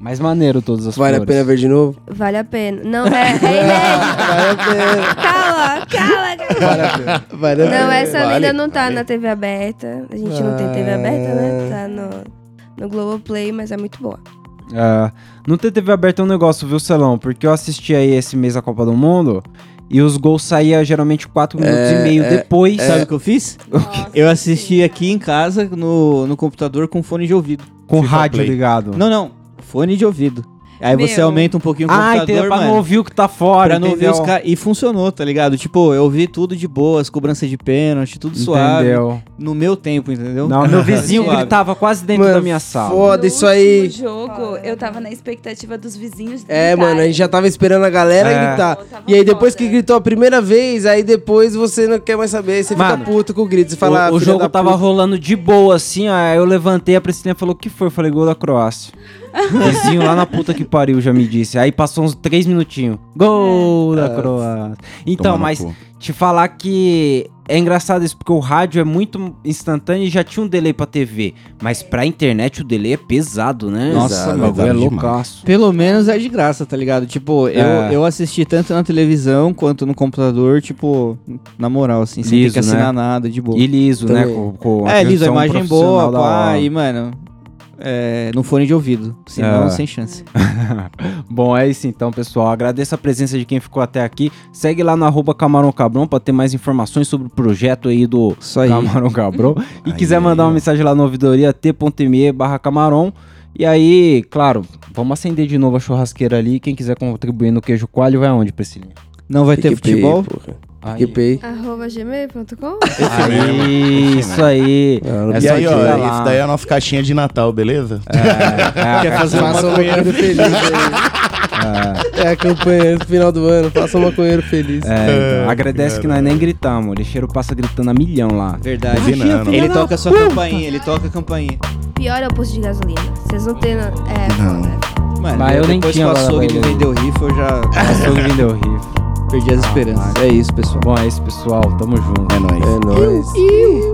Speaker 6: Mais maneiro todas as
Speaker 2: Vale a
Speaker 6: flores.
Speaker 2: pena ver de novo?
Speaker 3: Vale a pena. Não, é, é inédito.
Speaker 2: Vale a pena.
Speaker 3: Calma, calma, calma.
Speaker 2: Vale a
Speaker 3: Não,
Speaker 2: pena.
Speaker 3: essa
Speaker 5: Vale,
Speaker 3: ainda não tá
Speaker 5: vale.
Speaker 3: na TV aberta. A gente não tem TV aberta, né? Tá no, no Globoplay, mas é muito boa.
Speaker 6: Ah, não ter TV aberta é um negócio, viu, Celão? Porque eu assisti aí esse mês a Copa do Mundo e os gols saíam geralmente
Speaker 4: É,
Speaker 6: 4 minutos e meio depois.
Speaker 4: Sabe o que eu fiz? É. Eu assisti aqui em casa, no, no computador, com fone de ouvido.
Speaker 6: Com
Speaker 5: Fica
Speaker 6: rádio
Speaker 5: play.
Speaker 6: ligado.
Speaker 4: é. Não, não. Fone de ouvido. Aí você
Speaker 8: Meu.
Speaker 4: aumenta um pouquinho o
Speaker 6: ah,
Speaker 4: computador,
Speaker 6: entendeu? Pra
Speaker 4: mano.
Speaker 6: não ouvir o que tá fora,
Speaker 4: pra não ouvir
Speaker 6: entendeu?
Speaker 4: os caras. E funcionou, tá ligado? Tipo, eu ouvi tudo de boas, cobrança de pênalti, tudo suave.
Speaker 6: Entendeu?
Speaker 4: No meu tempo, entendeu?
Speaker 6: Não, meu vizinho
Speaker 4: Suave.
Speaker 6: gritava quase dentro
Speaker 2: Mano,
Speaker 6: da minha sala.
Speaker 2: Foda,
Speaker 8: No
Speaker 2: isso aí.
Speaker 8: último jogo, eu tava na expectativa dos vizinhos.
Speaker 2: É,
Speaker 8: gritarem.
Speaker 2: mano, a gente já tava esperando a galera
Speaker 6: É.
Speaker 2: gritar.
Speaker 8: Pô, tava
Speaker 2: E aí depois
Speaker 8: foda.
Speaker 2: que gritou a primeira vez, aí depois você não quer mais saber, aí você
Speaker 6: Mano,
Speaker 2: fica puto com o grito, você fala,
Speaker 6: O-
Speaker 2: "Ah,
Speaker 6: o
Speaker 2: filha
Speaker 6: jogo
Speaker 2: da
Speaker 6: tava
Speaker 2: puta."
Speaker 6: rolando de boa, assim, aí eu levantei, a Priscilinha falou, o que foi? Eu falei, gol da Croácia. Vizinho lá na puta que pariu já me disse. Aí passou uns três minutinhos. Gol
Speaker 2: É.
Speaker 6: da Croácia. Então,
Speaker 5: Tomar no
Speaker 6: mas
Speaker 5: cu.
Speaker 6: te falar que é engraçado isso, porque o rádio é muito instantâneo e já tinha um delay pra TV. Mas pra internet o delay é pesado, né?
Speaker 4: Nossa,
Speaker 6: Pesado,
Speaker 5: mano.
Speaker 6: o bagulho é
Speaker 5: Pesado
Speaker 6: loucaço.
Speaker 4: Pelo menos é de graça, tá ligado? Tipo, eu,
Speaker 6: É.
Speaker 4: eu assisti tanto na televisão quanto no computador, tipo, na moral, assim, sem ter
Speaker 6: Liso, né?
Speaker 4: que assinar nada, de boa.
Speaker 6: E liso, né?
Speaker 2: Também.
Speaker 6: Com, com
Speaker 4: é, Liso, a
Speaker 6: produção
Speaker 4: imagem
Speaker 6: profissional
Speaker 4: boa,
Speaker 6: da
Speaker 4: pá,
Speaker 6: hora.
Speaker 4: e, mano, é, no fone de ouvido. Senão,
Speaker 6: É.
Speaker 4: sem chance.
Speaker 6: Bom, é isso então, pessoal. Agradeço a presença de quem ficou até aqui. Segue lá no arroba Camarão Cabrão pra ter mais informações sobre o projeto aí do
Speaker 4: Isso aí.
Speaker 6: Camarão Cabrão. E
Speaker 5: Aí,
Speaker 6: quiser mandar
Speaker 5: aí,
Speaker 6: uma
Speaker 5: ó.
Speaker 6: mensagem lá no ouvidoria t.me barra camarão. E aí, claro, vamos acender de novo a churrasqueira ali. Quem quiser contribuir no queijo coalho, vai aonde, Priscilinha?
Speaker 4: Não vai ter
Speaker 2: PicPay,
Speaker 4: futebol?
Speaker 2: porra.
Speaker 6: Aí,
Speaker 2: PicPay.
Speaker 3: Arroba gmail.com?
Speaker 6: aí, isso aí.
Speaker 2: Ah,
Speaker 6: É
Speaker 5: né? E
Speaker 6: só
Speaker 5: aí, ó,
Speaker 6: tirar lá. É,
Speaker 5: isso daí é a nossa caixinha de Natal, beleza?
Speaker 4: Quer fazer uma
Speaker 2: Faça um
Speaker 4: maconha?
Speaker 2: maconheiro feliz aí. É a campanha do final do ano, faça um maconheiro feliz.
Speaker 6: Ah. É, então, agradece que nós nem gritamos. O lixeiro passa gritando a milhão lá.
Speaker 4: Verdade.
Speaker 5: Combinando.
Speaker 4: Ele toca a sua campainha, ele toca a campainha.
Speaker 3: Pior é o posto de gasolina. Vocês não têm. no- É, foda.
Speaker 4: Mano,
Speaker 6: Mas eu nem
Speaker 4: depois
Speaker 6: tinha
Speaker 4: que o
Speaker 6: agora,
Speaker 4: açougue me
Speaker 6: velho.
Speaker 4: vendeu rifa, eu já
Speaker 6: Passou o Vindel Rio. Ah,
Speaker 4: perdi as esperanças. É isso, pessoal.
Speaker 6: Bom, é isso, pessoal. Tamo junto.
Speaker 5: É nóis.
Speaker 2: É nóis.
Speaker 3: Iu.